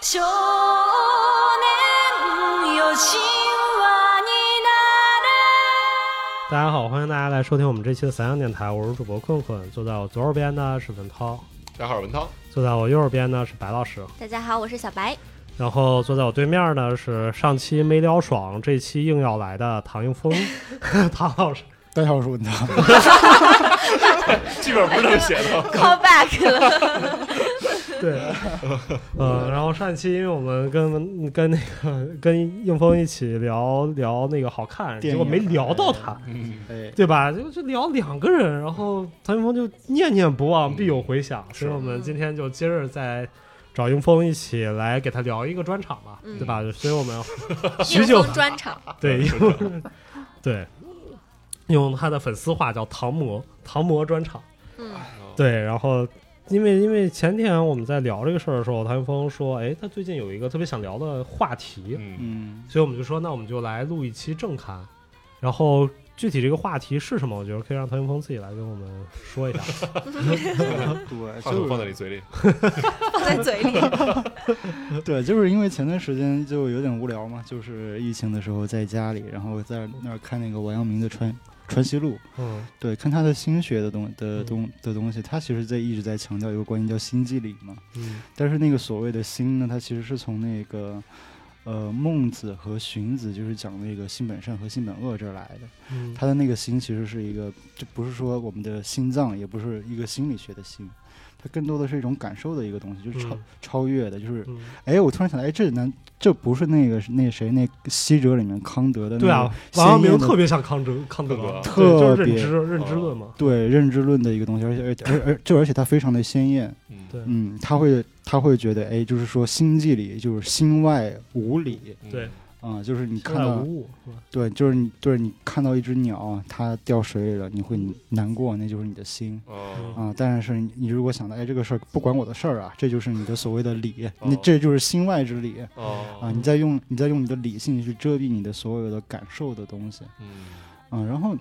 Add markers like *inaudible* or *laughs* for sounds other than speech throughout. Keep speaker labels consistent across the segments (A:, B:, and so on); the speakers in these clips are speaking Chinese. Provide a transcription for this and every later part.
A: 少年よ神話に
B: 大家好，欢迎大家来收听我们这期的散养电台，我是主播困困，坐在我左手边的是文涛，
C: 大家好，文涛。
B: 坐在我右手边呢是白老师，
D: 大家好，我是小白。
B: 然后坐在我对面呢是上期没聊爽，这期硬要来的唐英 *laughs* 峰，唐老师。
E: 大家好，我是文涛。
C: 剧本不是这么写
D: *laughs*
C: 的，
D: Call back 了，
B: 对，呃，然后上一期因为我们跟跟那个跟应峰一起聊聊那个好看，
E: 电
B: 结
E: 影啊
B: 果没聊到他，
C: 嗯，
E: 哎，
B: 对吧？就就聊两个人，然后唐英峰就念念不忘，必有回
E: 嗯
B: 响，所以我们今天就接着再找英峰一起来给他聊一个专场吧，
D: 嗯
B: 对吧？所以我们
E: 嗯
B: 许
D: 应
B: 久
D: 峰专场，
E: *laughs*
B: 对用对用他的粉丝话叫唐魔唐魔专场。
D: 嗯，
B: 对，然后因为因为前天我们在聊这个事儿的时候，谭云峰说，哎，他最近有一个特别想聊的话题，
C: 嗯，
E: 嗯，
B: 所以我们就说，那我们就来录一期正刊，然后。具体这个话题是什么？我觉得可以让谭云峰自己来跟我们说一
E: *laughs*
B: 下。
C: *laughs*
E: 对，
C: 话筒放
E: 就
C: 在你
E: 是
C: 嘴里，
D: 放在嘴
B: *laughs*
D: 里，
E: 对，就是因为前段时间就有点无聊嘛，就是疫情的时候在家里，然后在那儿看那个王阳明的川《川西录》，
B: 嗯
E: 对，看他的心学的东的
B: 嗯
E: 东的东西，他其实在一直在强调一个观念叫心即理嘛，
B: 嗯
E: 但是那个所谓的心呢，它其实是从那个。呃，孟子和荀子就是讲那个性本善和性本恶这儿来的。
B: 嗯
E: 他的那个心其实是一个，就不是说我们的心脏，也不是一个心理学的心，它更多的是一种感受的一个东西，就是超、
B: 嗯
E: 超越的，就是
B: 嗯，
E: 哎，我突然想到，哎，这难，这不是那个那谁那《西哲》里面康德的那
B: 对啊
E: 个，
B: 王阳明
E: 嗯先验的
B: 特别像康德，康德啊，
C: 康
E: 德
B: 对就
E: 特
B: 是认知
E: 别哦
B: 认知论嘛。
E: 对认知论的一个东西，而且而且而而就而且它非常的鲜艳，
C: 嗯，
B: 对
E: 嗯，他会他会觉得哎，就是说心计里就是心外无理
C: 嗯
B: 对，
E: 啊、就是你看
B: 爱
E: 到
B: 无物是吧
E: 对，就是你对你看到一只鸟它掉水里了，你会难过，那就是你的心。
C: 哦，
E: 啊、但是你你如果想到，哎，这个事儿不管我的事儿啊，这就是你的所谓的理，
C: 哦
E: 那这就是心外之理，啊，
C: 哦，
E: 你在用你在用你的理性去遮蔽你的所有的感受的东西
C: 嗯，
E: 啊，然后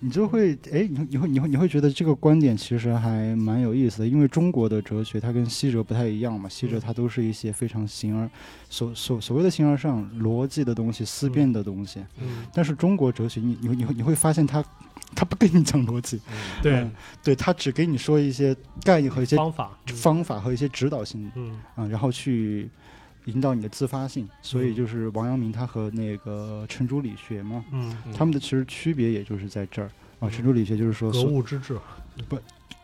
E: 你就会哎，你会你会你会你会觉得这个观点其实还蛮有意思的，因为中国的哲学它跟西哲不太一样嘛，西
C: 嗯
E: 哲它都是一些非常形而所所所谓的形而上逻辑的东西、思辨的东西，
B: 嗯，
E: 但是中国哲学你你会你会你会发现它它不跟你讲逻辑，
C: 嗯
B: 对
E: 嗯对，它只给你说一些概念和一些
B: 方法，嗯
E: 方法和一些指导性
B: 嗯
E: 啊，然后去引导你的自发性。所以
B: 嗯
E: 就是王阳明他和那个程朱理学嘛，
B: 嗯，
C: 嗯
E: 他们的其实区别也就是在这儿啊。
B: 嗯
E: 程朱理学就是说
B: 格
E: 所，
B: 物致知，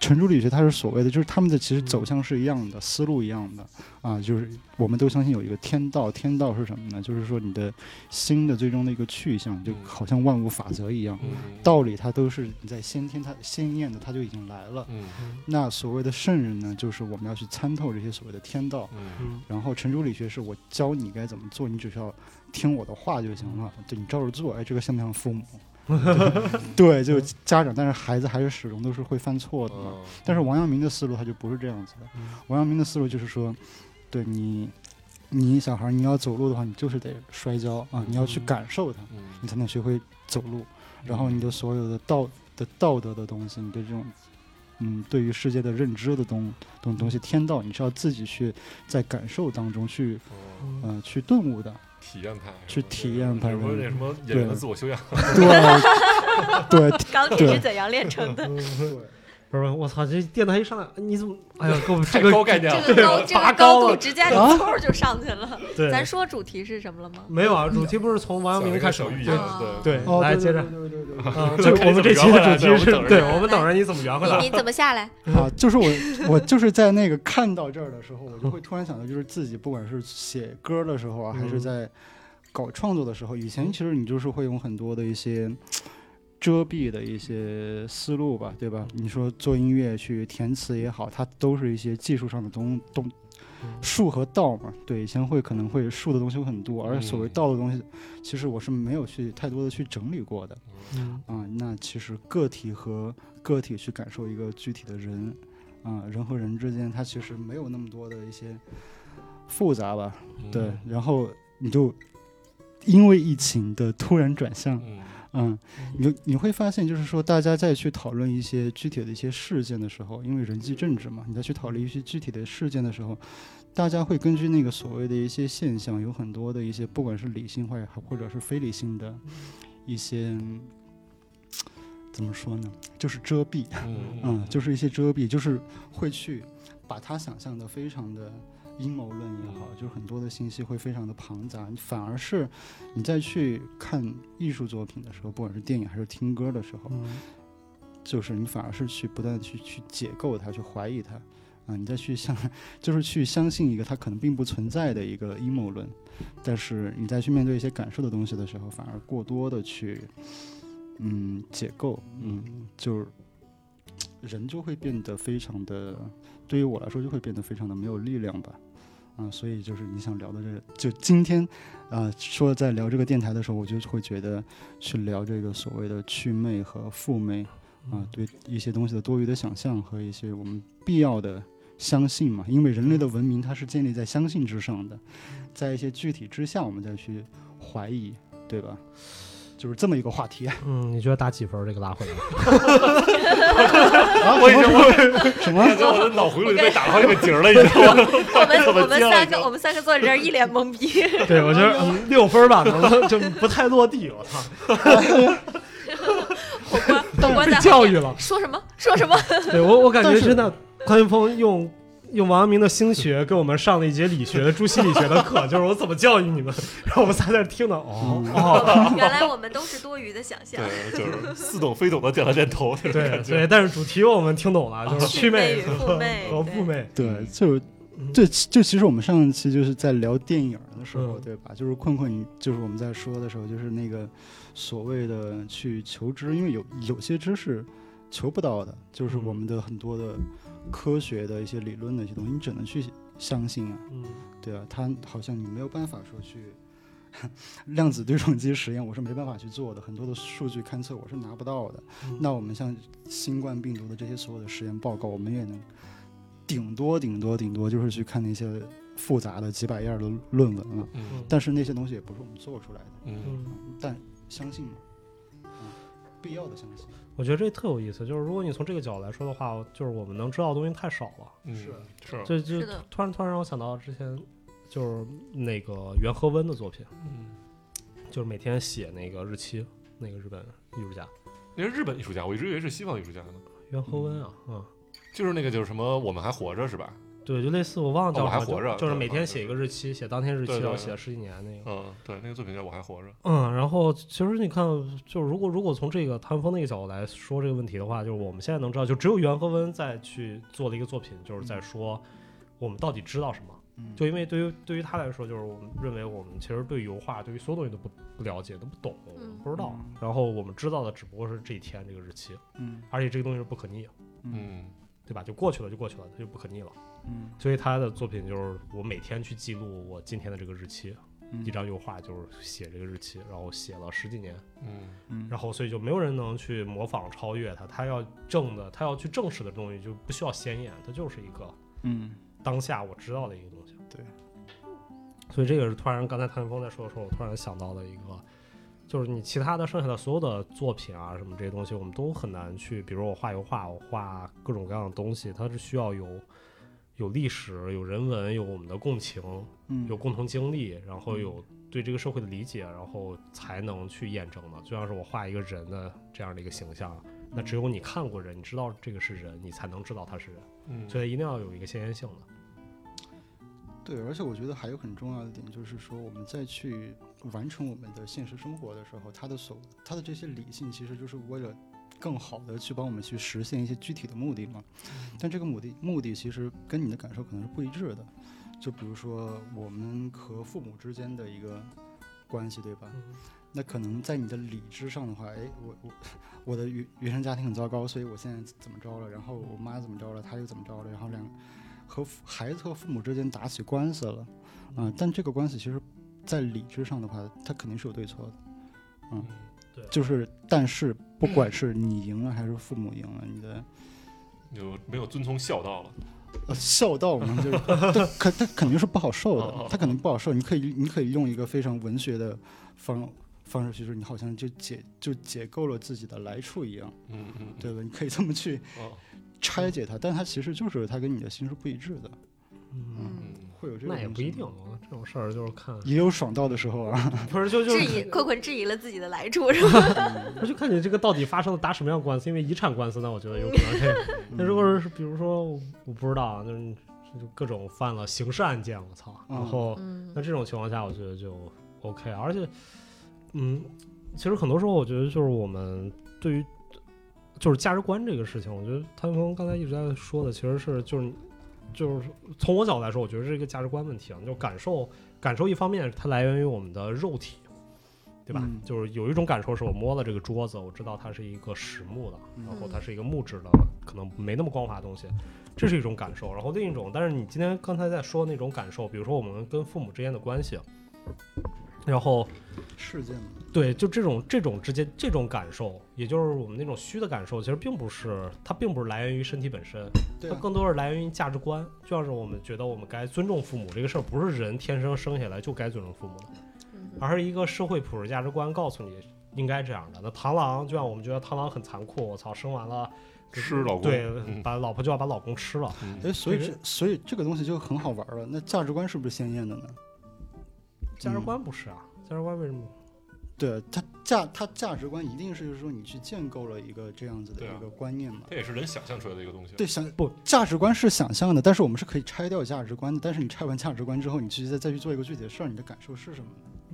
E: 程朱理学它是所谓的，就是他们的其实
B: 嗯
E: 走向是一样的，思路一样的啊，就是我们都相信有一个天道，天道是什么呢？就是说你的心的最终的一个去向，就
C: 嗯
E: 好像万物法则一样。
C: 嗯
E: 道理它都是你在先天它先验的，它就已经来了。
C: 嗯
E: 那所谓的圣人呢，就是我们要去参透这些所谓的天道，
C: 嗯
B: 嗯
E: 然后程朱理学是我教你该怎么做，你只需要听我的话就行了，对你照着做，哎，这个像不像父母？对，就是家长，但是孩子还是始终都是会犯错的嘛。
C: 哦
E: 但是王阳明的思路他就不是这样子的，
B: 嗯
E: 王阳明的思路就是说，对你，你小孩儿你要走路的话，你就是得摔跤啊，你要去
B: 嗯
E: 感受它，
C: 嗯
E: 你才能学会走路。然后你的所有的道的道德的东西，你的这种，嗯，对于世界的认知的东东东西，天道，你是要自己去在感受当中去，
C: 哦
B: 嗯
E: 呃，去顿
B: *laughs*
E: 悟的。
C: 体验派是吧，
E: 去体验派
C: 什么那什么演员的自我修养，
B: *laughs*
E: 对，对，
D: 钢铁是怎样炼成的？
B: *laughs* 不是，我操，这电台一上来，你怎么？哎呀，各位，这
C: 太
B: 个
C: 高概念了，
D: 这个高，这
B: 拔
D: 个
B: 高
D: 高
B: 了啊
D: 度直接你凑就上去了。
B: 对，
D: 咱说主题是什么了吗？
B: 没有啊，主题不是从王阳明开始
C: 小
B: 吗
C: 语言
B: 对
D: 啊，
C: 对，
B: 对，
E: 哦，
B: 来
E: 对
B: 接着，。
E: 对对对对
C: *laughs*
B: 啊，
C: 这
B: 这
C: 看
B: 我们
C: 你
B: 这
C: 怎
B: 期
C: 么
B: 的
C: 圆
B: 主
C: 回来
B: 题是
C: 对我们等着
B: 对，
D: 你
B: 我们等着你怎么圆回来。
D: 你你怎么下
B: *laughs*
D: 来？
E: 对
B: 嗯
E: 啊，就是我，我就是在那个看到这儿的时候，我
B: *laughs*
E: 就会突然想到，就是自己不管是写歌的时候啊，还是
B: 嗯
E: 在搞创作的时候，以前其实你就是会有很多的一些遮蔽的一些思路吧，对吧？你说做音乐去填词也好，它都是一些技术上的东东
B: 嗯
E: 术和道嘛。对，以前会可能会术的东西会很多，而所谓
C: 嗯
E: 道的东西，其实我是没有去太多的去整理过的。
B: 嗯
E: 啊、那其实个体和个体去感受一个具体的人，啊、人和人之间，它其实没有那么多的一些复杂吧，
C: 嗯
E: 对。然后你就因为疫情的突然转向，
C: 嗯，
E: 嗯，你就你会发现，就是说，大家在去讨论一些具体的一些事件的时候，因为人际政治嘛，你在去讨论一些具体的事件的时候，大家会根据那个所谓的一些现象，有很多的一些，不管是理性或者或者是非理性的一些，嗯怎么说呢，就是遮蔽，
C: 嗯
E: 嗯，就是一些遮蔽，就是会去把它想象的非常的阴谋论也好，就是很多的信息会非常的庞杂，反而是你再去看艺术作品的时候，不管是电影还是听歌的时候，
B: 嗯
E: 就是你反而是去不断的去去解构它，去怀疑它。啊，你再去相， *laughs* 就是去相信一个它可能并不存在的一个阴谋论，但是你再去面对一些感受的东西的时候，反而过多的去，嗯，解构，嗯，就是人就会变得非常的，对于我来说就会变得非常的没有力量吧。啊，所以就是你想聊的这个，就今天，啊，说在聊这个电台的时候，我就会觉得去聊这个所谓的祛魅和负魅，啊，对一些东西的多余的想象和一些我们必要的相信嘛，因为人类的文明它是建立在相信之上的，在一些具体之下，我们再去怀疑，对吧？就是这么一个话题。
B: 嗯，你觉得打几分儿？这个拉回来， *laughs*
E: 啊
C: 我已经我
E: 什么？
C: 感觉我的脑回路已经被打了好几个结儿了，你知道吗？
D: 我们
C: 怎么
D: 我们
C: 接了
D: 三
C: 就
D: 个我们三个坐在这儿一脸懵
B: *laughs*
D: 逼。
B: 对我觉得嗯六分儿吧，可能就不太落地。我操，
D: 火锅火锅
B: 被
D: 在后
B: 教
D: 面
B: 育了。
D: 说什么说什么？
B: 对我，我感
E: 但
B: 觉
E: 是
B: 真的，潘云峰用用王阳明的心学给我们上了一节理学、朱熹理学的课，就是我怎么教育你们，然后我们仨在那听的，哦哦，
D: *laughs* 原来我们都是多余的想象。
C: 对，就是似懂非懂的点了点头，这
B: *laughs*
C: 种
B: 对
C: 感
B: 对，
C: 觉。
B: 但是主题我们听懂了，
D: 哦
B: 就是祛魅
D: 祛魅与护魅
B: 和和
D: 对
B: 富魅，
E: 对，就
B: 嗯
E: 就就其实我们上一期就是在聊电影的时候，
B: 嗯
E: 对吧？就是困困，就是我们在说的时候，就是那个所谓的去求知，因为有有些知识求不到的，就是我们的很多的科学的一些理论的一些东西，你只能去相信啊，
B: 嗯，
E: 对啊，它好像你没有办法说去 *laughs* 量子对撞机实验，我是没办法去做的，很多的数据勘测我是拿不到的。
B: 嗯
E: 那我们像新冠病毒的这些所有的实验报告，我们也能顶多顶多顶多就是去看那些复杂的几百页儿的论文了。
C: 嗯
E: 但是那些东西也不是我们做出来的，
C: 嗯
B: 嗯。
E: 但相信嘛，嗯，必要的相信。
B: 我觉得这特有意思，就是如果你从这个角度来说的话，就是我们能知道的东西太少了，
C: 嗯
E: 是
C: 是
B: 就就是
D: 的
B: 突然突然让我想到之前就是那个袁和温的作品，
C: 嗯，
B: 就是每天写那个日期，那个日本艺术家
C: 那是日本艺术家，我一直以为是西方艺术家呢。
B: 袁和温啊，嗯。
C: 就是那个就是什么，我们还活着是吧？
B: 对，就类似我忘了
C: 哦
B: 叫
C: 我
B: 啥，
C: 还活着
B: 就就是
C: 对
B: 每
C: 好
B: 天
C: 像
B: 写一
C: 是
B: 个日期，写当天日期，
C: 对对
B: 然后
C: 对
B: 写了十几年那个。
C: 嗯，对，那个作品叫《我还活着》。
B: 嗯，然后其实你看，就如果如果从这个谭峰那个角度来说这个问题的话，就是我们现在能知道，就只有袁和温在去做了一个作品，就是在说我们到底知道什么。
E: 嗯
B: 就因为对于对于他来说，就是我们认为我们其实对油画，对于所有东西都不不了解，都不懂，我们
D: 嗯
B: 不知道。
E: 嗯
B: 然后我们知道的只不过是这一天这个日期，
E: 嗯
B: 而且这个东西是不可逆的，
C: 嗯
B: 对吧？就过去了就过去了，它就不可逆了。
E: 嗯
B: 所以他的作品就是我每天去记录我今天的这个日期，
E: 嗯
B: 一张油画就是写这个日期，然后写了十几年，
C: 嗯
E: 嗯
B: 然后所以就没有人能去模仿超越他，他要证的，他要去证实的东西就不需要鲜艳，它就是一个
E: 嗯
B: 当下我知道的一个东西。
E: 对，
B: 所以这个是突然刚才谭云峰在说的时候，我突然想到了一个，就是你其他的剩下的所有的作品啊什么这些东西，我们都很难去，比如我画油画，我画各种各样的东西，它是需要有有历史、有人文、有我们的共情、
E: 嗯
B: 有共同经历，然后有对这个社会的理解，然后才能去验证的。就像是我画一个人的这样的一个形象。那只有你看过人，你知道这个是人，你才能知道他是人，
C: 嗯，
B: 所以一定要有一个先验性的。
E: 对，而且我觉得还有很重要的点就是说，我们再去完成我们的现实生活的时候，它的所它的这些理性，其实就是为了更好的去帮我们去实现一些具体的目的嘛。但这个目的目的其实跟你的感受可能是不一致的。就比如说我们和父母之间的一个关系，对吧？那可能在你的理智上的话，哎，我我我的原原生家庭很糟糕，所以我现在怎么着了？然后我妈怎么着了？她又怎么着了？然后两和父孩子和父母之间打起官司了，啊、但这个官司其实，在理智上的话，它肯定是有对错的。
C: 嗯
E: 就是，但是不管是你赢了还是父母赢了，你的
C: 就没有遵从孝道了。
E: 呃孝道嘛，就是 *laughs* 它肯它肯定是不好受
C: 哦哦
E: 的，它肯定不好受。你可以你可以用一个非常文学的方放出去之后，你好像就解就解构了自己的来处一样，
C: 嗯嗯，
E: 对吧？你可以这么去
C: 哦，
E: 拆解它，但它其实就是它跟你的心是不一致的，
B: 嗯，
D: 嗯，
C: 嗯，
E: 会有这个
B: 那也
E: 东
B: 不
E: 西
B: 一定，哦这种事儿就是看，
E: 也有爽到的时候
B: *laughs*
E: 啊，
B: 不是就就
D: 质
B: 是
D: 疑困困质疑了自己的来处是吧？
B: 那就看你这个到底发生了打什么样的官司，因为遗产官司呢，我觉得有可能 *laughs* 这。那如
E: 嗯
B: 果是比如说我我不知道啊，就是就各种犯了刑事案件，我操，
E: 嗯
B: 然后
D: 嗯
B: 那这种情况下，我觉得就 OK，而且，嗯，其实很多时候我觉得就是我们对于就是价值观这个事情，我觉得谭峰刚才一直在说的其实是就是就是从我角度来说，我觉得是一个价值观问题啊，就感受感受一方面它来源于我们的肉体。对吧？
E: 嗯
B: 就是有一种感受，是我摸了这个桌子，我知道它是一个实木的，
E: 嗯
B: 然后它是一个木质的，可能没那么光滑的东西，这是一种感受。然后另一种，但是你今天刚才在说那种感受，比如说我们跟父母之间的关系，然后
E: 事件嘛，
B: 对，就这种这种之间这种感受，也就是我们那种虚的感受，其实并不是它并不是来源于身体本身，
E: 对
B: 它
E: 啊，
B: 更多是来源于价值观。就像是我们觉得我们该尊重父母这个事儿，不是人天生生下来就该尊重父母的，
D: 嗯
B: 而是一个社会普世价值观告诉你应该这样的。那螳螂就像我们觉得螳螂很残酷，我操，生完了
C: 吃老公
B: 对，
C: 嗯
B: 把老婆就要把老公吃了。
E: 哎，所以
B: 这
E: 这所以这个东西就很好玩了，那价值观是不是鲜艳的呢？
B: 价值观不是啊，价值观为什么？
E: 对啊它价它价值观一定是就是说你去建构了一个这样子的
C: 对啊
E: 一个观念嘛。
C: 它也是人想象出来的一个东西。
E: 对，想
B: 不
E: 价值观是想象的，但是我们是可以拆掉价值观的。但是你拆完价值观之后，你去再再去做一个具体的事儿，你的感受是什么？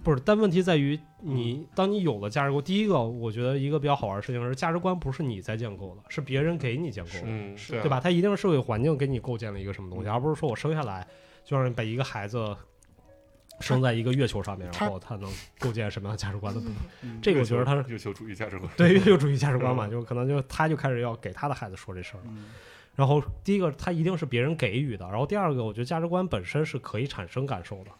B: 不是，但问题在于
C: 嗯
B: 你，当你有了价值观，第一个，我觉得一个比较好玩的事情是，价值观不是你在建构的，是别人给你建构的，
C: 嗯，
E: 是
C: 对啊
B: 对吧？？它一定是社会环境给你构建了一个什么东西，而不是说我生下来就让你把一个孩子生在一个月球上面，
E: 他
B: 然后他能构建什么样的价值观的？
E: 嗯、
B: 这个我觉得他是
C: 月球主义价值观。 *laughs*
B: 对月球主义价值观嘛，
C: 嗯
B: 就可能就他就开始要给他的孩子说这事儿了。
E: 嗯
B: 然后第一个，它一定是别人给予的。然后第二个，我觉得价值观本身是可以产生感受的。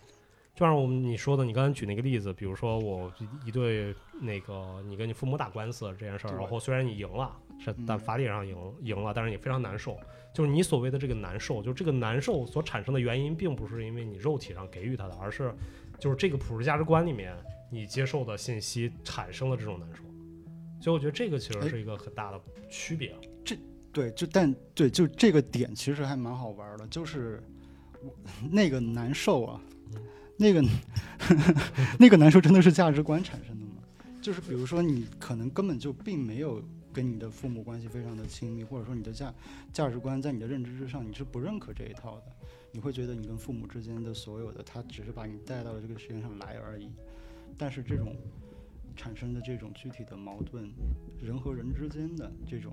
B: 就像我们你说的，你刚才举那个例子，比如说我一一对那个你跟你父母打官司这件事儿，
E: 对
B: 然后虽然你赢了，是
E: 嗯
B: 但法理上赢赢了，但是你非常难受。就是你所谓的这个难受，就这个难受所产生的原因，并不是因为你肉体上给予它的，而是就是这个普世价值观里面你接受的信息产生了这种难受。所以我觉得这个其实
E: 哎
B: 是一个很大的区别。
E: 对，就但对，就这个点其实还蛮好玩的，就是我那个难受啊，那个 *laughs* 那个难受真的是价值观产生的吗？就是比如说你可能根本就并没有跟你的父母关系非常的亲密，或者说你的价价值观在你的认知之上你是不认可这一套的，你会觉得你跟父母之间的所有的，他只是把你带到了这个世界上来而已，但是这种产生的这种具体的矛盾，人和人之间的这种。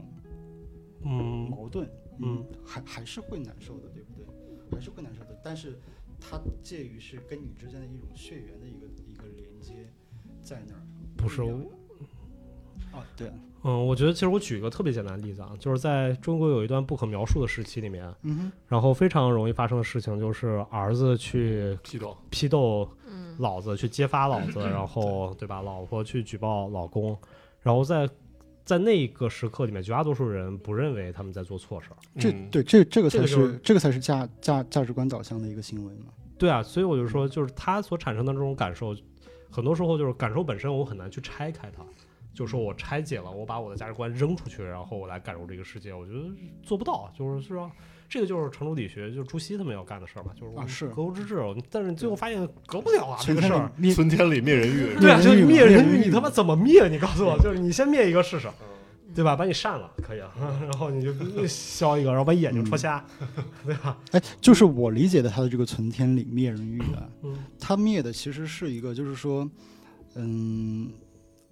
B: 嗯，
E: 矛盾，
B: 嗯，
E: 还还是会难受的，对不对？还是会难受的，但是它介于是跟你之间的一种血缘的一个一个连接在那儿。
B: 不是
E: 一样的哦，对，
B: 嗯，我觉得其实我举一个特别简单的例子啊，就是在中国有一段不可描述的时期里面，
E: 嗯哼，
B: 然后非常容易发生的事情就是儿子去
C: 批斗，
B: 批斗
D: 嗯
B: 老子，去揭发老子，然后对吧，老婆去举报老公，然后在在那个时刻里面，绝大多数人不认为他们在做错事儿。
E: 这
C: 嗯
E: 对这这个
B: 这
E: 才
B: 个就是
E: 是这个才是价价价值观导向的一个行为嘛。
B: 对啊，所以我就
E: 嗯
B: 说，就是他所产生的这种感受，很多时候就是感受本身，我很难去拆开它。就是说我拆解了，我把我的价值观扔出去，然后我来感受这个世界，我觉得做不到。就是是吧？这个就是程朱理学，就是朱熹他们要干的事儿嘛，就是我
E: 啊是
B: 格物致知。但是你最后发现革不了啊，这
E: 存
B: 个
E: 在
B: 事
E: 的
B: 儿。
E: 灭
C: 存天理灭人欲。
B: 对啊，就是灭
E: 灭
B: 人
E: 人
B: 欲，
E: 欲
B: 你他妈怎么灭？你告诉我，就是你先灭一个试试，
E: 嗯
B: 对吧？把你扇了可以啊， *laughs* 然后你就削一个，然后把眼睛戳瞎，对吧？
E: 哎，就是我理解的他的这个存天理灭人欲啊，
B: 嗯
E: 他灭的其实是一个，就是说，嗯，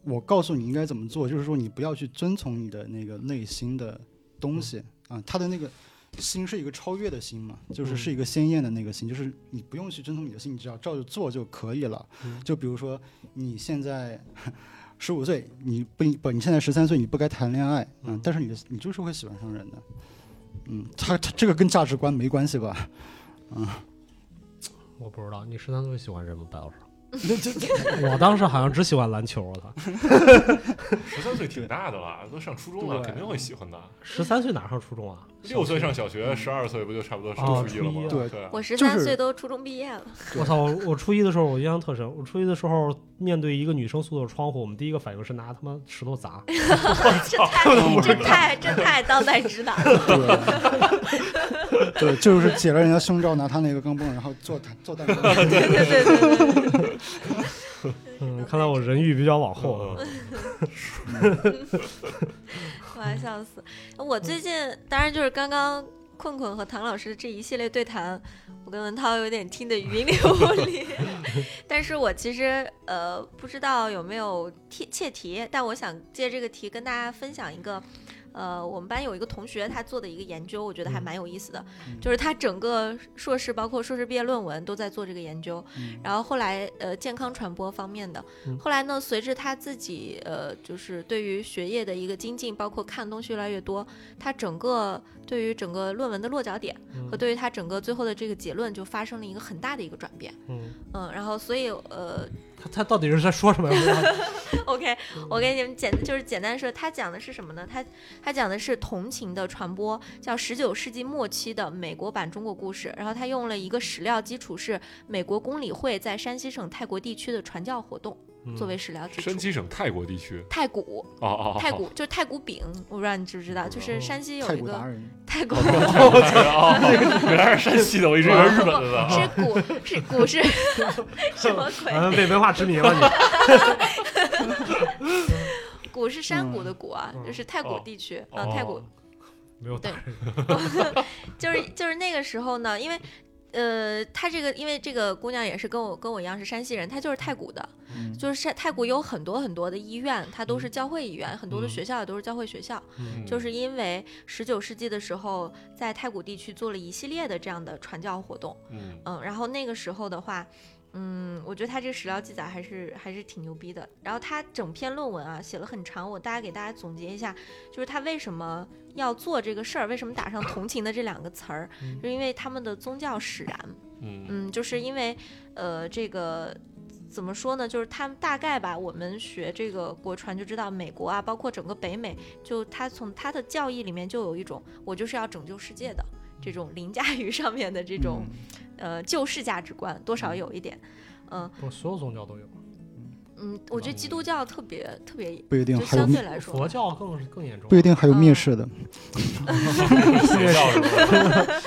E: 我告诉你应该怎么做，就是说你不要去遵从你的那个内心的东西、啊，他的那个心是一个超越的心嘛，就是
B: 嗯
E: 是一个鲜艳的那个心，就是你不用去遵从你的心，你只要照着做就可以了。
B: 嗯
E: 就比如说你现在。 *laughs* 十五岁，你不不，你现在十三岁，你不该谈恋爱，嗯，
B: 嗯
E: 但是你的你就是会喜欢上人的，嗯，他他这个跟价值观没关系吧？嗯
B: 我不知道，你十三岁喜欢人吗，白老师？ *laughs*
E: 这这这
B: 我当时好像只喜欢篮球，我操，
C: 十三岁挺大的了，都上初中了，
E: 对
C: 肯定会喜欢的。
B: 十三岁哪上初中啊？
C: 六岁上小学，十二岁不就差不多
B: 哦
C: 上初一了吗？
E: 初一啊
C: 对，
D: 我十
E: 就是
D: 三岁都初中毕业了，
B: 我操！我我初一的时候，我印象特深。我初一的时候，面对一个女生宿舍窗户，我们第一个反应是拿他妈石头砸。
D: *laughs* 这太这太这太当代直男
E: *laughs*
D: 了。
E: 对， *laughs* 对，就是解了人家胸罩，拿他那个钢镚儿，然后做弹做弹
D: *laughs*
E: 弓。
D: 对对对对对对
B: 嗯，看来我人欲比较往后
C: 嗯
B: 啊。
D: 我要笑死！我最近当然就是刚刚困困和唐老师这一系列对谈，我跟文涛有点听得云里雾里。 *laughs* 但是我其实呃不知道有没有切切题，但我想借这个题跟大家分享一个。呃，我们班有一个同学，他做的一个研究，我觉得还蛮有意思的，
E: 嗯
D: 就是他整个硕士，包括硕士毕业论文都在做这个研究。
E: 嗯
D: 然后后来呃健康传播方面的
B: 嗯，
D: 后来呢，随着他自己呃就是对于学业的一个精进，包括看东西越来越多，他整个对于整个论文的落脚点
B: 嗯
D: 和对于他整个最后的这个结论就发生了一个很大的一个转变，
B: 嗯，
D: 嗯，然后所以呃
B: 他他到底是在说什么呀？ *laughs*
D: OK，我
B: 嗯
D: 给你们简就是简单说，他讲的是什么呢？他他讲的是同情的传播，叫十九世纪末期的美国版中国故事。然后他用了一个史料基础是美国公理会在山西省泰国地区的传教活动
B: 嗯
D: *laughs* 作为史料基础
C: 山。西省泰国地区，
D: 太古，
C: 哦哦，哦
D: 太古就是太古饼，我不知道你知不知道，
C: 不知
D: 就
C: 道
B: 哦
D: 是山西有
E: 太
D: 一
E: 古达
D: 个
E: 人，
D: 太古，
C: 哦，原来是山西的，我一直以为是日本的呢。
D: *laughs* 是古是古
B: *laughs*
D: 是什么鬼？
B: 嗯，被文化殖民了 *laughs* 你。
D: 古是山谷的谷啊，
B: 嗯
D: 就是太古
C: 哦
D: 地区
C: 哦
D: 啊，太古
C: 哦
B: 没有打
D: 对就是就是那个时候呢，因为呃，她这个因为这个姑娘也是跟我跟我一样是山西人，她就是太谷的，
E: 嗯
D: 就是山泰国有很多很多的医院，它都是教会医院，很多的
B: 嗯
D: 学校也都是教会学校，
B: 嗯
D: 就是因为十九世纪的时候在太谷地区做了一系列的这样的传教活动。
C: 嗯，
D: 嗯，然后那个时候的话，嗯，我觉得他这个史料记载还是还是挺牛逼的。然后他整篇论文啊写了很长，我大概给大家总结一下，就是他为什么要做这个事儿，为什么打上同情的这两个词儿，
B: 嗯
D: 就是因为他们的宗教使然。
C: 嗯
D: 嗯，就是因为呃这个。怎么说呢？就是他们大概吧，我们学这个国传就知道，美国啊，包括整个北美，就他从他的教义里面就有一种我就是要拯救世界的这种凌驾于上面的这种
E: 嗯
D: 呃救世价值观，多少有一点。嗯
B: 不是所有宗教都有，
D: 嗯，我觉得基督教特别特别，
E: 不一定
D: 就
E: 还有
D: 相
E: 灭
D: 对来说 *laughs*
B: 佛教更是更严重。
E: 不一定还有蔑视的，
C: 邪教是吧？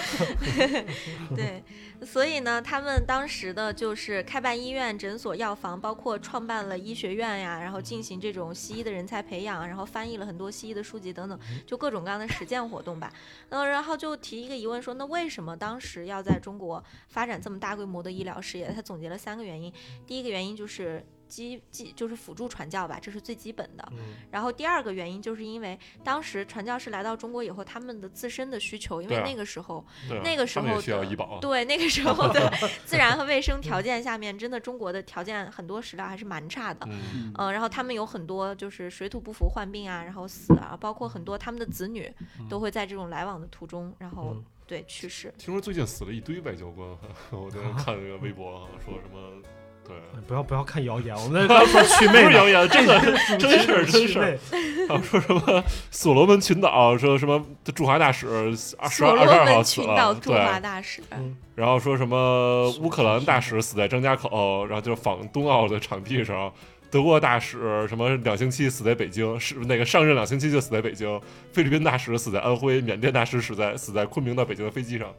D: 对，所以呢，他们当时的就是开办医院、诊所、药房，包括创办了医学院呀，然后进行这种西医的人才培养，然后翻译了很多西医的书籍等等，
E: 嗯
D: 就各种各样的实践活动吧。嗯，然后就提一个疑问说，那为什么当时要在中国发展这么大规模的医疗事业？他总结了三个原因，第一个原因就是基基就是辅助传教吧，这是最基本的。
B: 嗯
D: 然后第二个原因就是因为当时传教士来到中国以后，他们的自身的需求，因为
C: 对啊哦
D: 那个时候，
C: 对啊
D: 那个时候
C: 他们也需要
D: 的
C: 医保，
D: 对那
C: *laughs*
D: 个时候的自然和卫生条件下面，真的中国的条件很多史料还是蛮差的。
C: 嗯，
E: 嗯
D: 嗯，然后他们有很多就是水土不服患病啊，然后死啊，包括很多他们的子女
C: 嗯
D: 都会在这种来往的途中，然后
B: 嗯
D: 对去世。
C: 听说最近死了一堆外交官，我在那看这个微博啊，说什么
D: *laughs*
C: 对。
B: 哎不要不要看谣言，我们在刚说祛魅
C: 不
B: 呢
C: 是，谣言，真的是真事儿，
B: 祛
C: 真事儿。
B: 魅
C: 啊，说什么 *laughs* 所罗门群岛，说什么驻华大使二十
D: 所
C: 二
D: 罗
C: 二十二号
D: 门
C: 死
D: 群
C: 了
D: 岛，驻
C: 对，
D: 华大使，
C: 然后说什么乌克兰大使死在张家口，然后就是访冬奥的场地上。德国大使什么两星期死在北京，是那个上任两星期就死在北京。菲律宾大使死在安徽，缅甸大使死在死在昆明到北京的飞机上。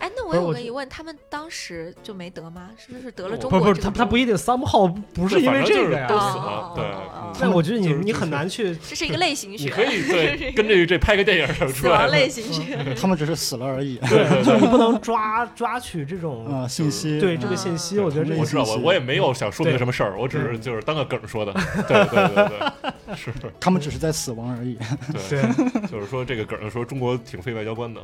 D: 哎，那
B: 不
D: 我
B: 是
D: 有
B: 我
D: 个
B: 觉
D: 疑问，他们当时就没得吗？是不是得了
C: 不
D: 中
B: 不
D: 国
B: 是不是，
D: 这个
B: 他他
D: 病
B: 不一定三号不是因为这个呀
C: 都。
D: 反正就是
C: 死了
D: 哦，
C: 对
D: 哦哦哦，
B: 但
C: 嗯
B: 我觉得你
C: 就是
B: 你很难去
D: 这是一个类型学，
C: 你可以嗯
D: 这
C: 对
D: 个
C: 跟这这拍个电影什么
D: 死
C: 出来
D: 亡
C: 的，
D: 类型学。
E: 他们只是死了而已
B: 对， *laughs* 就是你不能抓抓取这种
E: 啊，信息
B: 哦对这个
E: 嗯
B: 信息，
C: 对
B: 我觉得这
C: *laughs* 我知道，我我也没有想说明
B: 对
C: 什么事儿，我只是就是当个梗说的。对对对对，是，
E: *laughs* 他们只是在死亡而已。
C: 对，
B: 对， *laughs*
C: 就是说这个梗说中国挺费外交官的，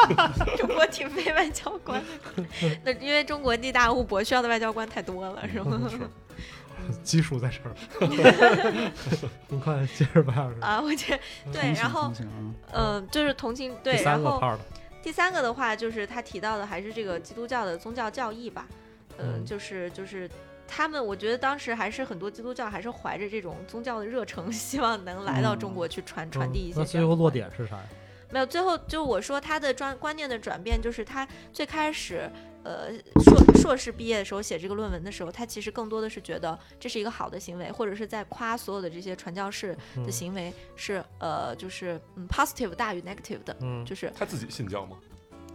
D: *laughs* 中国挺非外交官的，那因为中国地大物博，需要的外交官太多
B: 嗯
D: 了，是吗？
C: 嗯是
B: 基数在这儿。 *laughs* 你快接着吧，老师
D: *laughs* 啊，我觉得对，然后
E: 同情同情啊
D: 嗯，就是同情
B: 第
D: 对，
B: 三
D: 然
B: 个
D: 后
B: part
D: 第三个的话就是他提到的还是这个基督教的宗教教义吧，嗯，
B: 嗯
D: 就是就是他们，我觉得当时还是很多基督教还是怀着这种宗教的热诚，希望能来到中国去传、传递一些。
B: 嗯那最后落。点是啥呀？
D: 没有，最后就我说他的专观念的转变，就是他最开始，呃，硕硕士毕业的时候写这个论文的时候，他其实更多的是觉得这是一个好的行为，或者是在夸所有的这些传教士
B: 嗯
D: 的行为是、呃，就是嗯 positive 大于 negative 的，
B: 嗯
D: 就是
C: 他自己信教吗？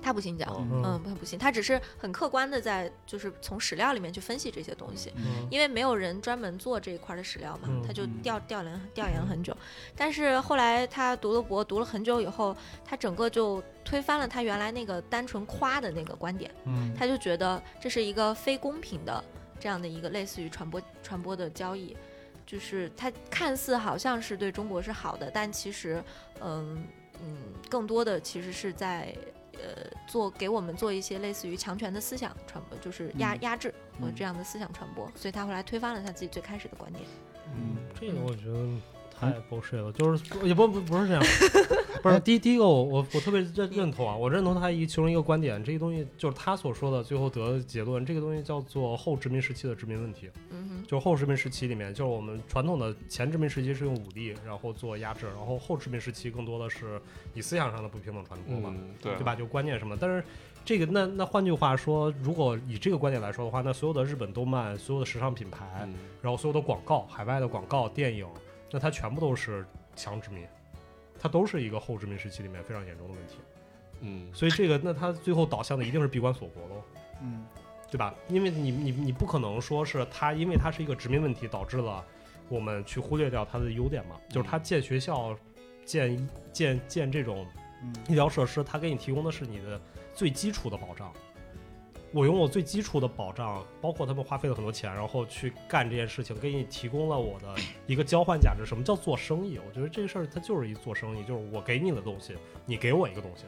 D: 他不信教，
C: 哦
B: 嗯
D: 嗯，他不信，他只是很客观的在就是从史料里面去分析这些东西。
B: 嗯
D: 因为没有人专门做这一块儿的史料嘛，
B: 嗯
D: 他就
E: 嗯
D: 调调研调研很久。但是后来他读了博，读了很久以后，他整个就推翻了他原来那个单纯夸的那个观点，
E: 嗯
D: 他就觉得这是一个非公平的这样的一个类似于传播传播的交易。就是他看似好像是对中国是好的，但其实，嗯嗯，更多的其实是在呃做给我们做一些类似于强权的思想传播，就是压、
E: 嗯
D: 压制和
E: 嗯
D: 这样的思想传播，所以他后来推翻了他自己最开始的观点。
E: 嗯，
B: 这个我觉得太
D: 嗯
B: bullshit 了，就是不也不不不
D: *laughs*
B: 是这样，不是第第一个我我我特别认认同啊，我认同他一其中一个观点，这个东西就是他所说的最后得的结论，这个东西叫做后殖民时期的殖民问题，
D: 嗯哼，
B: 就是后殖民时期里面，就是我们传统的前殖民时期是用武力然后做压制，然后后殖民时期更多的是以思想上的不平等传播嘛，
C: 嗯，对
B: 对吧？就观念什么，但是。这个那那换句话说，如果以这个观点来说的话，那所有的日本动漫、所有的时尚品牌，
C: 嗯
B: 然后所有的广告、海外的广告、电影，那它全部都是强殖民，它都是一个后殖民时期里面非常严重的问题。
C: 嗯，
B: 所以这个，那它最后导向的一定是闭关锁国喽，
E: 嗯
B: 对吧？因为你你你不可能说是它，因为它是一个殖民问题导致了我们去忽略掉它的优点嘛，就是它建学校、建建建这种
E: 嗯
B: 医疗设施，它给你提供的是你的最基础的保障。我用我最基础的保障，包括他们花费了很多钱，然后去干这件事情，给你提供了我的一个交换价值。什么叫做生意？我觉得这事儿它就是一做生意，就是我给你的东西，你给我一个东西，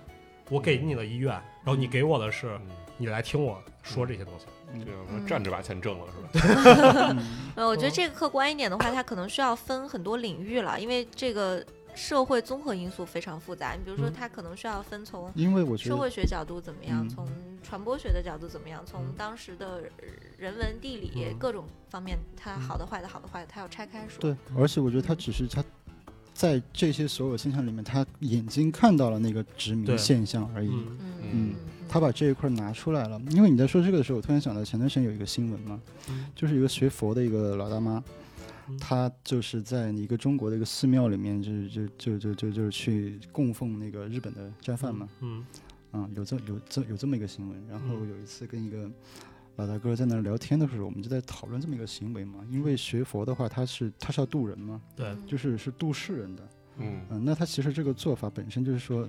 B: 我给你的医院，然后你给我的是
C: 嗯
B: 你来听我说这些东西。
C: 这
E: 嗯
C: 样
D: 嗯
C: 站着把钱挣了是吧？
E: 嗯
D: 呃，我觉得
B: 嗯
D: 这个客观一点的话，它可能需要分很多领域了，因为这个社会综合因素非常复杂。你比如说，
B: 嗯
D: 它可能需要分从
E: *laughs* 因为我觉
D: 社
E: 得
D: 会学角度怎么样，
E: 嗯
D: 从传播学的角度怎么样，从
B: 嗯
D: 当时的呃人文地理、
B: 嗯
D: 各种方面，它
B: 嗯
D: 好的、坏的、好的、坏的，它要拆开说。
E: 对，而且我觉得他只是他在这些所有现象里面，他眼睛看到了那个殖民
B: 对
E: 现象而已。
B: 嗯
D: 嗯
E: 嗯
D: 嗯嗯
E: 他把这一块拿出来了，因为你在说这个的时候，我突然想到前段时间有一个新闻嘛，
B: 嗯
E: 就是一个学佛的一个老大妈
B: 嗯，
E: 她就是在一个中国的一个寺庙里面，就是就就就就就是去供奉那个日本的斋饭嘛，
B: 嗯
E: 啊、有这有这有这么一个新闻。然后
B: 嗯
E: 有一次跟一个老大哥在那儿聊天的时候，我们就在讨论这么一个行为嘛，
C: 嗯
E: 因为学佛的话，他是他是要度人嘛，
B: 对，
D: 嗯
E: 就是是度世人的，
C: 嗯，
E: 嗯，那他其实这个做法本身就是说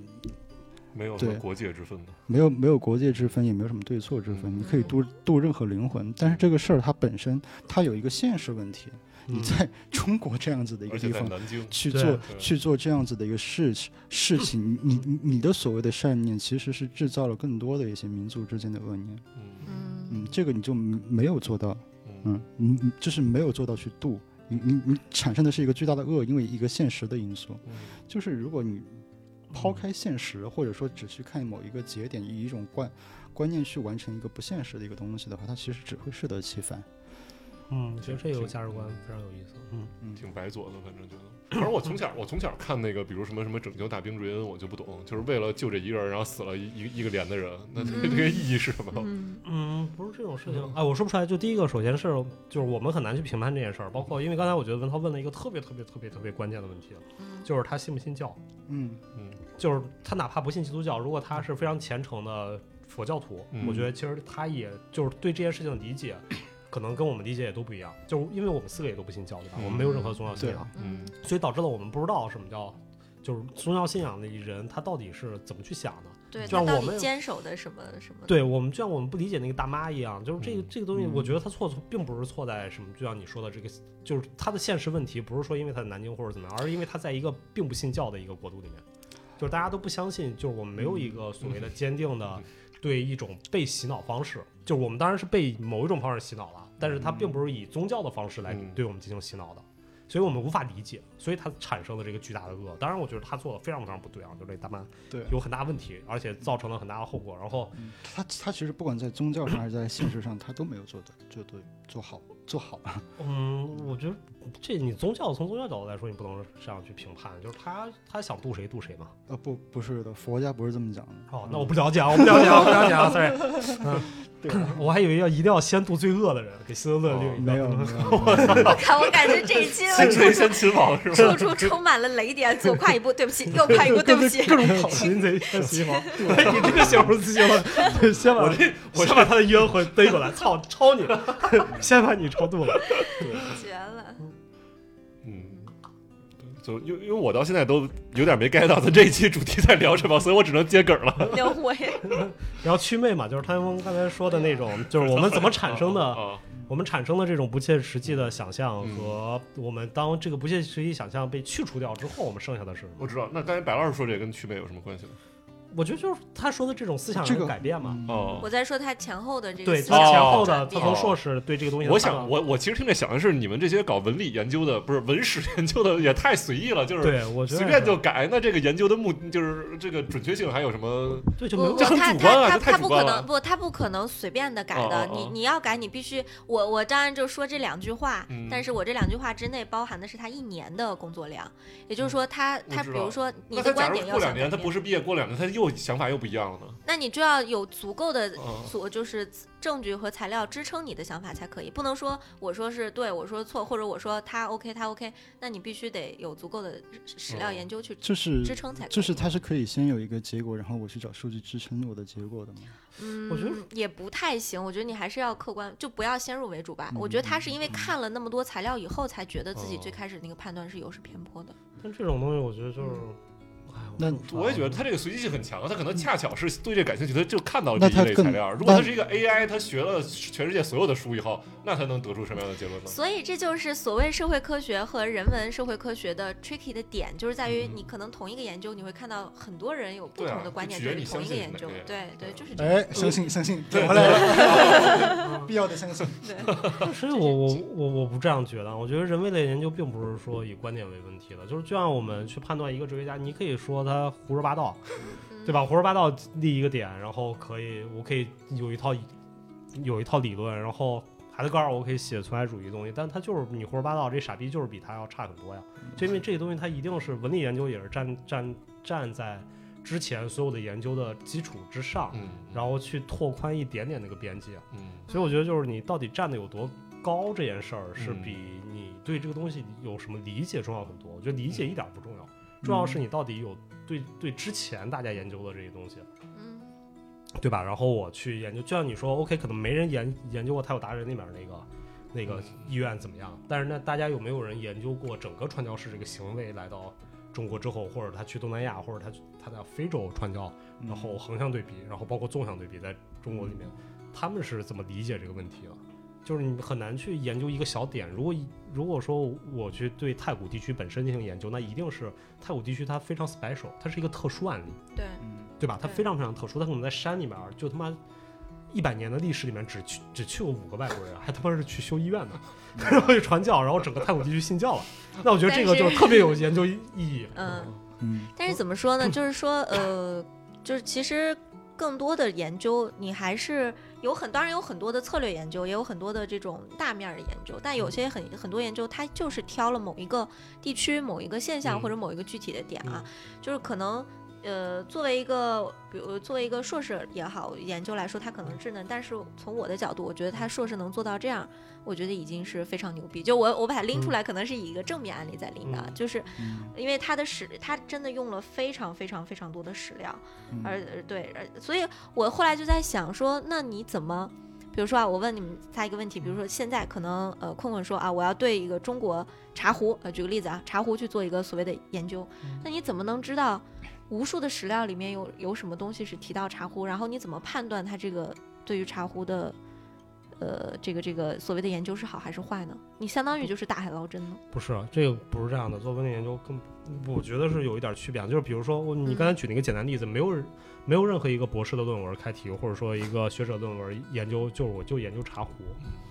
C: 没有什么
E: 对
C: 国界之分的。
E: 没有没有国界之分，也没有什么对错之分，
C: 嗯
E: 你可以度度任何灵魂，但是这个事儿它本身它有一个现实问题，你
B: 嗯
E: 在 *laughs* 中国这样子的一个
C: 而且
E: 地
C: 在
E: 方。
C: 南京，
E: 去
B: 对
E: 做
C: 对
E: 去做这样子的一个事情事情，你你你的所谓的善念，其实是制造了更多的一些民族之间的恶念。
C: 嗯
D: 嗯
E: 嗯，这个你就没有做到，
C: 嗯
E: 嗯，你你就是没有做到去度，你你你产生的是一个巨大的恶，因为一个现实的因素。
C: 嗯
E: 就是如果你抛开现实，或者说只去看某一个节点，以一种观观念去完成一个不现实的一个东西的话，它其实只会适得其反。
B: 嗯，我觉得这个价值观非常有意思。嗯
E: 嗯，
C: 挺白左的，反正觉得。反正我从小我从小看那个，比如什么什么拯救大兵瑞恩，我就不懂，就是为了救这一个人，然后死了一一个一个连的人，那这个
D: 嗯
C: 这个意义是什么？
D: 嗯
B: 嗯，不是这种事情
C: 嗯。
B: 哎，我说不出来。就第一个，首先是就是我们很难去评判这件事儿，包括因为刚才我觉得文涛问了一个特别特别特别特别关键的问题，
D: 嗯
B: 就是他信不信教。
E: 嗯
C: 嗯
B: 就是他哪怕不信基督教，如果他是非常虔诚的佛教徒，
C: 嗯
B: 我觉得其实他也就是对这件事情的理解，可能跟我们理解也都不一样。就是因为我们四个也都不信教，对吧？
C: 嗯
B: 我们没有任何宗教信仰，
C: 嗯
B: 所以导致了我们不知道什么叫就是宗教信仰的人他到底是怎么去想的。
D: 对，
B: 就
D: 他
B: 像
D: 到
B: 我
D: 底
B: 们
D: 坚守的什么什么？
B: 对我们就像我们不理解那个大妈一样，就是这个、
C: 嗯
B: 这个东西，
E: 嗯
B: 我觉得他错并不是错在什么，就像你说的这个，就是他的现实问题，不是说因为他在南京或者怎么样，而是因为他在一个并不信教的一个国度里面，就是大家都不相信，就是我们没有
C: 嗯
B: 一个所谓的坚定的对一种被洗脑方式，就是我们当然是被某一种方式洗脑了，但是它并不是以宗教的方式来
C: 嗯
B: 对我们进行洗脑的。所以我们无法理解，所以它产生了这个巨大的恶。当然，我觉得他做的非常非常不对啊，就这大妈
E: 对
B: 有很大问题，而且造成了很大的后果。然后
E: 他他其实不管在宗教上还是在现实上，他都没有做对，做对，做好，做好。
B: 嗯，我觉得这你宗教从宗教角度来说，你不能这样去评判，就是他他想渡谁渡谁嘛。
E: 啊，不，不是的，佛家不是这么讲的。嗯
B: 哦，那我不了解啊，我不了解啊，我不了解啊，sorry。 *laughs*
E: 对
B: 嗯，我还以为要一定要先渡罪恶的人，给希特勒
C: 哦
B: 另一
E: *laughs* 没有，
B: 个。
E: 没有，没 *laughs* 有
D: 我看我感觉这一
B: *laughs*
D: 期
C: 先锤先擒王是吧？
D: 处处充满了雷点，左跨一步，对不起，右跨一步，对不起。
B: 各种跑擒贼先擒王，哎，你这个形容词行吗？先把 *laughs* 我这，我先把他的冤魂逮过来，操，抄你， *laughs* 先把你超度了。
D: 绝了！
C: 嗯，就因为因为我到现在都有点没 get 到咱这一期主题在聊什么，所以我只能接梗了。
D: 六回，
B: 然后祛魅嘛，就是他们刚才说的那种，就是我们怎么产生的，
C: *laughs* 啊？
B: 我们产生的这种不切实际的想象和我们当这个不切实际想象被去除掉之后，我们剩下的是什么？
C: 我知道，那刚才白老师说这个跟祛魅有什么关系吗？
B: 我觉得就是他说的这种思想
E: 这
B: 上的
E: 个嗯
B: 改变嘛。
D: *laughs*
C: 哦
D: 嗯我，在说他前后的这个
B: 对
D: 思
B: 他
D: 想
B: 前后的，
D: 转
B: 他
D: 变
B: 从硕士对这个东西的
C: 我
B: 看法，
C: 想我我其实听着想的是，你们这些搞文理研究的，不是文史 *laughs* 研究的，也太随意了，就是
B: 对我觉得也
C: 随便
B: 是
C: 就改。那这个研究的目就是这个准确性还有什么？
B: 对就没
D: 我
C: *laughs*
B: 有
D: 我
C: 这很
D: 他
C: 主
D: 他
C: 观啊
D: 他
C: 这太
D: 他
C: 主
D: 不
C: 观
D: 可
C: 了
D: 能不，他不可能随便的改的。
C: 哦哦
D: 你
C: 哦
D: 你要改，你必须我我当然就说这两句话，
C: 嗯
D: 但是我这两句话之内包含的是他一年的工作量，也就是说他、
C: 嗯我
D: 他
C: 知
D: 比如
C: 道
D: 说你
C: 那
D: 的
C: 他假
D: 观
C: 如
D: 点要
C: 过两
D: 想
C: 年
D: 改
C: 他博
D: 变，
C: 士毕业，过两年他又想法又不一样了呢？
D: 那你就要有足够的
C: 哦
D: 所就是证据和材料支撑你的想法才可以，不能说我说是对，我说错，或者我说他 OK 他 OK，那你必须得有足够的史料
C: 哦
D: 研究去
E: 就是
D: 支撑才可以。
E: 就是他是可以先有一个结果，然后我去找数据支撑我的结果的嘛。
D: 嗯，
B: 我觉得
D: 也不太行。我觉得你还是要客观，就不要先入为主吧。我觉得他是因为看了那么多材料以后，才觉得自己最
C: 嗯哦
D: 开始那个判断是有失偏颇的。
B: 但这种东西，我觉得就是，哎，
E: 那
C: 我也觉得他这个随机性很强，他可能恰巧是对这感兴趣，他就看到了
E: 那
C: 这一
E: 他
C: 类
E: 更
C: 材料。如果他是一个 AI，他学了全世界所有的书以后，那他能得出什么样的结论呢？
D: 所以这就是所谓社会科学和人文社会科学的 tricky 的点，就是在于
C: 嗯
D: 你可能同一个研究，你会看到很多人有不
C: 对啊
D: 同的观
C: 就
D: 点，
C: 取决
D: 对
C: 于
D: 于
C: 你
D: 同一个
C: 相信
D: 研
C: 哪
D: 究
C: 个呀。
D: 对
C: 对
D: 对，就是这样。
E: 哎，相信相信，
C: 对
E: 我来了， *laughs* 必要的相信。
B: 所以我我我我不这样觉得，我觉得人为的研究并不是说以观点为问题的，就是就像我们去判断一个哲学家，你可以说他胡说八道，对吧？胡说八道立一个点，然后可以我可以有一套有一套理论，然后海德格尔我可以写存在主义的东西，但他就是你胡说八道，这傻逼就是比他要差很多呀。就因为这些东西，它一定是文理研究也是站站站在之前所有的研究的基础之上，
C: 嗯，
B: 然后去拓宽一点点那个边界。
C: 嗯，
B: 所以我觉得就是你到底站的有多高这件事儿，是比你对这个东西有什么理解重要很多。我觉得理解一点儿不重要，重要是你到底有对对之前大家研究的这些东西，
D: 嗯，
B: 对吧？然后我去研究，就像你说，OK，可能没人研研究过泰晤达人那边儿那个。那个医院怎么样？但是呢，大家有没有人研究过整个传教士这个行为来到中国之后，或者他去东南亚，或者他去他在非洲传教，
E: 嗯
B: 然后横向对比，然后包括纵向对比，在中国里面，他们是怎么理解这个问题的？啊就是你很难去研究一个小点。如果一如果说我去对太古地区本身进行研究，那一定是太古地区它非常 special，它是一个特殊案例，
D: 对，
B: 对吧？它
D: 对
B: 非常非常特殊，它可能在山里面儿就他妈一百年的历史里面只去只去过五个外国人，还他妈是去修医院的，然后去传教，然后整个太古地区信教了。那我觉得这个
D: 但是
B: 就是特别有研究意义。
D: 嗯。
E: 嗯，
D: 但是怎么说呢？就是说，呃，就是其实更多的研究，你还是有很，当然有很多的策略研究，也有很多的这种大面儿的研究，但有些很很多研究，它就是挑了某一个地区、某一个现象
B: 嗯
D: 或者某一个具体的点啊，就是可能。呃，作为一个，比如作为一个硕士也好，研究来说，它可
B: 嗯
D: 能稚嫩，但是从我的角度，我觉得他硕士能做到这样，我觉得已经是非常牛逼。就我我把它拎出来，可能是以一个正面案例在拎的，啊
B: 嗯
D: 就是
E: 嗯
D: 因为它的史，它真的用了非常非常非常多的史料，*laughs*
E: 嗯
D: 而而对，而所以我后来就在想说，那你怎么，比如说啊，我问你们仨一个问题，比如说现在可能呃，困困说啊，我要对一个中国茶壶，呃，举个例子啊，茶壶去做一个所谓的研究，那你怎么能知道无数的史料里面有有什么东西是提到茶壶，然后你怎么判断它这个对于茶壶的？呃，这个这个所谓的研究是好还是坏呢？你相当于就是大海捞针了。
B: 不是，这个不是这样的。做文理研究跟我觉得是有一点区别啊的，就是比如说我
D: 嗯
B: 你刚才举那个简单例子，没有人没有任何一个博士的论文开题，或者说一个学者论文研究，就是我就研究茶壶，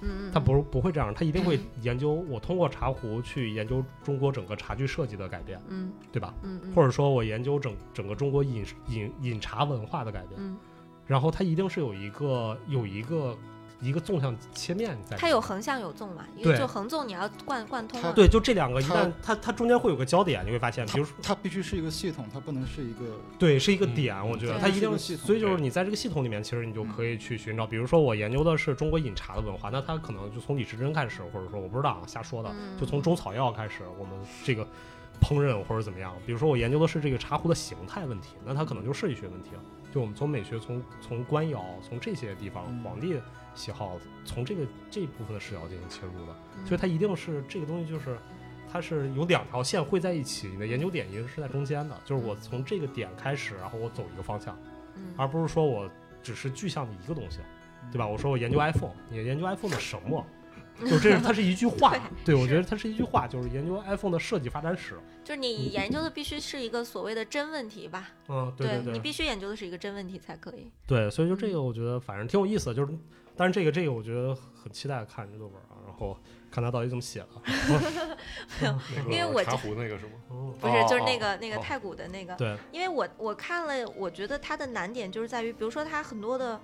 D: 嗯嗯，
B: 他不不会这样，他一定会研究我通过茶壶去研究中国整个茶具设计的改变，
D: 嗯
B: 对吧？
D: 嗯嗯，
B: 或者说我研究整整个中国饮食饮饮茶文化的改变，
D: 嗯，
B: 然后它一定是有一个有一个一个纵向切面在里面，
D: 它有横向有纵嘛，因为
B: 对
D: 就横纵你要贯贯通
E: 它
D: 了。
B: 对，就这两个一
E: 它
B: 旦它它中间会有个交点，你会发现，比如说
E: 它必须是一个系统，它不能是一个
B: 对，是一个
C: 嗯
B: 点，我觉得
D: 对
B: 它
D: 是
B: 一
D: 一
B: 定
E: 个
B: 是，
E: 系统
B: 所以就是
C: 对
B: 你在这个系统里面，其实你就可以去寻找，比如说我研究的是中国饮茶的文化，那它可能就从李时珍开始，或者说我不知道啊瞎说的，
D: 嗯
B: 就从中草药开始，我们这个烹饪或者怎么样。比如说我研究的是这个茶壶的形态问题，那它可能就设计学问题了。就我们从美学、从从官窑、从这些地方
E: 嗯
B: 皇帝喜好，从这个这一部分的视角进行切入的，
D: 嗯
B: 所以它一定是这个东西就是。它是有两条线汇在一起，你的研究点一定是在中间的，就是我从这个点开始，然后我走一个方向，
D: 嗯，
B: 而不是说我只是具象的一个东西，
E: 嗯
B: 对吧？我说我研究 iPhone，你研究 iPhone 的什么？就这是它是一句话对我
D: 是
B: 觉得它是一句话，就是研究 iPhone 的设计发展史。
D: 就是你研究的必须是一个所谓的真问题吧？
B: 嗯，对
D: 你
B: 对
D: 必须研究的是一个真问题才可以。
B: 对，所以就这个我觉得反正挺有意思的，就是但是这个这个我觉得很期待看这论文啊，然后看他到底怎么写的。
C: 那个
D: 因为我
C: 茶壶那个是吗？
B: 嗯，
D: 不是，
C: 哦
D: 就是
C: 哦
D: 那个那个
C: 哦
D: 太古的那个，
B: 对，
D: 因为我我看了，我觉得它的难点就是在于，比如说它很多的，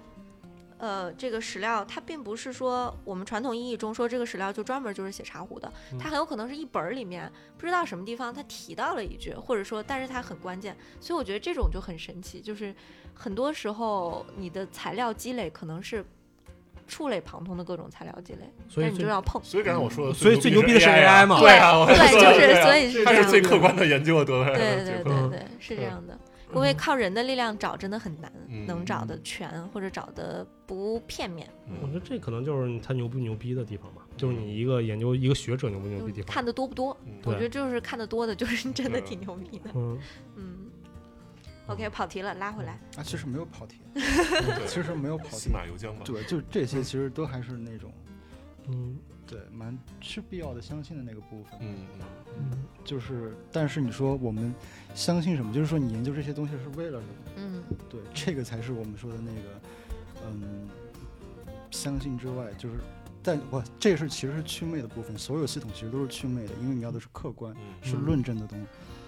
D: 呃，这个史料它并不是说我们传统意义中说这个史料就专门就是写茶壶的，
B: 嗯
D: 它很有可能是一本儿里面不知道什么地方它提到了一句，或者说，但是它很关键，所以我觉得这种就很神奇，就是很多时候你的材料积累可能是触类旁通的各种材料积累，
B: 所
D: 但
B: 以
D: 是你就
B: 最
D: 要
B: *laughs*
D: 碰。
C: 所以刚才我说的，
B: 嗯所以最牛逼的是
C: AI
B: AI 嘛
C: 啊对啊，我
D: 对
C: 说
D: 就
C: 的
D: 是
C: 对啊
D: 所以是
C: 它
D: 这
C: 是
D: 样
C: 最
D: 的
C: 客观的研究得 *laughs*
D: 对
C: 来的
D: 对
C: 结
D: 对
C: 果。
B: 嗯
D: 对，是这
C: 嗯
D: 样的。因为靠人的力量找真的很难，
C: 嗯
D: 能找的全或者找的不片面，
B: 我觉
C: 嗯
B: 得这可能就是他牛不牛逼的地方吧，就是你一个研究一个学者牛不牛
D: 就
B: 逼的地
D: 是
B: 方。
D: 看的多不多。
C: 嗯
D: 我
B: 对
D: 觉得就是看的多的，就是真的
C: 对
D: 挺牛逼
B: *laughs*
D: 的。
B: 嗯，
D: 嗯，OK，跑题了，拉回来。
E: 啊，其实没有跑题，
C: 对，
E: *laughs* 其实没有跑
C: 司
E: 题，
C: 马由缰嘛，
E: 对，就这些其实都还是那种
B: 嗯
E: 对蛮是必要的相信的那个部分。
C: 嗯嗯
B: 嗯，
E: 就是，但是你说我们相信什么？就是说你研究这些东西是为了什么？
D: 嗯
E: 对，这个才是我们说的那个，嗯，相信之外，就是，但我这是其实是祛魅的部分，所有系统其实都是祛魅的，因为你要的是客观，
C: 嗯
E: 是
B: 嗯
E: 论证的东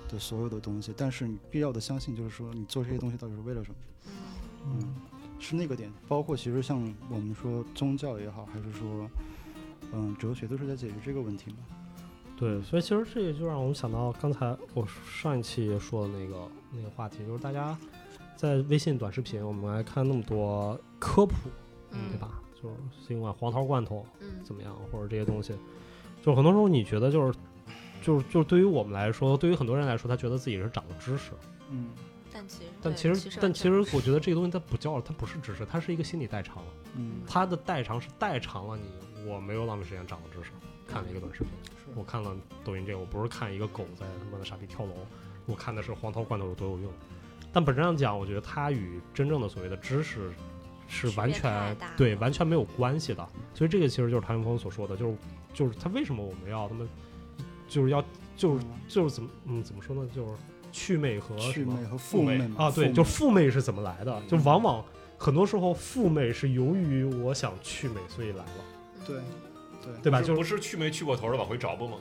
E: 的所有的东西，但是你必要的相信，就是说你做这些东西到底是为了什么？嗯，是那个点，包括其实像我们说宗教也好，还是说，嗯，哲学都是在解决这个问题嘛。
B: 对，所以其实这个就让我们想到刚才我上一期说的那个那个话题，就是大家在微信短视频，我们来看那么多科普，对
D: 嗯
B: 吧？就是尽管黄桃罐头
D: 嗯
B: 怎么样，或者这些东西，就是很多时候你觉得就是就是就是对于我们来说，对于很多人来说，他觉得自己是长了知识，
E: 嗯，
D: 但其实
B: 但
D: 对
B: 其实但其
D: 完
B: 实我觉得这个东西它不叫它不是知识，它是一个心理代偿，
E: 嗯，
B: 它的代偿是代偿了你，我没有浪费时间长了知识，看了一个短视频。
E: 是
B: 我看了抖音这个，我不是看一个狗在他妈的傻逼跳楼，我看的是黄桃罐头有多有用。但本质上讲，我觉得它与真正的所谓的知识是
D: 区
B: 完
D: 别太
B: 全
D: 大
B: 对
D: 了
B: 完全没有关系的。所以这个其实就是谭云峰所说的，就是就是他为什么我们要他妈就是要就是
E: 嗯
B: 就是怎么嗯怎么说呢，就是祛魅和什
E: 祛
B: 么
E: 魅和
C: 父
E: 父
C: 魅
E: 魅嘛
B: 啊对，
E: 父
B: 就
E: 魅
B: 父魅是怎么来的？就
C: 嗯
B: 往往很多时候父魅是由于我想祛魅所以来了，
D: 全
E: 对
B: 对吧？
C: 就
B: 就是
C: 不是去没去过头的往回找不
B: *laughs*
C: 吗？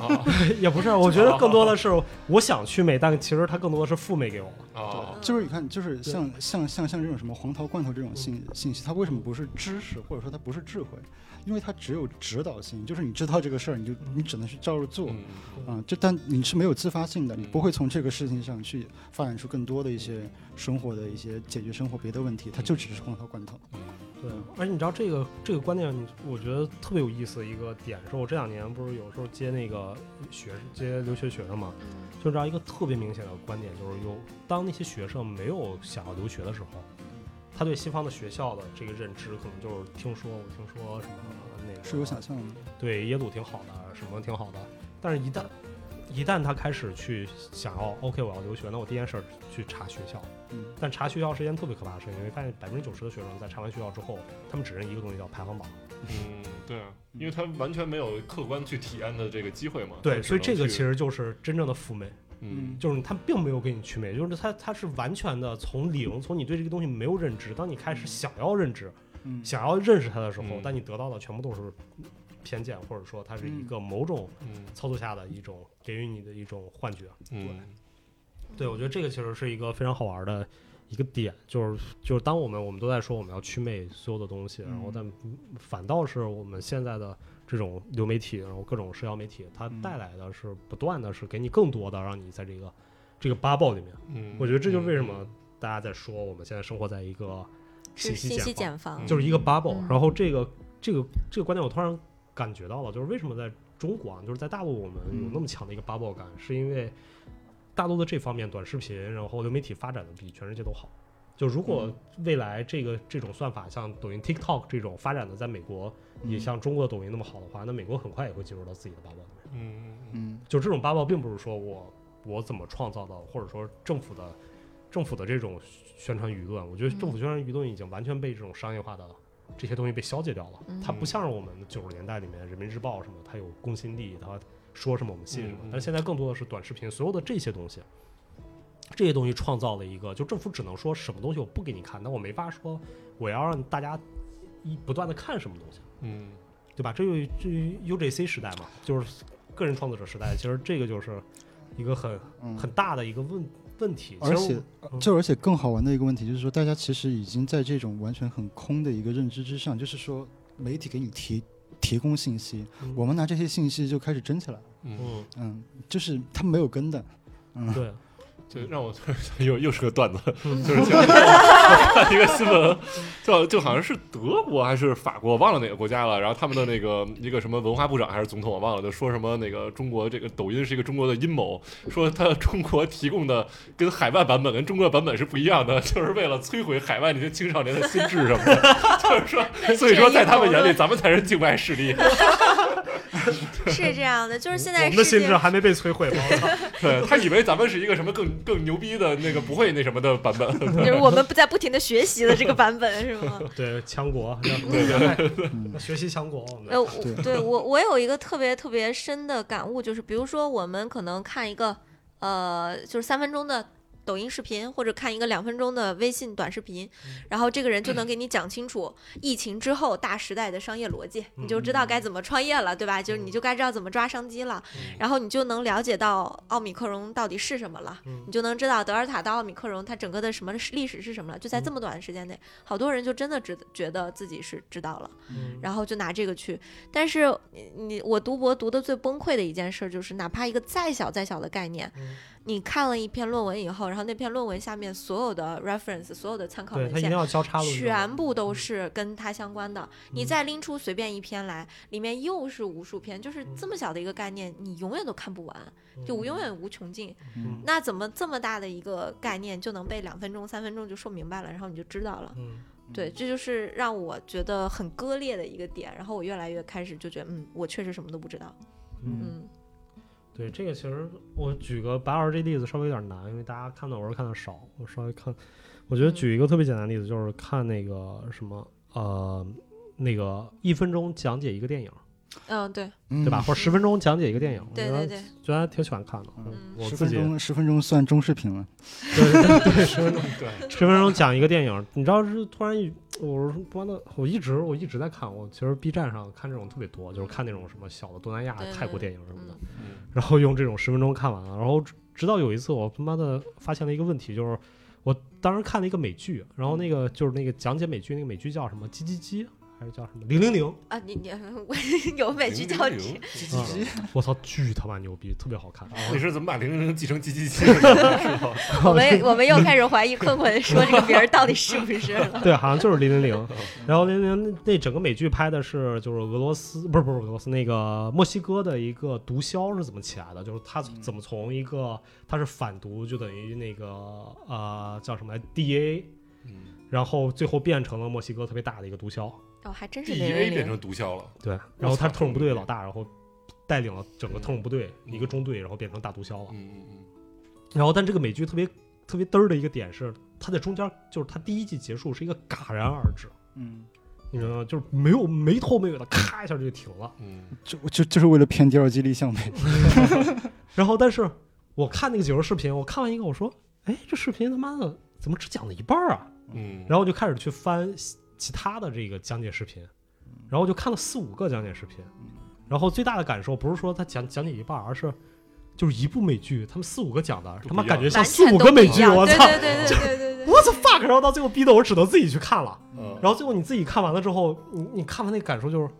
C: 啊
B: 也 *laughs* 不是，我觉得更多的是我想去美，但其实它更多的是父美给我。
C: 啊，
E: 就是你看，就是像像像像这种什么黄桃罐头这种信信息，它为什么不是知识，或者说它不是智慧？因为它只有指导性，就是你知道这个事儿，你就你只能去照着做。
C: 嗯
E: 啊，这但你是没有自发性的，你
C: 嗯
E: 不会从这个事情上去发展出更多的一些生活的一些解决生活别的问题，它就只是黄桃罐头。
C: 嗯
B: 对，而且你知道这个这个观念，我觉得特别有意思的一个点是，我这两年不是有时候接那个学接留学学生嘛，
D: 嗯
B: 就知道一个特别明显的观点，就是有当那些学生没有想要留学的时候，他对西方的学校的这个认知，可能就是听说我听说什么那个
E: 是有想象的，
B: 对耶鲁挺好的，什么挺好的，但是一旦一旦他开始去想要 OK 我要留学，那我第一件事儿去查学校。
E: 嗯
B: 但查学校是一件特别可怕的事情，因为发现百分之九十的学生在查完学校之后，他们只认一个东西叫排行榜。
C: 嗯，对啊，因为他完全没有客观去体验的这个机会嘛。
B: 对，
C: 他只
B: 所以这
C: 能
B: 个
C: 去
B: 其实就是真正的腐霉，
C: 嗯
B: 就是他并没有给你祛魅，就是他他是完全的从零，从你对这个东西没有认知，当你开始想要认知、
E: 嗯
B: 想要认识它的时候，
C: 嗯
B: 但你得到的全部都是偏见，或者说它是一个某种
C: 嗯
B: 操作下的一种给予你的一种幻觉。
C: 嗯
B: 对，我觉得这个其实是一个非常好玩的一个点，就是就是当我们我们都在说我们要祛魅所有的东西，然后
E: 嗯
B: 但反倒是我们现在的这种流媒体，然后各种社交媒体，它
E: 嗯
B: 带来的是不断的是给你更多的让你在这个这个八报里面，
C: 嗯，
B: 我觉得这就是为什
C: 嗯
B: 么大家在说我们现在生活在一个
D: 是
B: 息
D: 信息
B: 茧
D: 茧房
C: 嗯，
B: 就是一个 bubble、
D: 嗯
B: 然后这个这个这个观点，我突然感觉到了，就是为什么在中国啊，就是在大陆我们有那么强的一个 bubble 感，是因为大陆的这方面短视频，然后流媒体发展的比全世界都好。就如果未来这个这种算法像抖音、TikTok 这种发展的，在美国也
E: 嗯
B: 像中国的抖音那么好的话，那美国很快也会进入到自己的 bubble 里面。
C: 嗯嗯
E: 嗯
B: 就这种八报，并不是说我我怎么创造的，或者说政府的政府的这种宣传舆论，我觉得政府
C: 嗯
B: 宣传舆论已经完全被这种商业化的这些东西被消解掉了。
D: 嗯
B: 它不像是我们九十年代里面《人民日报》什么，它有公信力，它说什么我们信什么
C: 嗯。嗯
B: 但是现在更多的是短视频，所有的这些东西，这些东西创造了一个，就政府只能说什么东西我不给你看，但我没法说我要让大家一不断的看什么东西。
C: 嗯
B: 对吧？这就这 UJC 时代嘛，就是个人创作者时代，其实这个就是一个很
E: 嗯，
B: 很大的一个问问题。
E: 而
B: 其
E: 且
B: 实嗯
E: 就而且更好玩的一个问题就是说，大家其实已经在这种完全很空的一个认知之上，就是说媒体给你提提供信息，
B: 嗯
E: 我们拿这些信息就开始争起来了，
C: 嗯，
B: 嗯，
E: 嗯，就是它没有根
B: *laughs*
E: 的，嗯，
B: 对，
C: 就让我突然想又又是个段子， *laughs* 就是前两天我看一个新闻，就就好像是德国还是法国，忘了哪个国家了。然后他们的那个一个什么文化部长还是总统，我忘了，就说什么那个中国这个抖音是一个中国的阴谋，说它中国提供的跟海外版本跟中国的版本是不一样的，就是为了摧毁海外那些青少年的心智什么的。 *laughs* 就是说，所以说在他们眼里，咱们才是境外势力。
D: 是这样的，就是
B: *laughs*
D: 现
B: 我
D: 在
B: 们的
D: 世
B: 心
D: 界
B: 智还没被摧毁吗？我操
C: 对他以为咱们是一个什么更更牛逼的那个不会那什么的版本。 *laughs*
D: 就是我们不在不停的学习的这个版本是吗？
B: *laughs* *laughs* 对，强国，对
E: 嗯
B: 对，学习强国，我们
D: 呃，我对我我有一个特别特别深的感悟，就是比如说我们可能看一个呃，就是三分钟的抖音视频，或者看一个两分钟的微信短视频，然后这个人就能给你讲清楚疫情之后大时代的商业逻辑，你就知道该怎么创业了，对吧？就是你就该知道怎么抓商机了，然后你就能了解到奥密克戎到底是什么了，
B: 嗯
D: 你就能知道德尔塔到奥密克戎它整个的什么历史是什么了。就在这么短的时间内，好多人就真的知觉得自己是知道了。
B: 嗯
D: 然后就拿这个去。但是你你我读博读的最崩溃的一件事就是，哪怕一个再小再小的概念，
B: 嗯
D: 你看了一篇论文以后，然后那篇论文下面所有的 reference、所有的参考
B: 对他
D: 文
B: 一
D: 献。
B: 定要交叉路径，
D: 全部都是跟它相关的，你
B: 嗯
D: 再拎出随便一篇来，里面又是无数篇，就是
B: 嗯
D: 这么小的一个概念，你永远都看不完，
B: 嗯
D: 就永远无穷尽。
E: 嗯
D: 那怎么这么大的一个概念就能被两分钟、三分钟就说明白了，然后你就知道了？
B: 嗯
D: 对，这就是让我觉得很割裂的一个点。然后我越来越开始就觉得，嗯，我确实什么都不知道。
B: 嗯，
D: 嗯
B: 对，这个其实我举个白老师这例子稍微有点难，因为大家看的我是看的少，我稍微看，我
D: 嗯
B: 觉得举一个特别简单的例子，就是看那个什么呃。那个一分钟讲解一个电影，
D: 嗯，对
B: 对
E: 对
B: 吧？？或者十分钟讲解一个电影，我
D: 对
B: 觉得
D: 对对，
B: 觉得还挺喜欢看的。
D: 嗯
B: 我
E: 十
B: 自
E: 分
B: 己
E: 钟，十分钟算中视频了。
B: 对对对，十分钟
C: 对，
B: 十分钟讲一个电影，你知道是突然一，我是不的，我一直我一直在看，我其实 B 站上看这种特别多，就是看那种什么小的东南亚
D: 对、对
B: 泰国电影什么的，
D: 嗯
C: 嗯
B: 然后用这种十分钟看完了，然后直直到有一次我他妈的发现了一个问题，就是我当时看了一个美剧，然后那个
D: 嗯
B: 就是那个讲解美剧，那个美剧叫什么“叽叽叽”还是叫什么“零零零
D: 啊，你你我 *laughs* 有
B: *laughs*
D: 美剧叫
C: 零零啊
D: 你
C: 零，
E: *laughs*
B: 嗯”，我操，巨他妈牛逼，特别
D: *laughs*
B: 好看。
C: 啊你是怎么把零零零继承
B: *laughs*
C: 鸡鸡鸡了？是吧？
D: 我们也我们又开始怀疑困困说这个名儿到底是不
B: *laughs*
D: 是了。
B: 对，好像就是零零零。然后零零那整个美剧拍的是就是俄罗斯，不是不是俄罗斯，那个墨西哥的一个毒枭是怎么起来的？就是他
E: 嗯
B: 怎么从一个他是反毒，就等于那个呃叫什么来 DA，
C: 嗯
B: 然后最后变成了墨西哥特别大的一个毒枭。
D: 哦，还真是
C: ，D
D: 零
C: A
D: 零
C: 变
D: 零。
C: 成毒枭了。
B: 对，然后他是特种部队的老大，然后带领了整个特种部队
C: 嗯
B: 一个中队，然后变成大毒枭了。
C: 嗯嗯
B: 然后，但这个美剧特别特别嘚儿的一个点是，它在中间就是它第一季结束是一个戛然而止，
E: 嗯，
B: 你知道吗？就是没有没头没尾的，咔一下就停了。
C: 嗯
E: 就就就是为了骗第二季立项呗。
B: 然后，但是我看那个解说视频，我看完一个，我说，哎，这视频他妈的怎么只讲了一半儿啊？
C: 嗯，
B: 然后我就开始去翻其其他的这个讲解视频，然后就看了四五个讲解视频，然后最大的感受不是说他讲讲解一半儿，而是就是一部美剧，他们四五个讲的，
C: 不
B: 他妈
C: 一样
B: 感觉像
D: 完
B: 四
D: 全
B: 五
D: 都
B: 个
D: 不
B: 美
D: 一
B: 剧，
D: 样
B: 我
D: 对
B: 操
D: 对对对对对对。
B: *laughs* ，what the fuck！然后到最后逼得我只能自己去看了，
C: 嗯
B: 然后最后你自己看完了之后，你你看完那个感受就是。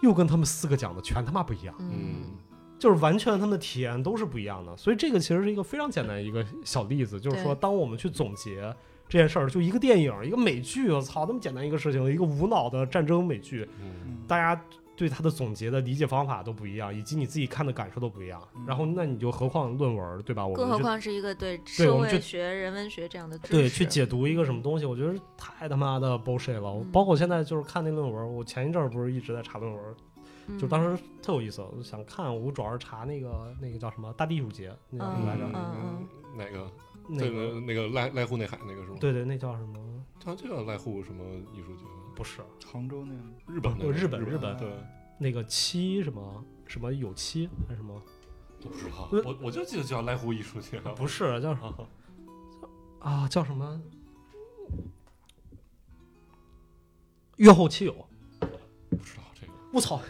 B: 又跟他们四个讲的全他妈不一样，
D: 嗯，
C: 嗯
B: 就是完全他们的体验都是不一样的，所以这个其实是一个非常简单的一个小例子，就是说，
D: 对
B: 当我们去总结这件事儿，就一个电影、一个美剧，我操，那么简单一个事情，一个无脑的战争美剧，
C: 嗯
B: 大家对它的总结的理解方法都不一样，以及你自己看的感受都不一样，
D: 嗯
B: 然后那你就何况论文，对吧？我
D: 更
B: 们
D: 何
B: 去
D: 况是一个对社
B: 我们
D: 会
B: 就
D: 学、人文学这样的知识，
B: 对去解读一个什么东西，我觉得太他妈的 bullshit 了。我
D: 嗯
B: 包括现在就是看那论文，我前一阵儿不是一直在查论文，
D: 嗯，
B: 就当时特有意思，我想看，我主要是查那个那个叫什么大地艺术节，那叫什么来着？
D: 嗯嗯
C: 哪个？
B: 那个
C: 那个濑濑户内海那个是吗？，
B: 对对，那叫什么？
C: 好像就叫濑户什么艺术节吧，
B: 不是
E: 杭州那个
C: 日本那个
B: 哦日本
C: 日
B: 日本
C: 对，
B: 那个七什么什么有七还是什么？
C: 我不知道，
B: 呃
C: 我我就记得叫濑户艺术节，
B: 不是叫什么
C: 啊
B: 啊？叫什么？月后七友，
C: 不知道这个，
B: 我操！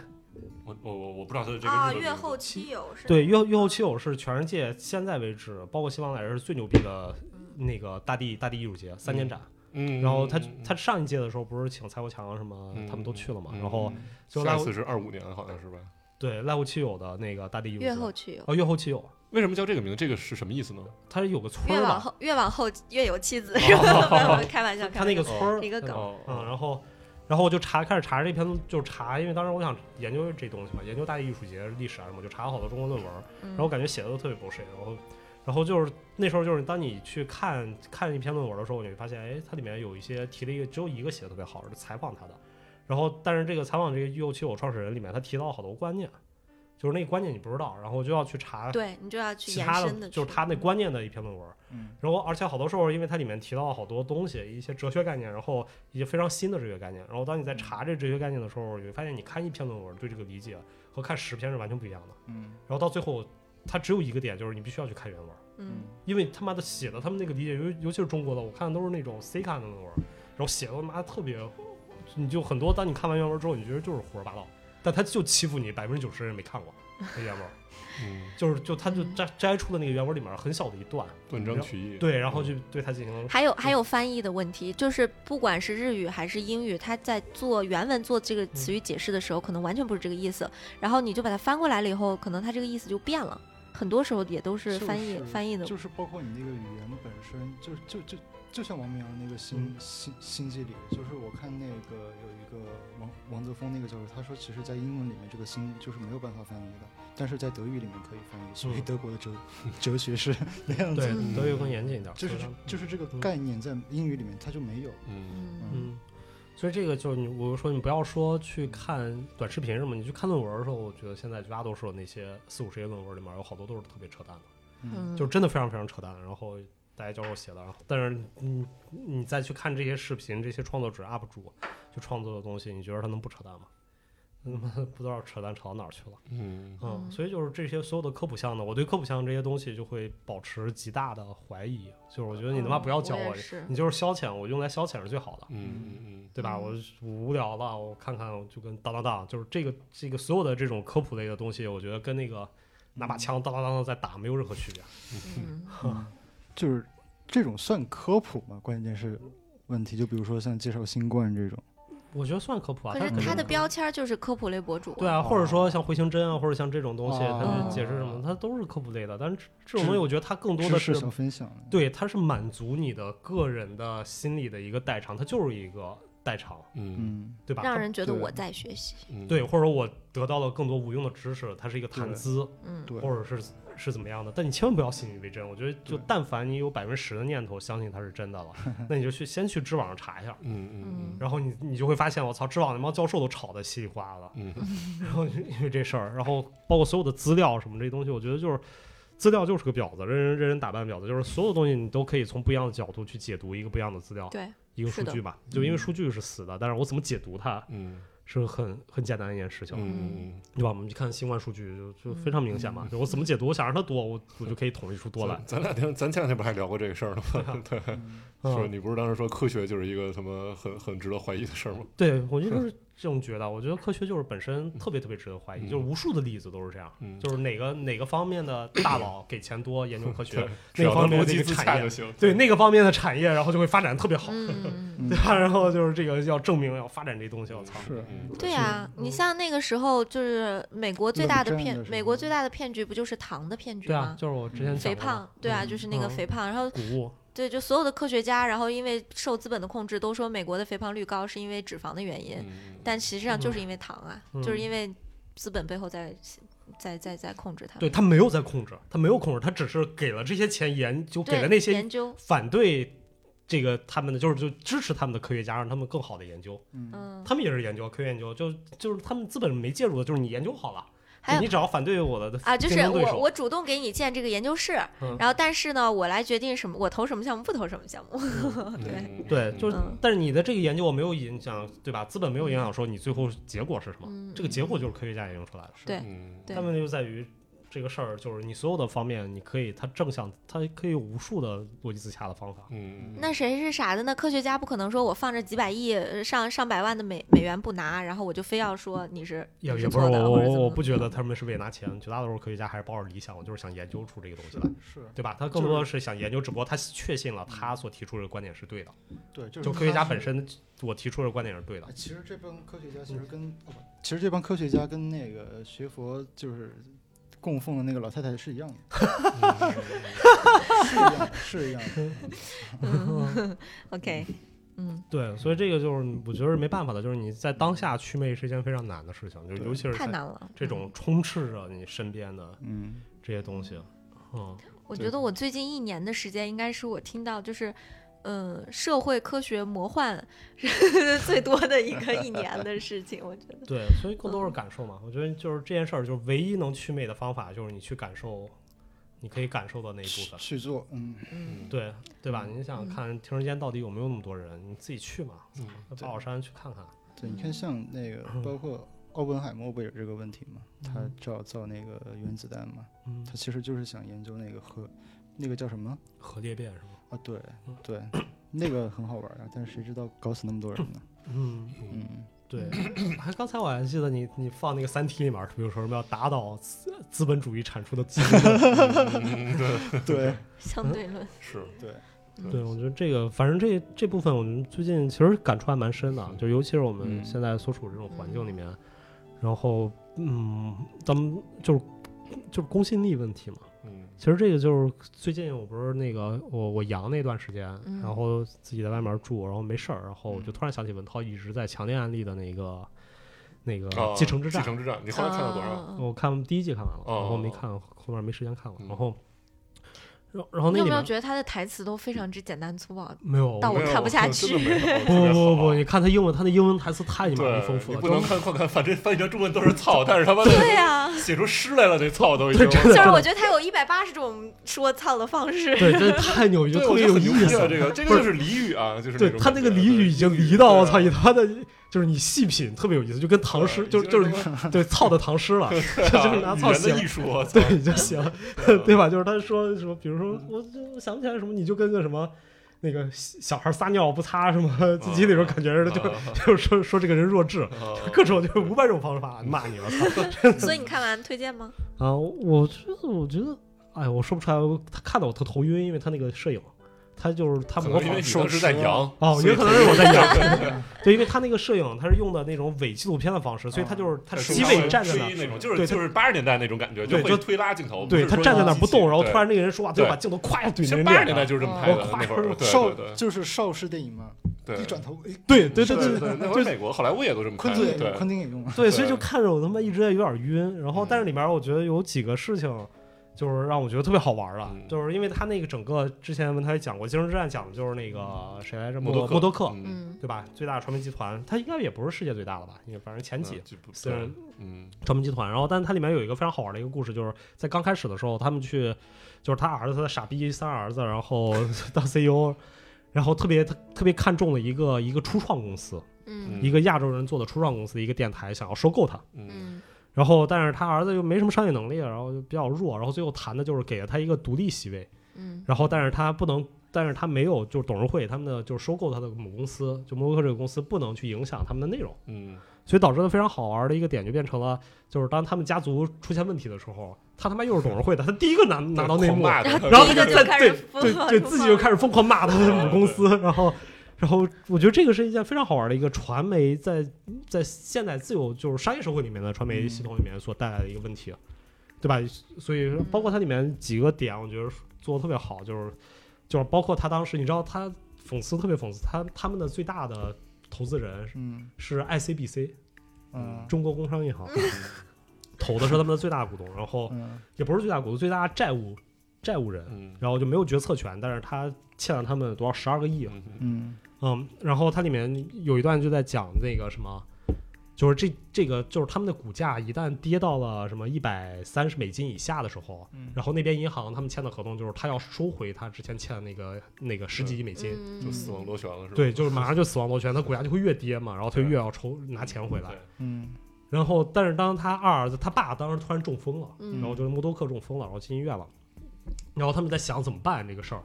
C: 我我我我不知道它的这个
D: 啊，
C: 日本
D: 月
C: 名字
D: 后妻有是
B: 对，月月后七友是全世界现在为止，包括西方来说是最牛逼的那个大地大地艺术节三年展。
C: 嗯，
B: 然后他
C: 嗯
B: 他上一届的时候不是请蔡国强什么，
C: 嗯
B: 他们都去了嘛。
C: 嗯
B: 然后就
C: 上
B: 赖户
C: 一次是二五年好像是吧？
B: 对赖户七友的那个大地艺术节，
D: 越后妻有，
B: 哦月后七友，
C: 为什么叫这个名字？这个是什么意思呢？
B: 它是有个村
D: 越
B: 儿
D: 往
B: 吧？
D: 后越往后越有妻
B: *laughs*
D: 子，是吧？ *laughs* 没有开玩笑，
B: 他那个
D: 开玩笑
B: 村儿
D: 一个
B: 对吧
D: 梗
C: 哦，
B: 嗯，然后，然后我就查，开始查这篇，就查，因为当时我想研究这东西嘛，研究大地艺术节历史啊什么，我就查了好多中国论文，
D: 嗯
B: 然后我感觉写的都特别 bullshit，然后，然后就是那时候就是当你去看看一篇论文的时候，你会发现，哎，它里面有一些提了一个只有一个写的特别好，是采访他的，然后但是这个采访这个右七我创始人里面，他提到好多观念，就是那个观念你不知道，然后我就要去查
D: 对你就要去嗯
B: 其
D: 延
B: 他
D: 伸
B: 的，
D: 的，
B: 就是他那关键的一篇论文。
E: 嗯，
B: 然后而且好多时候，因为它里面提到好多东西，一些哲学概念，然后一些非常新的哲学概念。然后当你在查这哲学概念的时候，你会发现你看一篇论文对这个理解和看十篇是完全不一样的。
E: 嗯
B: 然后到最后，它只有一个点，就是你必须要去看原文，
D: 嗯
B: 因为他妈的写的他们那个理解，尤尤其是中国的，我看的都是那种 C 看的论文，然后写的他妈特别，你就很多。当你看完原文之后，你觉得就是胡说八道，但他就欺负你百分之九十人没看过那原文，
C: 嗯，
B: *laughs* 就是就他就摘摘出了那个原文里面很小的一段，
C: 断章取义。
B: 对，然后就对他进行了
D: 还有还有翻译的问题，就是不管是日语还是英语，他在做原文做这个
B: 嗯
D: 词语解释的时候，可能完全不是这个意思，然后你就把它翻过来了以后，可能他这个意思就变了。很多时候也都是
E: 就
D: 翻译
E: 是
D: 翻译的
E: 就是包括你那个语言本身，就就就就像王明阳那个
B: 嗯
E: 新新新纪里，就是我看那个有一个王王泽峰那个教授，他说其实，在英文里面这个新就是没有办法翻译的，但是在德语里面可以翻译，所以
B: 嗯
E: 德国的哲哲学
B: *laughs*
E: 是那样子
B: 对
E: 的，
D: 嗯，
B: 德语更严谨一点，
E: 就
B: 所
E: 是
B: 以它
E: 就是这个
B: 嗯
E: 概念在英语里面它就没有，
C: 嗯，
D: 嗯
B: 嗯，所以这个就是你，我说你不要说去看短视频什么，你去看论文的时候，我觉得现在绝大多数的那些四五十页论文里面有好多都是特别扯淡的，
D: 嗯，
B: 就是真的非常非常扯淡。然后大家教授写的，然后但是你你再去看这些视频，这些创作者 UP 主就创作的东西，你觉得他能不扯淡吗？他妈不知道扯淡扯到哪儿去了。
C: 嗯
B: 嗯，
D: 嗯
B: 所以就是这些所有的科普项呢，我对科普项这些东西就会保持极大的怀疑。就是我觉得你他妈
D: 嗯
B: 不要教
D: 我也
B: 我
D: 是
B: 你就是消遣，我用来消遣是最好的。
C: 嗯嗯
B: 对吧？
D: 嗯
B: 我我无聊了，我看看，我就跟当当当，就是这个这个所有的这种科普类的东西，我觉得跟那个拿把枪当当当的在打没有任何区别。
D: 嗯
E: *laughs* 就是这种算科普吗？关键是问题，就比如说像介绍新冠这种，
B: 我觉得算科普啊，
D: 可是
B: 它肯
D: 他
B: 定
D: 的标签儿就是科普类博主，
B: 对啊，或者说像回形针啊，或者像这种东西，
E: 哦
B: 它是解释什么，它都是科普类的。但是这这种东西，我觉得它更多
E: 知
B: 的
E: 识
B: 是
E: 小分享，
B: 对，它是满足你的个人的心理的一个代偿，它就是一个代偿，
C: 嗯
E: 嗯，
B: 对吧？
D: 让
B: 它
D: 人觉得
E: 对
D: 我在学习。
C: 嗯，
B: 对，或者我得到了更多无用的知识，它是一个谈
E: 对
B: 资，
D: 嗯
E: 对
B: 或者是是怎么样的，但你千万不要信以为真。我觉得，就
E: 对
B: 但凡你有百分之十的念头相信它是真的
E: *laughs*
B: 了，那你就去先去知网上查一下，
C: 嗯嗯
B: 然后你你就会发现，我操，知网那帮教授都吵得稀里哗啦的。
C: 嗯嗯，
B: 然后就因为这事儿，然后包括所有的资料什么这些东西，我觉得就是资料就是个婊子，任人任人打扮婊子，就是所有东西你都可以从不一样的角度去解读一个不一样的资料，
D: 对，
B: 一个
D: 是
B: 数
D: 的
B: 据嘛。就
E: 嗯
B: 因为数据是死的，但是我怎么解读它
C: 嗯
B: 是很很简单的一件事情，
C: 嗯
B: 对吧？我们去看新冠数据就就非常明显嘛，就我怎么解读，我想让它多，我我就可以统计出多来。
C: 咱俩天，咱前两天不还聊过这个事儿呢吗？对，说
B: 嗯，
C: 你不是当时说科学就是一个什么很很值得怀疑的事儿吗？
B: 对，我就是这种觉得。我觉得科学就是本身特别特别值得怀疑，
C: 嗯
B: 就是无数的例子都是这样。
C: 嗯，
B: 就是哪个哪个方面的大佬给钱多研究科学，那个
C: 只要
B: 方
C: 能
B: 面
C: 逻
B: 的
C: 辑
B: 这
C: 自
B: 个
C: 洽
B: 产
C: 就
B: 业，
C: 行。
B: 对那个方面的产业，然后就会发展得特别好， *laughs*
D: 嗯，
B: 对吧？然后就是这个要证明要发展这东西，我操，
E: 是
C: 嗯
D: 对呀，你像那个时候就是美国最大的
E: 冷战
D: 骗
E: 的，时
D: 美
E: 候
D: 国最大的骗局不就是糖的骗局
B: 对啊
D: 吗，？
B: 就是我之前
D: 肥
B: 讲过的
D: 胖，嗯对啊，就是那个
B: 嗯
D: 肥胖，然后
B: 谷物，
D: 对，就所有的科学家，然后因为受资本的控制，都说美国的肥胖率高是因为脂肪的原因，
C: 嗯
D: 但实际上就是因为糖啊，就是
B: 嗯
D: 因为资本背后在在在在控制它。
B: 对他没有在控制，他没有控制，他只是给了这些钱研究，
D: 对，
B: 给了那些
D: 研究，
B: 反对这个他们的，就是就支持他们的科学家，让他们更好的研究。
E: 嗯，
D: 嗯，
B: 他们也是研究科学研究，就就是他们资本没介入的，就是你研究好了，
D: 还有
B: 你只要反对我的
D: 啊，就
B: 竞
D: 是
B: 争对
D: 我
B: 手，
D: 我主动给你建这个研究室，
B: 嗯
D: 然后但是呢，我来决定什么，我投什么项目，不投什么项
B: *laughs*
D: 目。对，
C: 嗯
B: 对，就是
D: 嗯
B: 但是你的这个研究我没有影响，对吧？资本没有影响，说你最后结果是什么？
D: 嗯
B: 这个结果就是科学家研究出来的。
D: 对
C: 嗯
D: 对
B: 他们就在于这个事儿，就是你所有的方面，你可以它正向，它可以有无数的逻辑自洽的方法。
C: 嗯，
D: 那谁是傻子呢？科学家不可能说我放着几百亿、呃上上百万的美美元不拿，然后我就非要说你是
B: 也
D: 你
B: 也
D: 是
B: 不是
D: 错的，啊
B: 我
D: 或者怎
B: 我
D: 么
B: 我不觉得他们是为拿钱，绝大多数科学家还是抱着理想，我就是想研究出这个东西来，
E: 是，
B: 对吧？他更多的是想研究，只不过他确信了他所提出的观点是对的，
E: 对，就
B: 就科学家本身我提出的观点是对的
E: 哎。其实这帮科学家其实跟、哦不，其实这帮科学家跟那个学佛就是供奉的那个老太太是一样的，是一样的，是一样的。
D: OK，嗯，
B: 对，所以这个就是我觉得是没办法的，就是你在当下祛魅是一件非常难的事情，就是
E: 对
B: 尤其是
D: 太
B: 在
D: 难了。
B: 这
D: 嗯，
B: 种充斥着你身边的
E: 嗯，
B: 这些东西。嗯，
D: 我觉得我最近一年的时间，应该是我听到就是。嗯，社会科学魔幻 *laughs* 是最多的一个一年的事情，我觉得。
B: 对，所以更多是感受嘛。我觉得就是这件事儿，就是唯一能祛魅的方法，就是你去感受，你可以感受的那一部分。
E: 去做，嗯，
D: 嗯，
B: 对对吧？你想想看，听人间到底有没有那么多人？你自己去嘛，
C: 嗯
B: 到宝岛山去看看。
E: 对，你看像那个包括奥本海默不也有这个问题吗？他造造那个原子弹嘛，
B: 嗯
E: 他，其实就是想研究那个核，那个叫什么
B: 核裂变是吗？
E: 啊？对对，那个很好玩啊，但是谁知道搞死那么多人呢？
B: 嗯，
E: 嗯，
B: 对。 *clears throat* 还刚才我还记得你，你放那个《三体》里面，比如说什么要打倒资资本主义产出的资
E: *laughs*
B: 本。
E: 对
D: 相对论。
B: 嗯
C: 是
E: 对，
B: 对，我觉得这个，反正这这部分，我们最近其实感触还蛮深的，就尤其是我们
E: 嗯
B: 现在所处这种环境里面，然后嗯，咱们就是就是公信力问题嘛。
C: 嗯
B: 其实这个就是最近我不是那个我我阳那段时间，
D: 嗯
B: 然后自己在外面住，然后没事儿，然后我就
E: 嗯
B: 突然想起文涛一直在强烈案例的那个那个
C: 啊
B: 《继承之战
C: 继》承之战，你后来看了多少？
D: 嗯？嗯嗯
B: 我看第一季看完了，
C: 哦
B: 然后没看后面没时间看了，
C: 嗯
B: 然后然后然后
D: 你
B: 哦那
D: 有没
B: 里
D: 有
B: 面
D: 觉得他的台词都非常之简单粗
B: *laughs*
D: 暴？
B: 没有
D: 到我
C: 没有
D: 看不下去
C: 真的没
B: 不不
C: 有
B: 不不，
C: *laughs* 特别
B: 你
C: 好
B: 看他英文，他的英文台词太你妈
C: 对
B: 的丰富
C: 你
B: 了，
C: 不能
D: *laughs*
B: 就
C: 看快看，反正翻译成中文都是操，但是他妈的
D: 对
B: *laughs*
D: 呀、
C: 写出诗来了，那操都已经
B: 对。真
D: 就
B: 的
D: 是我觉得他有一百八十种说操的方式。
B: 对，真的太牛逼，
C: 对，
B: 特
C: 我
B: 别
C: 觉
B: 有
C: 得很牛
B: 意
C: 逼
B: 思
C: 啊！。这个这个就是俚语啊，就是
B: 对
C: 种
B: 他那
C: 感
B: 个
C: 觉
B: 俚语已经离到我操，以
C: 对啊
B: 他的就是你细品特别有意思，就跟唐诗，
C: 对
B: 就
C: 啊就
B: 就是是对操的唐诗
C: *laughs*
B: 了， *laughs*
C: 对啊
B: 就是拿操
C: 语言
B: 写
C: 的艺嗯术，啊我操
B: 对就 *laughs* 行，*laughs*
C: *laughs*
B: 对吧？就是他说什么，比如
C: 嗯
B: 说我就我想不起来什么，你就跟个什么。那个小孩撒尿不擦什么自己那种感觉似的，就 *laughs*
C: 啊
B: 就是说说这个人弱智，
C: 啊
B: 各种就是五百种方法骂你，我操！
D: *laughs* 所以你看完推荐吗？
B: 啊，我觉得，我觉得，哎，我说不出来，我他看得我特头晕，因为他那个摄影，他就是他
C: 可
B: 模
C: 能因
B: 仿
C: 为
B: 手
C: 手是在
B: 势
C: 扬
B: 哦，
C: 所以
B: 也可能是我在扬，对，因为他那个摄影他是用的那种伪纪录片的方式，所以他就是他机位站在那
C: 追那
B: 儿。
C: 种，就是
B: 对
C: 就是八十年代那种感觉，
B: 对
C: 会
B: 就
C: 推拉镜头，
B: 对
C: 不是
B: 他
C: 说
B: 站在那儿不动，
C: 机器
B: 然后突然那个人说话，他就把镜头咵怼
C: 其
B: 人
C: 实
B: 脸
C: 八十年
B: 上
C: 代就是这么拍的
B: 哦
C: 那会儿，对
E: 邵
C: 对对
E: 就是邵氏电影嘛，
C: 对
E: 一转头，哎，
B: 对对对
C: 对
B: 对
C: 对，那会儿美国好莱坞也都这么拍
E: *laughs* 昆
C: 的，
E: 汀也
C: 对
E: 用，昆汀也用啊，
B: 嗯对，所以就看着我他妈一直在有点晕，然后但是里面我觉得有几个事情，就是让我觉得特别好玩了
C: 嗯，
B: 就是因为他那个整个之前文台也讲过，《精神之战》讲的就是那个谁来着，嗯默
C: 默多克
B: 默多克，
C: 嗯，
D: 嗯
B: 对吧？最大的传媒集团，它应该也不是世界最大的吧？因为反正前几
C: 嗯就不
B: 虽然
C: 嗯
B: 传媒集团。然后，但是它里面有一个非常好玩的一个故事，就是在刚开始的时候，他们去，就是他儿子傻逼三儿子，然后 *laughs* 当 CEO，然后特别特别看重了一个一个初创公司，
D: 嗯
B: 一个亚洲人做的初创公司，一个电台想要收购它。
C: 嗯
D: 嗯
B: 然后，但是他儿子又没什么商业能力，然后就比较弱，然后最后谈的就是给了他一个独立席位，
D: 嗯
B: 然后但是他不能，但是他没有就是董事会他们的就是收购他的母公司，就摩洛克这个公司不能去影响他们的内容，
C: 嗯
B: 所以导致了非常好玩的一个点就变成了，就是当他们家族出现问题的时候，他他妈又是董事会的，他第一个拿拿到内幕，
C: 然
D: 后
B: 然后
D: 第一个
B: 他他
D: 就开
B: 对
D: 始疯
B: 对
D: 狂
B: 对
D: 出
B: 自己
D: 风
B: 就
D: 了
B: 开始疯狂骂他的母公司，
C: 对
B: 然后。然后我觉得这个是一件非常好玩的一个传媒在在现代自由就是商业社会里面的传媒系统里面所带来的一个问题，对吧？所以说包括它里面几个点，我觉得做的特别好，就是就是包括他当时你知道他讽刺特别讽刺，他他们的最大的投资人是
E: 嗯
B: 是 ICBC
E: 嗯
B: 中国工商银行，投的是他们的最大股东，然后
E: 嗯
B: 也不是最大股东，最大债务债务人，
C: 嗯
B: 然后就没有决策权，但是他欠了他们多少十二个亿，
C: 嗯
E: 嗯
B: 嗯，然后它里面有一段就在讲那个什么，就是这这个就是他们的股价一旦跌到了什么一百三十美金以下的时候，
E: 嗯
B: 然后那边银行他们签的合同就是他要收回他之前欠的那个那个十几亿美金，
D: 嗯
C: 就死亡螺旋了是吧？
B: 对，就是马上就死亡螺旋，他股价就会越跌嘛，然后他就
C: 对
B: 越要抽拿钱回来
C: 对。
E: 嗯
B: 然后，但是当他二儿子他爸当时突然中风了，
D: 嗯
B: 然后就是默多克中风了，然后进医院了，然后他们在想怎么办这个事儿，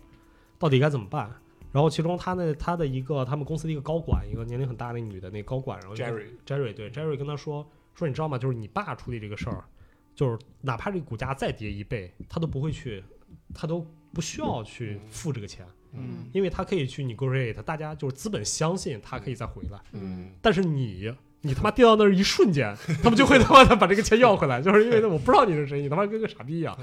B: 到底该怎么办？然后其中他那他的一个他们公司的一个高管，一个年龄很大的女的那高管，然后就
C: Jerry
B: Jerry 对 Jerry 跟他说说你知道吗？就是你爸处理这个事儿，就是哪怕这股价再跌一倍，他都不会去，他都不需要去付这个钱，
E: 嗯
B: 因为他可以去 negotiate，大家就是资本相信他可以再回来。
C: 嗯
B: 但是你你他妈跌到那儿一瞬间， *laughs* 他们就会他妈的把这个钱要回来，就是因为我不知道你是谁，你他妈跟个傻逼一样。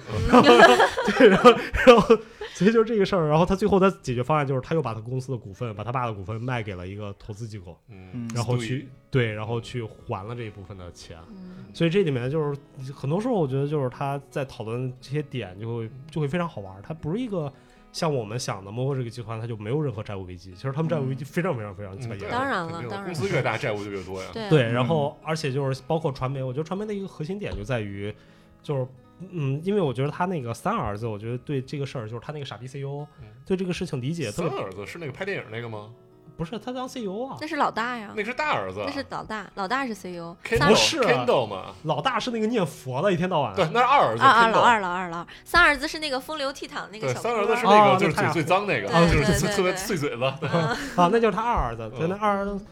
B: 对，然后然后所以就是这个事儿，然后他最后他解决方案就是他又把他公司的股份，把他爸的股份卖给了一个投资机构，
C: 嗯，
B: 然后去对，然后去还了这一部分的钱。
D: 嗯
B: 所以这里面就是很多时候，我觉得就是他在讨论这些点，就会就会非常好玩儿。它不是一个像我们想的摩诃这个集团，它就没有任何债务危机。其实他们债务危机非常非常非常
C: 嗯
B: 基本严
D: 当然了
C: 肯定
D: 当然
C: 公司越大债务就越多呀。
D: 对啊
B: 对，然后而且就是包括传媒，我觉得传媒的一个核心点就在于，就是嗯，因为我觉得他那个三儿子，我觉得对这个事儿，就是他那个傻逼 CEO，、
C: 嗯
B: 对这个事情理解特
C: 三
B: 别
C: 儿子是那个拍电影那个吗？
B: 不是他当 CEO 啊
D: 那，是老大呀
C: 那，个是大儿子啊，
D: 那是老大，老大是 CEO，三
C: Kendall
B: 不
D: 儿
B: 是
C: Kendall 嘛？
B: 老大是那个念佛的，一天到晚
C: 对，那是二儿子
D: 啊啊，老
C: Kendall。
D: 二老二老二，三儿子是那个风流倜傥那
C: 对，
D: 个小
C: 三
D: 哥
C: 儿子是
B: 哦
C: 那个
B: 那
C: 就
B: 他
C: 是嘴
B: 俩
C: 最脏那个，
D: 对
C: 就是
D: 对
C: 特
D: 对
C: 特别
D: 对
C: 碎嘴子。
B: *laughs* 啊，那就是他二儿子，对，
C: 嗯
B: 那二儿子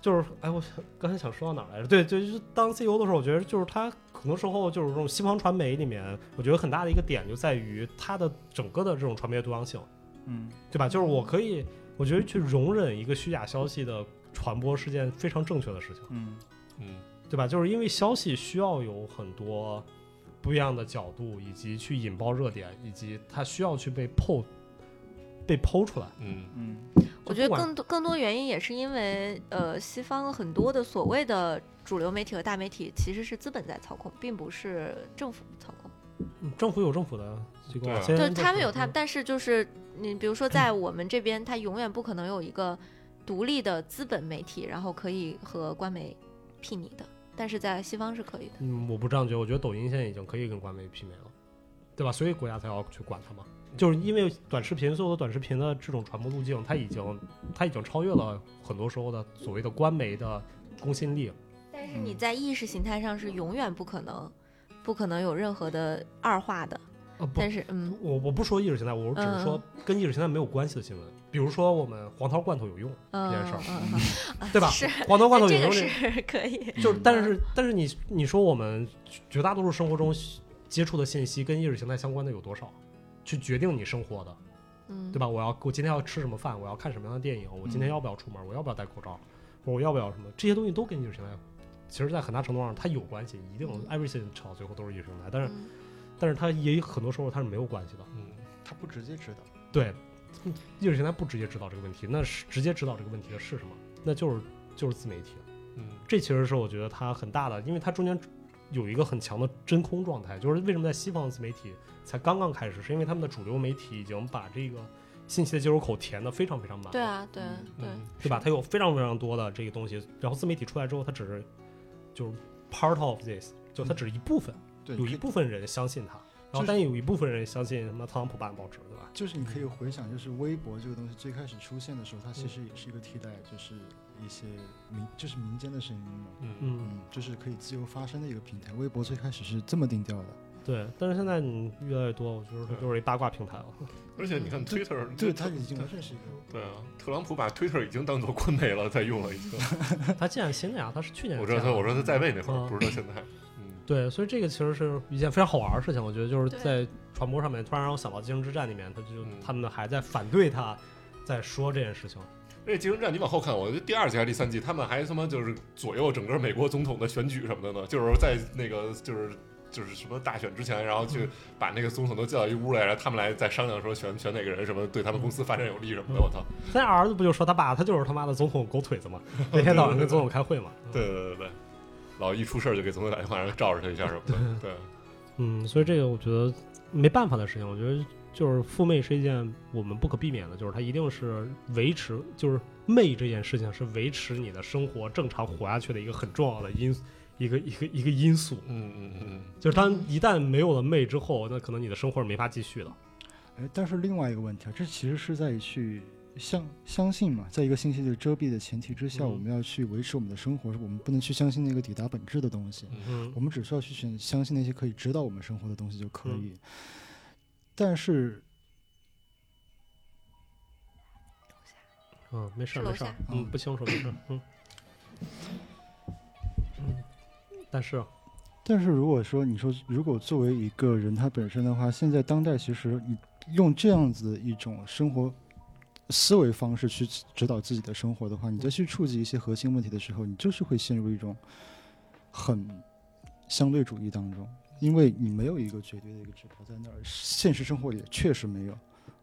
B: 就是哎，我刚才想说到哪儿来着？对，对就是当 CEO 的时候，我觉得就是他很多时候就是这种西方传媒里面，我觉得很大的一个点就在于他的整个的这种传媒的多样性。
E: 嗯
B: 对吧？就是我可以，我觉得去容忍一个虚假消息的传播是件非常正确的事情，
E: 嗯
C: 嗯
B: 对吧？就是因为消息需要有很多不一样的角度，以及去引爆热点，以及它需要去被剖被剖出来。
C: 嗯
E: 嗯
D: 我觉得
B: 不管
D: 更多更多原因也是因为，呃，西方很多的所谓的主流媒体和大媒体其实是资本在操控，并不是政府操控。
B: 嗯政府有政府的机构
C: 对啊
B: 啊，
C: 就
D: 就
B: 就是
D: 他们有他们，但是就是你比如说在我们这边，他永远不可能有一个独立的资本媒体，然后可以和官媒媲美的。但是在西方是可以的，
B: 嗯，我不这样觉得，我觉得抖音现在已经可以跟官媒媲美了，对吧？所以国家才要去管它嘛。就是因为短视频，所有的短视频的这种传播路径，它已经它已经超越了很多时候的所谓的官媒的公信力。
D: 但是你在意识形态上是永远不可能，不可能有任何的二化的。
B: 呃，不
D: 但是嗯
B: 我我不说意识形态，我只是说跟意识形态没有关系的新闻，比如说我们黄桃罐头有用，
D: 嗯
B: 这件事儿
D: 嗯嗯，嗯
B: 对吧？
D: *laughs* 是，
B: 黄桃罐头有
D: 这
B: 用
D: 个
B: 这，
D: 是 *laughs* 可以。
E: 嗯
B: 就是但是但是你你说我们绝大多数生活中接触的信息跟意识形态相关的有多少，去决定你生活的，
D: 嗯，
B: 对吧？我要我今天要吃什么饭，我要看什么样的电影，我今天
E: 嗯
B: 要不要出门，我要不要戴口罩，我要不要什么，这些东西都跟意识形态，其实在很大程度上它有关系，一定
D: 嗯
B: everything 扯到最后都是意识形态，但是
D: 嗯
B: 但是它也很多时候它是没有关系的。
C: 嗯，
E: 他不直接知道，
B: 对，意识形态不直接指导这个问题，那是直接指导这个问题的是什么？那就是就是自媒体。
C: 嗯
B: 这其实是我觉得它很大的，因为它中间有一个很强的真空状态，就是为什么在西方的自媒体才刚刚开始，是因为他们的主流媒体已经把这个信息的接收口填的非常非常满，
D: 对，啊，对啊对，
C: 嗯
B: 对吧？它有非常非常多的这个东西，然后自媒体出来之后，它只是就是 part of this，就它只是一部分，
E: 对，
B: 有
E: 可
B: 一
E: 以
B: 部分人相信它，然
E: 就
B: 后
E: 是
B: 但有一部分人相信什么特朗普办报纸，对吧？嗯
E: 就是你可以回想，就是微博这个东西最开始出现的时候，它其实也是一个替代，就是一些民，就是民间的声音嘛，
C: 嗯，
B: 嗯，
E: 嗯，就是可以自由发声的一个平台。微博最开始是这么定调的，
B: 对。但是现在你越来越多，我觉得它
C: 对
B: 就是一八卦平台了。
C: 而且你看 Twitter，
E: 对，
C: 特
E: 它已经完全是一个，
C: 对啊，特朗普把 Twitter 已经当做官媒了，在用了已经。
B: 他建新的呀，他是去年
C: 我知道
B: 建
C: 他，
B: 的
C: 我说他在位那会
B: 嗯
C: 儿，不知道现在。嗯，
B: 对，所以这个其实是一件非常好玩的事情。我觉得就是
D: 对
B: 在传播上面，突然让我想到《精英之战》里面，他就、
C: 嗯
B: 他们还在反对他，在说这件事情。
C: 而且《竞争战》你往后看，我觉得第二季还是第三季，他们还他妈就是左右整个美国总统的选举什么的呢，就是在那个就是。就是什么大选之前，然后去把那个总统都叫到一屋来，然后他们来再商量说选选哪个人，什么对他们公司发展有利什么的。我操！
B: 咱儿子不就说他爸他就是他妈的总统狗腿子嘛，每天早上跟总统开会嘛。
C: 对对对对，老一出事儿就给总统打电话，然后罩着他一下什么的。对，
B: 嗯，所以这个我觉得没办法的事情。我觉得就是父媚是一件我们不可避免的，就是它一定是维持，就是媚这件事情是维持你的生活正常活下去的一个很重要的因一个一个一个因素。
C: 嗯嗯嗯
B: 就是当一旦没有了媚之后，那可能你的生活是没法继续的。
E: 哎，但是另外一个问题啊，这其实是在去相相信嘛，在一个信息的遮蔽的前提之下，
B: 嗯
E: 我们要去维持我们的生活，我们不能去相信那个抵达本质的东西。
B: 嗯
E: 我，们只需要去选相信那些可以指导我们生活的东西就可以。但是，
B: 嗯，没事
D: 是
B: 儿，
D: 楼
B: 没事儿
D: 下，
B: 嗯，
E: 嗯
B: 不清楚，没事儿，嗯。嗯，但是，
E: 但是如果说你说，如果作为一个人他本身的话，现在当代其实你用这样子的一种生活思维方式去指导自己的生活的话，你
B: 嗯
E: 再去触及一些核心问题的时候，你就是会陷入一种很相对主义当中，因为你没有一个绝对的一个指标在那儿，现实生活里也确实没有，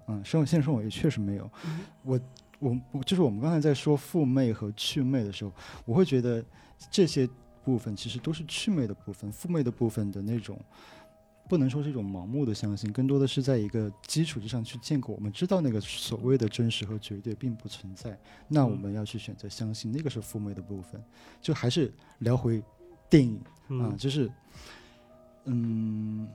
E: 嗯，生活现实生活也确实没有。我我我就是我们刚才在说父媚和去媚的时候，我会觉得这些部分其实都是趣味的部分，负媚的部分的那种，不能说是一种盲目的相信，更多的是在一个基础之上去建构。我们知道那个所谓的真实和绝对并不存在，那我们要去选择相信，那个是负媚的部分。就还是聊回电影啊、
B: 嗯，
E: 就是，嗯，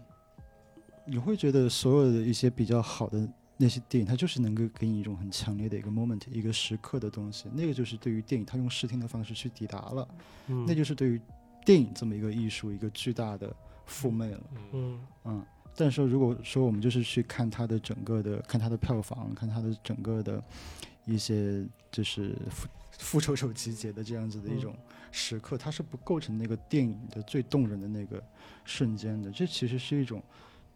E: 你会觉得所有的一些比较好的那些电影，它就是能够给你一种很强烈的一个 moment，一个时刻的东西，那个就是对于电影它用视听的方式去抵达了。
B: 嗯
E: 那就是对于电影这么一个艺术一个巨大的负媚了，
C: 嗯
B: 嗯，
E: 嗯。但是如果说我们就是去看它的整个的，看它的票房，看它的整个的一些就是复复仇者集结的这样子的一种时刻，它是不构成那个电影的最动人的那个瞬间的。这其实是一种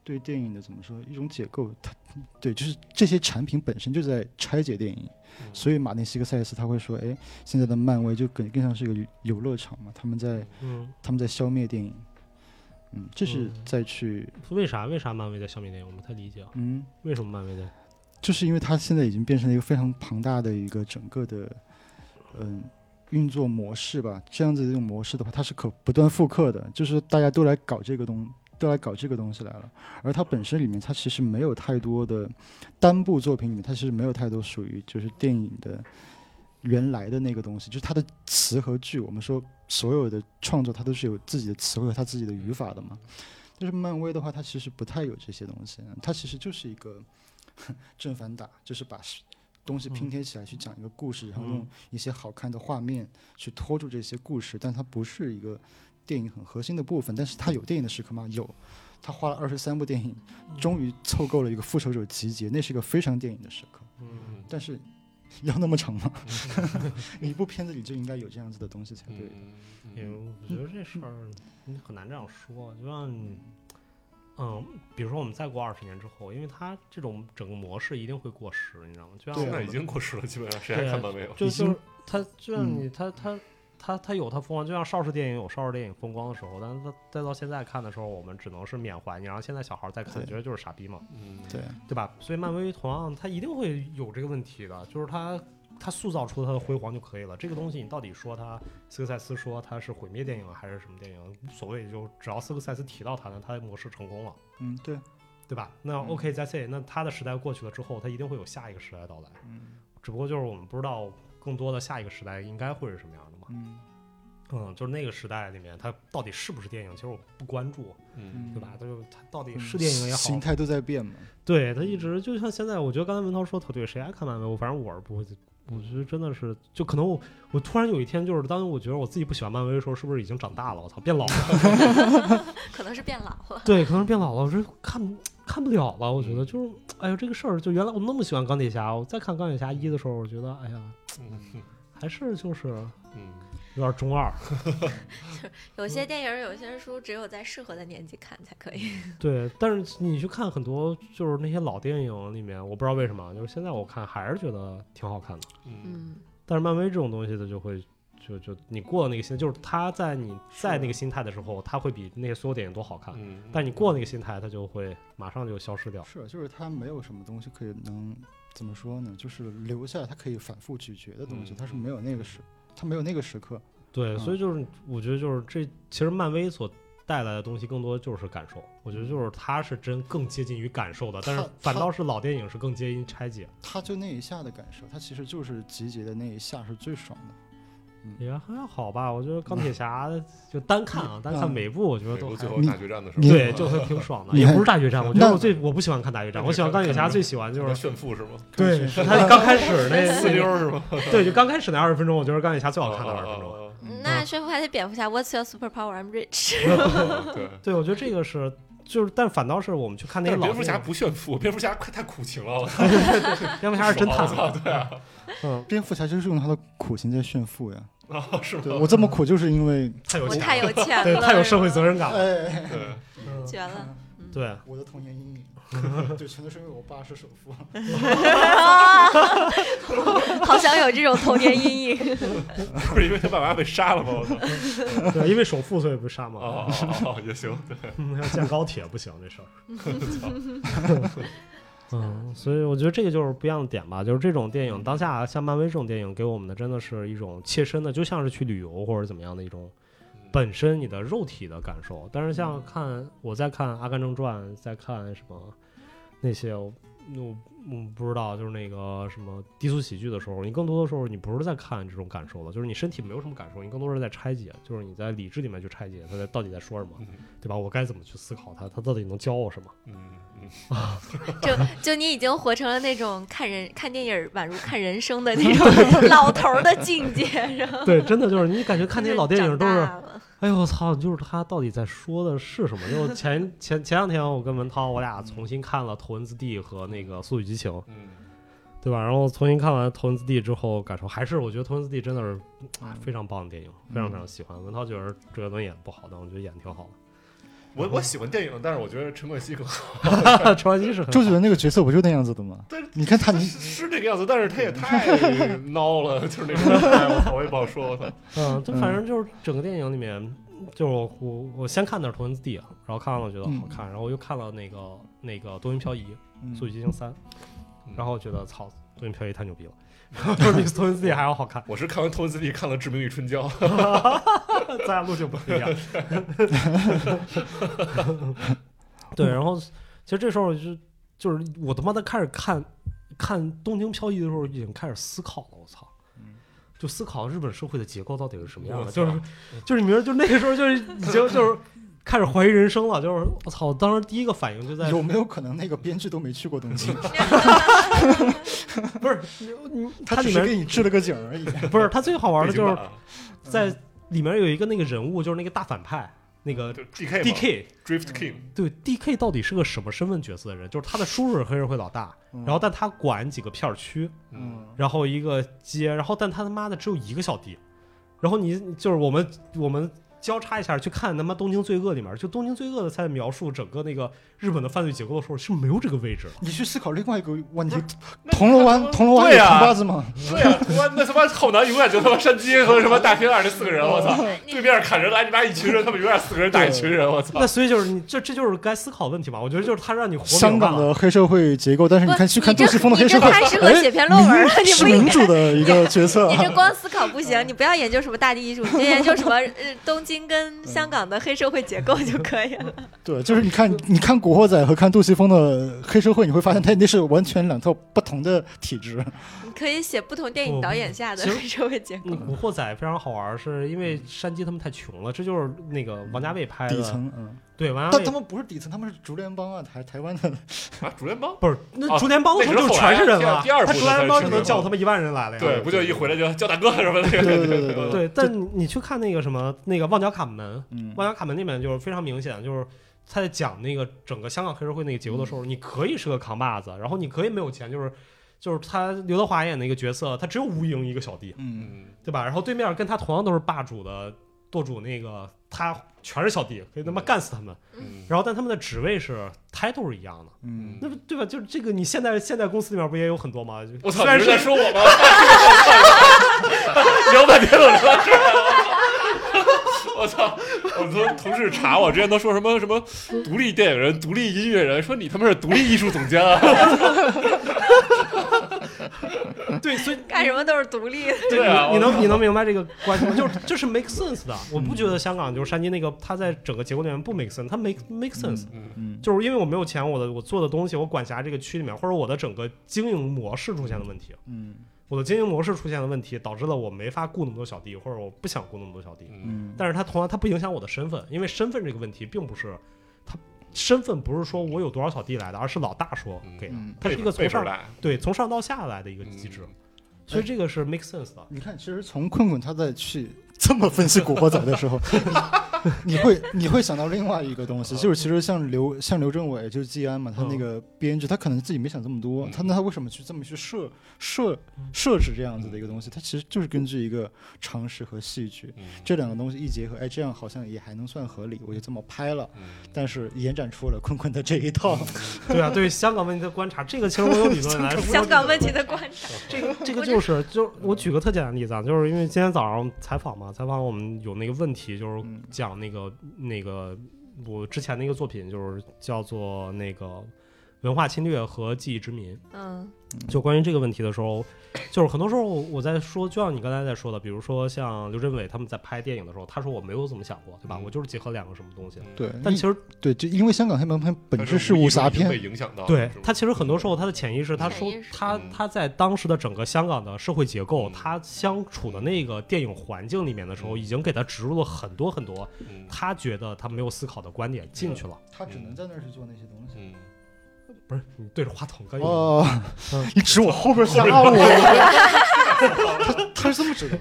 E: 对电影的怎么说一种解构，它对就是这些产品本身就在拆解电影。
C: 嗯，
E: 所以马丁·西克塞斯他会说，哎，现在的漫威就更更像是个游游乐场嘛，他们在
B: 嗯，
E: 他们在消灭电影，嗯，这是
B: 嗯
E: 在去，
B: 为啥为啥漫威在消灭电影？我不太理解，啊
E: 嗯，
B: 为什么漫威在？
E: 就是因为它现在已经变成了一个非常庞大的一个整个的，嗯，运作模式吧。这样子的一种模式的话，它是可不断复刻的，就是大家都来搞这个东，都来搞这个东西来了。而它本身里面，它其实没有太多的单部作品里面，它其实没有太多属于就是电影的原来的那个东西，就是它的词和句。我们说所有的创作，它都是有自己的词汇和它自己的语法的嘛。但是漫威的话，它其实不太有这些东西，它其实就是一个。 *laughs* 正反打，就是把是东西拼贴起来去讲一个故事，然后用一些好看的画面去拖住这些故事，但它不是一个电影很核心的部分。但是它有电影的时刻吗？有，他花了二十三部电影，终于凑够了一个《复仇者集结》，那是一个非常电影的时刻。
B: 嗯
F: *laughs*
E: 但是要那么
B: *laughs*
E: 长吗？一部片子里就应该有这样子的东西才对。
C: 嗯
B: 因为我觉得这事儿你很难这样说，就像你，嗯，比如说我们再过二十年之后，因为它这种整个模式一定会过时，你知道吗？就像
C: 现
B: 我
C: 在已
B: 们
C: 经过时了，基本上谁还看漫威了？
B: 啊就
E: 已
B: 就
E: 经
B: 是它，就像
E: 嗯
B: 你，它它它它有它风光，就像邵氏电影有邵氏电影风光的时候，但是它再到现在看的时候，我们只能是缅怀你，然后现在小孩儿再看，
E: 对
B: 觉得就是傻逼嘛，
C: 嗯，
F: 啊
E: 对，
B: 对吧？所以漫威同样，它一定会有这个问题的，就是它它塑造出它的辉煌就可以了。这个东西你到底说它，斯科塞斯说它是毁灭电影还是什么电影，无所谓，就只要斯科塞斯提到它呢，它的模式成功了，
F: 嗯，对，
B: 对吧？那
F: 嗯
B: OK 再 say，那它的时代过去了之后，它一定会有下一个时代到来，
F: 嗯
B: 只不过就是我们不知道更多的下一个时代应该会是什么样的嘛。
F: 嗯
B: 嗯，就是那个时代里面，它到底是不是电影，其实我不关注，
C: 嗯，
F: 嗯，
B: 对吧？就是它到底
F: 嗯？
B: 是电影也好
F: 形，态都在变嘛。
B: 对他一直就像现在，我觉得刚才文涛说得特对，谁爱看漫威？我反正我是不会，我觉得真的是，就可能我我突然有一天就是，当我觉得我自己不喜欢漫威的时候，是不是已经长大了？我操，变老了？
D: 可能是变老了。
B: 对，可能是变老了，我这看看不了了。我觉得就是，哎呀，这个事儿就原来我那么喜欢钢铁侠，我再看钢铁侠一的时候，我觉得，哎呀，
C: 嗯
B: 还是就是
C: 嗯，
B: 有点中二。
D: 有些电影、有些书，只有在适合的年纪看才可以。
B: 对，但是你去看很多就是那些老电影里面，我不知道为什么，就是现在我看还是觉得挺好看的。
C: 嗯
D: *laughs* 嗯，
B: 但是漫威这种东西它就会就就你过了那个心，就是他在你在那个心态的时候，他会比那些所有电影都好看。
C: 嗯，
B: 但你过那个心态，它就会马上就消失掉。
F: 是，啊就是它没有什么东西可以能怎么说呢？就是留下它可以反复咀嚼的东西，
C: 嗯
F: 它是没有那个时，
B: 嗯
F: 它没有那个时刻。
B: 对，
F: 嗯
B: 所以就是我觉得就是这，其实漫威所带来的东西更多就是感受。我觉得就是它是真更接近于感受的，但是
F: 它
B: 反倒是老电影是更接近拆解。
F: 它就那一下的感受，它其实就是集结的那一下是最爽的。
B: 也还好吧，我觉得钢铁侠就单看 *laughs* 啊，单看
F: 嗯
B: 每部我觉得
C: 美
B: 都
C: 国
B: 还
C: 最
B: 好
C: 后大决战的时候，
B: 对，就会挺
C: *laughs*
B: 爽的。
F: 你
B: 也
F: 还
B: 不是大决战，我觉得
F: 那
B: 我最我不喜欢看大决战，我喜欢钢铁侠，最喜欢就是
C: 是炫富是吗？
F: 对
B: 是他刚开始
C: *laughs*
B: 那
C: 四溜儿是吗？
B: 对，就刚开始那二十分钟，我觉得钢铁侠最好看的二十分钟。
C: 哦。
D: 那炫富还得蝙蝠侠，What's your superpower? I'm
B: *laughs*
D: rich 。
C: 哦 *laughs* 哦对，
B: 对，我觉得这个是，就是，但反倒是我们去看那
C: 但
B: 些
C: 是
B: 老
C: 蝙蝠侠
B: 电
C: 不炫富， *laughs* 蝙蝠侠快太苦情了，我操
B: 影，蝙蝠侠是真
C: 我操
B: 探，
C: *laughs* 对啊，
B: 嗯，
F: 蝙蝠侠就是用他的苦情在炫富
B: *laughs*
F: 呀。
C: 啊是吗？
F: 对我这么苦，就是因为
B: 太有
D: 我
B: 钱
D: 太
B: 了，
D: 有钱了，
B: 对，太有社会责
D: 任，
B: 任感了，
F: 哎，
C: 对，
B: 嗯
D: 绝
B: *laughs*
D: 了。
B: 对，
F: 我的童年阴
B: *laughs*
F: 影，对，全都是因为我爸是首
B: 啊
F: 富。
D: 好想有这种童年阴
B: *laughs*
D: 影。
C: 不是因为他爸妈被杀了吗？我操！
B: 对，因为首富所以不杀嘛，
C: 哦哦哦，也行，对，
B: 嗯 *laughs* 要建高铁不行
D: *laughs*
B: 这
C: *laughs*
B: 事儿。嗯，所以我觉得这个就是不一样的点吧，就是这种电影当下像漫威这种电影给我们的真的是一种切身的，就像是去旅游或者怎么样的一种本身你的肉体的感受。但是像看我在看《阿甘正传》，在看什么那些我我我不知道，就是那个什么低俗喜剧的时候，你更多的时候你不是在看这种感受了，就是你身体没有什么感受，你更多是在拆解，就是你在理智里面去拆解它在到底在说什么
C: 嗯，
B: 对吧？我该怎么去思考它，它到底能教我什么？
C: 嗯嗯，
D: 就就你已经活成了那种看人看电影儿宛如看人生的
B: *laughs*
D: 那种老头儿的境界，然后
B: 对，真的就是你感觉看那些老电影都是
D: 长，大了
B: 哎呦我操，就是他到底在说的是什么？就前前前两天我跟文涛，我俩重新看了《头文字 D》和那个《速度与激情》，
C: 嗯
B: 对吧？然后重新看完《头文字 D》之后，感受还是我觉得《头文字 D》真的是哎非常棒的电影，非常非常喜欢。文涛觉得周杰伦演的不好，但我觉得演的挺好
C: 我我喜欢电影，但是我觉得陈冠希更好，
B: 的。 *laughs* 陈冠希是很
F: 周
B: 好
F: 杰伦那个角色不就那样子的吗？
C: 但是
F: 你看他
C: 他，是是这个样子，但是他也太 *laughs* 孬了，就是那种状态，我操，我也不好说，我操，
B: 嗯，就反正就是整个电影里面，就是我我我先看的是《头文字 D》，然啊后看完我觉得好看，然后我又看了那个那个《多云漂移》
E: 嗯
B: 《速度与激情三》。
C: 嗯，
B: 然后觉得操，多云漂移太牛逼了， *laughs* 就是比多云自己还要好看
C: 我是看完《头文字 D》看了《致命与春娇》，
B: *laughs* 咱俩路径不一样。对，然后其实这时候就就是我他妈的开始看看《东京漂移》的时候，已经开始思考了，我操。就思考日本社会的结构到底是什么样
C: 我
B: 的，就
C: 操
B: 是就是你明儿就那个时候就是已经就是开始怀疑人生了，就是我操！当时第一个反应就在
F: 有没有可能那个编剧都没去过东
B: *laughs*
F: 京，
B: 不是你你它
F: 他只
B: 里
F: 是
B: 面
F: 给你置了个景而已。
B: 不是它最好玩的就是
C: 北京版啊
B: 在里面有一个那个人物，就是那个大反派，那个
C: 啊就 D K D
B: DK，
C: Drift King，
B: 对 DK 到底是个什么身份角色的人？就是他的叔叔是黑社会老大， *laughs*
E: 嗯
B: 然后但他管几个片儿区，
C: 嗯，
B: 然后一个街，然后但他他妈的只有一个小弟，然后你就是我们我们交叉一下去看他妈《东京罪恶》里面，就《东京罪恶》的在描述整个那个日本的犯罪结构的时候是没有这个位置的。
E: 你去思考另外一个问题：
C: 那
E: 铜锣湾，铜锣湾有
C: 对
E: 铜
B: 啊
C: 呀
E: 把子吗？
C: 对呀、他妈那他妈后南永远就他妈山鸡和什么大平二这四个人，我操！对面砍人来你妈一群人，他们永远四个人打一群人，我
E: 啊
C: 操！
B: 那所以就是你这这就是该思考的问题嘛？我觉得就是他让你活
E: 香
B: 明白
E: 港
B: 了。
E: 的黑社会结构，但是你
D: 不
E: 看去
D: 你
E: 看杜
D: 这
E: 琪峰的
D: 你
E: 黑
D: 这
E: 社会，
D: 太适合写篇论文
E: 哎
D: 了你
E: 民是
D: 不应
E: 民
D: 该
E: 主的一个角色
D: 你
E: 啊
D: 这。光思考
B: *laughs*
D: 不
B: 嗯
D: 行，你不要研究什么大地艺术，你就研究什么呃东京跟香港的黑社会结构就可以
B: 嗯
D: 了。
E: 对，就是你看，你看《古惑仔》和看杜琪峰的黑社会，你会发现它那是完全两套不同的体制。
D: 你可以写不同电影导演下的
B: 行
D: 黑社会结构。
B: 嗯，《古惑仔》非常好玩，是因为山鸡他们太穷了，这就是那个王家卫拍的。
E: 嗯底层，嗯，
B: 对王家
E: 但
B: 卫
E: 他们不是底层，他们是竹联帮啊，台台湾的。
C: 啊，主联帮
B: 不是那
C: 哦
B: 竹联帮
C: 那
B: 他
C: 是
B: 就
C: 后
B: 全
C: 来
B: 是人了，
C: 第二
B: 他
C: 部
B: 竹
C: 的才
B: 联帮
C: 是
B: 就能
C: 人
B: 叫
C: 嘛
B: 他们一万人来了呀。
C: 对，不就一回来就叫大哥什么那个？
E: 对对对对
B: 对，但你去看那个什么那个《旺角卡门》，
E: 嗯
B: 《旺角卡门》那边就是非常明显，就是他在讲那个整个香港黑社会那个结构的时候，你可以是个扛把子，然后你可以没有钱，就是就是他刘德华演的一个角色，他只有吴英一个小弟，
E: 嗯，
C: 嗯，
B: 对吧？然后对面跟他同样都是霸主的舵主那个，他全是小弟，可以他妈干死他们。
C: 嗯
B: 然后但他们的职位是 title 是一样的，
E: 嗯，
B: 那不对吧？就是这个你现在现在公司里面不也有很多吗？就
C: 我操，
B: 虽然
C: 你是在
B: 是
C: 说我吗？聊半天了，说是吧我操！我们同事查我，之前都说什么什么独立电影人、独立音乐人，说你他妈是独立艺术总监啊！
B: 对，所以
D: 干什么都是独立的，
C: 对啊，
B: 你
C: 我嗯
B: 能你能明白这个关系吗？就是这是 make sense 的，我不觉得香港就是山鸡那个，它在整个结构里面不 make sense，它 make make sense，
E: 嗯
B: 就是因为我没有钱，我的我做的东西，我管辖这个区里面，或者我的整个经营模式出现了问题，
E: 嗯
B: 我的经营模式出现了问题，导致了我没法雇那么多小弟，或者我不想雇那么多小弟。
C: 嗯
E: 嗯
B: 但是它同样它不影响我的身份，因为身份这个问题并不是它身份不是说我有多少小弟来的，而是老大说给的，
E: 嗯，
B: 它是一个
C: 辈
B: 从
C: 分
B: 上
C: 来，
B: 对从上到下来的一个机制，所以这个是 make sense 的。
E: 你看，其实从困困他在去这么分析《古惑仔》的时候，你你会你会想到另外一个东西，就是其实像刘像刘政委就是季安嘛，他那个编剧，他可能自己没想这么多，他那他为什么去这么去设设设置这样子的一个东西？他其实就是根据一个常识和戏剧
C: 嗯
E: 这两个东西一结合，哎，这样好像也还能算合理，我就这么拍了，
C: 嗯
E: 但是延展出了困困的这一套。
B: 对啊，对于香港问题的观察，这个其实我有理论来说。
D: 香港问题的观察。
B: 这个这个就是就我举个特简单的例子啊，就是因为今天早上采访嘛，采访我们有那个问题，就是
E: 嗯
B: 讲那个那个我之前那个作品就是叫做那个文化侵略和记忆殖民。
D: 嗯
B: 就关于这个问题的时候，就是很多时候我在说，就像你刚才在说的，比如说像刘镇伟他们在拍电影的时候，他说我没有怎么想过，对吧？
C: 嗯
B: 我就是结合两个什么东西。
E: 对，
B: 但其实
E: 对，就因为香港黑帮片本质是
C: 无
E: 武
C: 意中
E: 侠
C: 已经被
E: 片，
C: 影响到了，
B: 对
C: 是吧
B: 他其实很多时候他的潜意识，他说
D: 潜意识
B: 他
C: 嗯
B: 他在当时的整个香港的社会结构，
C: 嗯
B: 他相处的那个电影环境里面的时候，
C: 嗯
B: 已经给他植入了很多很多
C: 嗯
B: 他觉得他没有思考的观点进去了。
E: 他只能在那儿去做那些东西。
C: 嗯，
B: 不是你对着话筒干什么？
E: 哦，你指我后边 *laughs* 吓我！他他是这么指的，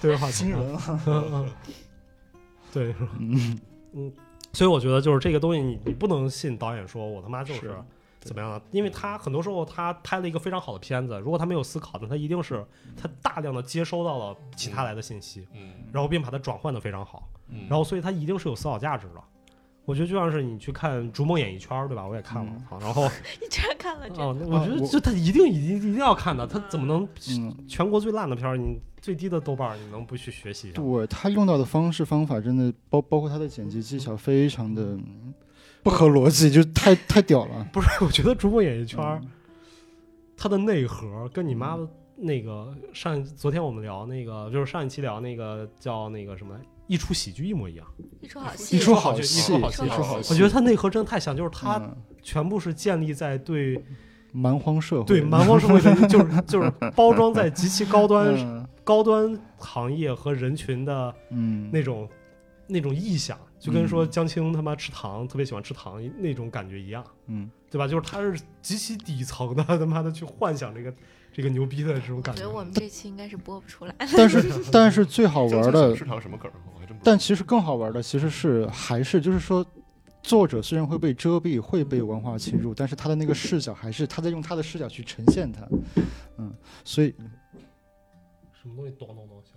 B: 对着话筒
E: 新人啊！
B: 嗯嗯，
E: *laughs*
B: 对，嗯，所以我觉得就是这个东西你，你不能信导演说我他妈就是
E: 是
B: 怎么样的，因为他很多时候他拍了一个非常好的片子，如果他没有思考，那他一定是他大量的接收到了其他来的信息，
C: 嗯
B: 然后并把它转换的非常好，
C: 嗯，
B: 然后所以他一定是有思考价值的。我觉得就像是你去看《逐梦演艺圈》，对吧？我也看了
E: 嗯，
B: 好然
D: *laughs*
B: 后
E: *laughs*
D: 你居然看了这，
B: 哦，我觉得
E: 我
B: 就他一定一定一定要看的，他怎么能
E: 嗯，
B: 全国最烂的片儿，你最低的豆瓣儿，你能不去学习一下吗？
E: 对他用到的方式方法真的包包括他的剪辑技巧，非常的嗯不合逻辑，就太太屌了。
B: 不是，我觉得《逐梦演艺圈》
E: 嗯
B: 它的内核跟你妈那个上一昨天我们聊那个，就是上一期聊那个叫那个什么一出喜剧一模一样。
D: 一出好戏
E: 一，出好
B: 戏
E: 戏，
B: 一
E: 一
B: 出好
D: 戏
E: 出好
C: 一出好戏
B: 我觉得它内核真的太像，就是它
E: 嗯
B: 全部是建立在对
E: 蛮荒社会，
B: 对蛮荒社会的，就是就是包装在极其高端
E: 嗯
B: 高端行业和人群的
E: 嗯，
B: 那种那种臆想，就跟说江青他妈吃糖特别喜欢吃糖那种感觉一样。
E: 嗯，
B: 对吧？就是他是极其底层的，他妈的去幻想这个这个牛逼的这种
D: 我
B: 感
D: 觉
B: 觉
D: 得。我们这期应该是播不出 *laughs* 来。
E: 但是但是
C: *laughs*
E: 最好玩的
C: 市场什么梗儿？啊我还真不知道。
E: 但其实更好玩的其实是还是就是说，作者虽然会被遮蔽，会被文化侵入，但是他的那个视角还是他在用他的视角去呈现它，嗯，所以
B: 什么东西咚咚咚响？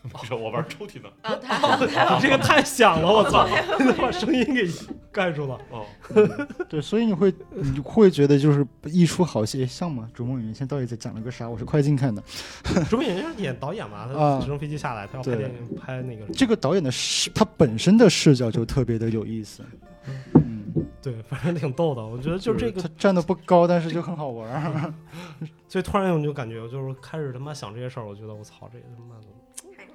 C: *laughs* 没事，我玩抽屉呢。
D: 啊，他 *laughs*
B: *laughs* 哦这个太响了，我操！你把声音给盖住了。
C: 哦，
F: 嗯对，所以你会你会觉得就是一出好戏，哎像吗？《逐梦演艺圈》到底在讲了个啥？我是快进看的。
B: 什么演员演导演嘛，他
F: 啊
B: 直升飞机下来，他要拍
F: 对
B: 电影，拍那个
F: 这个导演的视，他本身的视角就特别的有意思。嗯，
B: 对，反正挺逗的。我觉得就这个
F: 他站的不高，但是就很好玩儿。 *laughs*
B: 所以突然我就感觉，就是开始他妈想这些事儿，我觉得我操，这他妈
D: *laughs*
B: 的，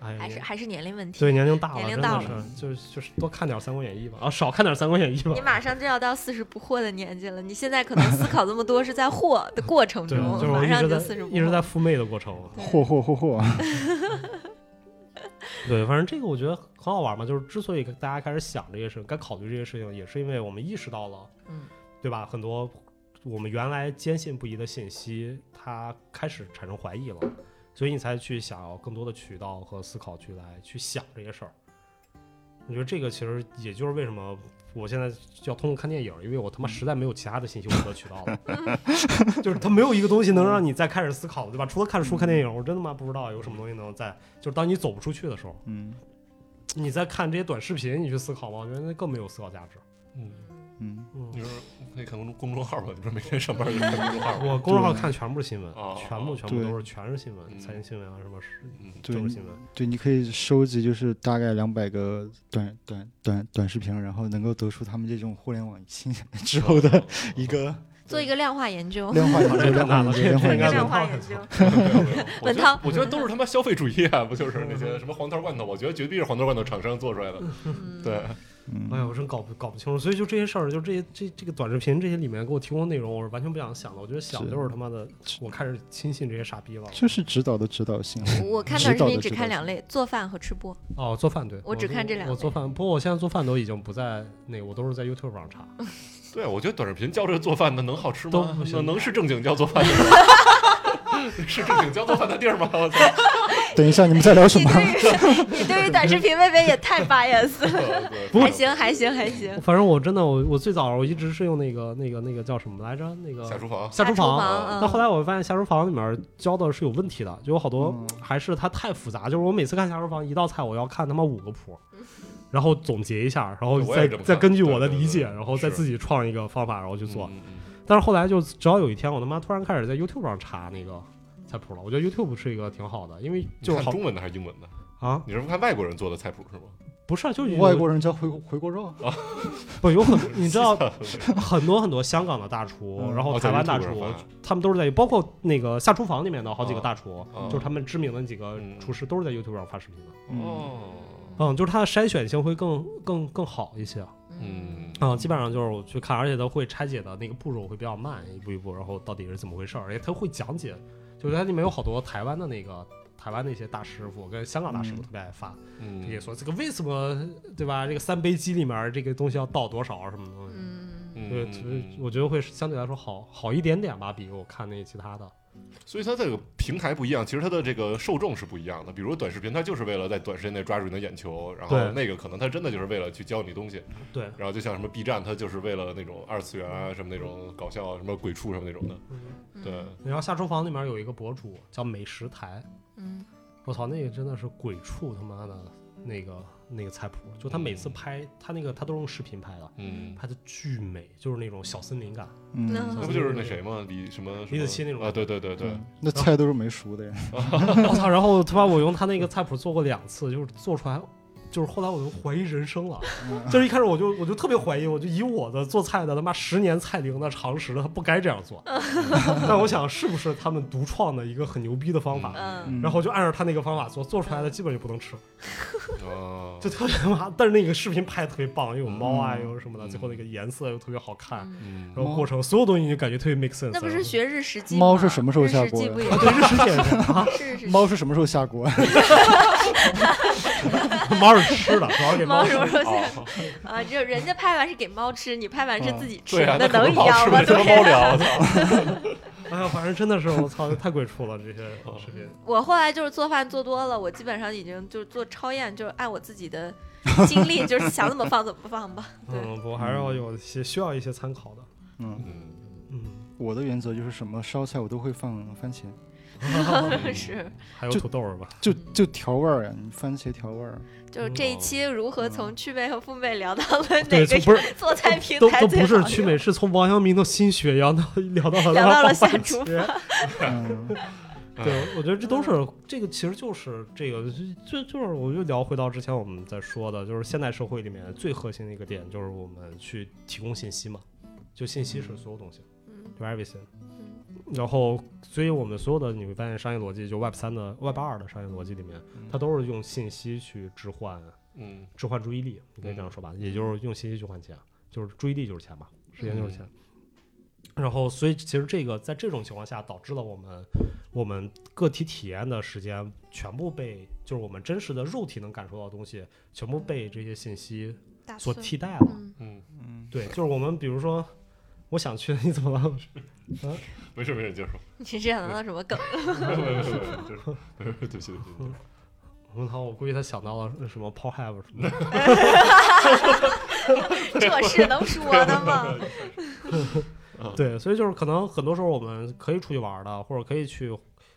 B: 哎呀，
D: 还是还是年龄问
B: *laughs*
D: 题。
B: 对年龄大了，
D: 年龄
B: 真
D: 大
B: 的
D: 了
B: 是，就是就是多看点《三国演义》吧，啊，少看点《三国演义》吧。
D: 你马上就要到四十不惑的年纪了，你现在可能思考这么多是在惑
B: *laughs*
D: 的过程
B: 对，
D: 中
B: 就是，我
D: 马
B: 一
D: 上
B: 直
D: 就四十
B: 在
D: 不
B: 一直在
D: 惑。
B: 赴妹的过程。
F: 嚯嚯嚯嚯！
B: 对，反正这个我觉得很好玩嘛，就是之所以大家开始想这些事情，该考虑这些事情，也是因为我们意识到了，
D: 嗯，
B: 对吧？很多我们原来坚信不疑的信息，它开始产生怀疑了，所以你才去想要更多的渠道和思考去来去想这些事儿。我觉得这个其实也就是为什么我现在要通过看电影，因为我他妈实在没有其他的信息获得渠道了，就是它没有一个东西能让你再开始思考了，对吧？除了看书、看电影，我真他妈不知道有什么东西能在，就是当你走不出去的时候，
F: 嗯
B: 你在看这些短视频，你去思考吗？我觉得那更没有思考价值。
C: 嗯，
F: 嗯，
C: 你说可以看公众公众号吧？你说每天上班就看公众号
B: *laughs*
C: 吧。
B: 我公众号看全部是新闻
C: 哦，
B: 全部全部
F: 对
B: 都是全是新闻，
C: 嗯
B: 财经新闻啊，什么是
C: 嗯，
F: 对
B: 政治新闻。
F: 对，你可以收集就是大概两百个短短短短视频，然后能够得出他们这种互联网新之后的一个
D: 做一个量化研究，
F: 量化研究、量化研
B: 看了，
F: 究、量化
B: 应该
F: 研究
D: 量。化研究。文涛
C: 我觉得都是他妈消费主义啊，不就是那些什么黄桃罐头？我觉得绝对是黄桃罐头厂商做出来的。
D: 嗯，
C: 对，
B: 哎呀，我真搞不搞不清楚。所以就这些事儿，就这些这这个短视频这些里面给我提供的内容，我是完全不想想的。我觉得想
F: 是
B: 就是他妈的，我开始轻信这些傻逼了。
F: 就是指导的指导性，嗯
D: 我看
F: 指
D: 短视
F: 导
D: 频
F: 的
D: 只
F: 指
D: 看
F: 导
D: 两类，做饭和吃播。
B: 哦，做饭对，
D: 我只看这两
B: 我
D: 类
B: 做饭，不过我现在做饭都已经不在那个，我都是在 YouTube 上
D: *laughs*
B: 查。
C: 对，我觉得短视频教这个做饭的能好吃
B: 都
C: 吗
B: 不？
C: 能
B: 行
C: *laughs* 能是正经教做饭的吗？是正经教做饭的地儿吗？我操！
F: 等一下，你们在聊什
D: 你
F: 么？
D: 对于 *laughs* 你对于短视频未免也太 bias 了。
C: 对
D: 还行，还行，还行。
B: 反正我真的，我我最早我一直是用那个那个那个叫什么来着？那个
C: 下厨房，
B: 下厨
D: 房，
B: 房。
D: 嗯
B: 但后来我发现下厨房里面教的是有问题的，就有好多
F: 嗯
B: 还是它太复杂。就是我每次看下厨房一道菜，我要看他妈五个
C: *laughs*
B: 谱，然后总结一下，然后
C: 我也
B: 再
C: 这么看
B: 再根据我的
C: 对对
B: 理解，
C: 对
B: 然后再
C: 是
B: 自己创一个方法，然后去做。
C: 嗯。嗯嗯
B: 但是后来就只要有一天，我他妈突然开始在 YouTube 上查那个菜谱了。我觉得 YouTube 是一个挺好的，因为
C: 嗯你
B: 就是
C: 看
B: 好
C: 中文的还是英文的？
B: 啊，
C: 你是不看外国人做的菜谱是吗？
B: 不是啊就是有
F: *laughs* 外国人叫回回锅肉，啊
B: 不有很多， *laughs* 你知
C: *laughs*
B: 道
C: 对
B: 很多很多香港的大厨，
F: 嗯
B: 然后
C: 哦
B: 台湾
C: 在
B: 大
C: YouTube
B: 厨
C: 上发，
B: 他们都是在包括那个下厨房里面的好几个
C: 哦
B: 大厨，
C: 哦
B: 就是他们知名的几个
C: 嗯
B: 厨师都是在 YouTube 上发视频的。
F: 嗯，
C: 哦，
B: 嗯，就是它的筛选性会更更更好一些啊、
C: 嗯，
B: 基本上就是我去看，而且它会拆解的那个步骤会比较慢，一步一步，然后到底是怎么回事儿，而且它会讲解，就是它里面有好多台湾的那个台湾那些大师傅跟香港大师傅
F: 嗯
B: 特别爱发，
C: 嗯，
B: 也说这个为什么对吧？这个三杯鸡里面这个东西要倒多少啊什么东西，
D: 嗯，
C: 嗯
B: 对，
C: 嗯
B: 所以
C: 嗯
B: 我觉得会相对来说好好一点点吧，比我看那其他的。
C: 所以它这个平台不一样，其实它的这个受众是不一样的。比如短视频，它就是为了在短时间内抓住你的眼球，然后
B: 对
C: 那个可能它真的就是为了去教你东西。
B: 对，
C: 然后就像什么 B 站，它就是为了那种二次元啊，什么那种搞笑啊，什么鬼畜什么那种的。对，
B: 嗯然后下厨房里面有一个博主叫美食台，
D: 嗯，
B: 我操，那个真的是鬼畜他妈的那个那个菜谱，就他每次拍他那个他都是用视频拍的，
C: 嗯，
B: 拍的巨美，就是那种小森林感。
F: 嗯，
D: 那
C: 那不就是那谁吗？李什么
B: 李子柒那种
C: 啊？对对对对，
F: 那菜都是没熟的呀。
B: *laughs* 我操，然后他妈我用他那个菜谱做过两次，就是做出来。就是后来我就怀疑人生了，
C: 嗯
B: *laughs* 就是一开始我就我就特别怀疑，我就以我的做菜的他妈十年菜龄的常识，他不该这样做。
C: 嗯
B: *laughs* 但我想是不是他们独创的一个很牛逼的方法，
D: 嗯，
B: 然后就按照他那个方法做，做出来的基本就不能吃。
C: 哦，
B: 就特别麻，但是那个视频拍的特别棒，又有猫啊，又有什么的，最后那个颜色又特别好看，
C: 嗯，
B: 然后过程所有东西你就感觉特别 make sense。
D: 那不是学日食记吗？
F: 猫是什么时候下
D: 日食
F: 锅
D: 记
F: 的 *laughs*
D: 不也
B: 啊？对，
E: *laughs*
B: 是吃点
D: *laughs*
B: 啊，
D: 是是
F: 猫是什么时候下锅？ *laughs*
B: *laughs* 猫是吃的，主要是
D: *laughs*
B: 给
D: 猫
B: 吃
D: 什么时候下
C: 哦，
D: 啊？就人家拍完是给猫吃，你拍完
B: 嗯
D: 是自己吃，
C: 对啊，
D: 那
C: 可
D: 能一
C: 猫
D: 样
C: 吃
D: 吗？
C: 没跟
D: 对啊呀。
C: 猫聊，我操，
B: 哎呀，反正真的是我操，太鬼畜了这些视频。
D: 我后来就是做饭做多了，我基本上已经就是做超验，就是按我自己
B: *laughs*
D: 的经历，就是想怎么放怎么放吧。对
B: 嗯，不过还是要有一些需要一些参考的。
F: 嗯，
C: 嗯，
B: 嗯，
E: 我的原则就是什么烧菜我都会放番茄，
B: 哦
D: *laughs* 是，
B: 还有土豆儿吧？
E: 就就调味儿啊，你番茄调味儿。
D: 就是这一期如何从祛魅和父魅聊到了哪
B: 嗯对，
D: 个
B: 从不是
D: 做菜平
B: 都
D: 台
B: 都
D: 最
B: 不是
D: 好
B: 祛
D: 用
B: 美，是从王阳明的心血聊到聊到了
D: 聊到了
B: 番
D: 下厨
B: 茄
E: 嗯，
D: *laughs*
B: 对，我觉得这都是这个，其实就是这个，就就就是我就聊回到之前我们在说的，就是现代社会里面最核心的一个点，就是我们去提供信息嘛，就信息是所有东西，
D: 嗯
B: 就 everything。
D: 嗯
B: 然后，所以我们所有的你会发现商业逻辑，就 Web 三的 Web 二的商业逻辑里面，它都是用信息去置换
C: 嗯
B: 置换注意力，你可以这样说吧，也就是用信息去换钱，就是注意力就是钱嘛，时间就是钱。然后，所以其实这个在这种情况下，导致了我们我们个体体验的时间全部被，就是我们真实的肉体能感受到的东西，全部被这些信息
D: 打
B: 所
D: 碎
B: 替代了。
D: 嗯
C: 嗯，
B: 对，就是我们比如说，我想去， *laughs* 你怎么了？
C: 没事没事，你接着说。
D: 你是
B: *laughs*
D: 想到什么梗？
C: 没有没有没有没有就是没有，对不起对不起对不起。
B: 文涛，我估计他想到了什么 p o h a v 什么的。
D: 这事能说的吗？
C: *laughs* 嗯
B: 对，所以就是可能很多时候我们可以出去玩儿的，或者可以去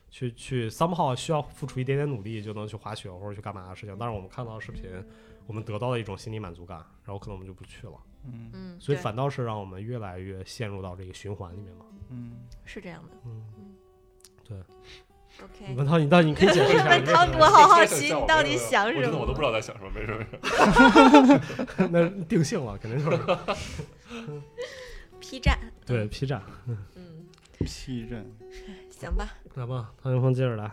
B: 去去 somehow 需要付出一点点努力就能去滑雪或者去干嘛的事情，但是我们看到的视频，我们得到了一种心理满足感，然后可能我们就不去了，
D: 嗯，
B: 所以
D: 对
B: 反倒是让我们越来越陷入到这个循环里面嘛。
D: 是这样
B: *laughs*
D: 的。
B: 嗯，对。
D: OK，
B: 文涛，你到底你可以解
D: *laughs*
B: 释一下，
D: 文
B: 你为
D: 涛
B: 什么
D: 我好好奇
C: 这个
D: 你到底想
C: 我
D: 什
C: 真的我都
D: 么
C: 不知道在想什么，没事没事。
B: 那定性了，肯定就是
D: P 站，
B: 对 P 站。
D: 嗯，
E: P 站
D: 行吧，
B: 来吧，唐云峰接着来。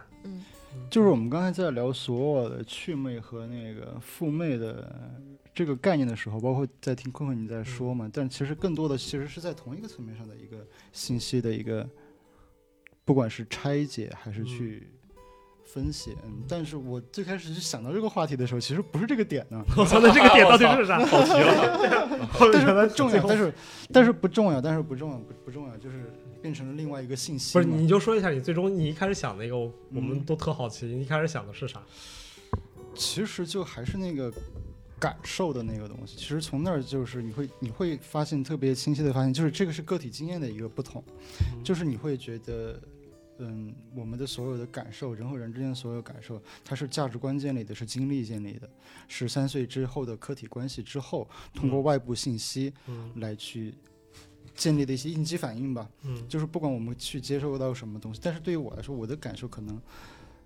E: 就是我们刚才在聊所有的趣味和那个父魅的这个概念的时候，包括在听坤坤你在说嘛，但其实更多的其实是在同一个层面上的一个信息的一个，不管是拆解还是去分解。嗯但是我最开始是想到这个话题的时候，其实不是这个点呢。
B: 我操，那这个点到底是啥？好题了。
E: 但
B: 原来
E: 是重
B: 最
E: 要，
B: 后
E: 但是但是不重要，但是不重要，不不重要，就是变成了另外一个信息
B: 不
E: 嘛。
B: 是，你就说一下你最终你一开始想那个，我我们
E: 嗯
B: 都特好奇，你一开始想的是啥？
E: 其实就还是那个感受的那个东西。其实从那儿就是你会你会发现特别清晰的发现，就是这个是个体经验的一个不同，就是你会觉得。嗯，我们的所有的感受，人和人之间的所有感受，它是价值观建立的，是经历建立的，是三岁之后的客体关系之后，通过外部信息
B: 嗯
E: 来去建立的一些应激反应吧。
B: 嗯
E: 就是不管我们去接受到什么东西，但是对于我来说，我的感受可能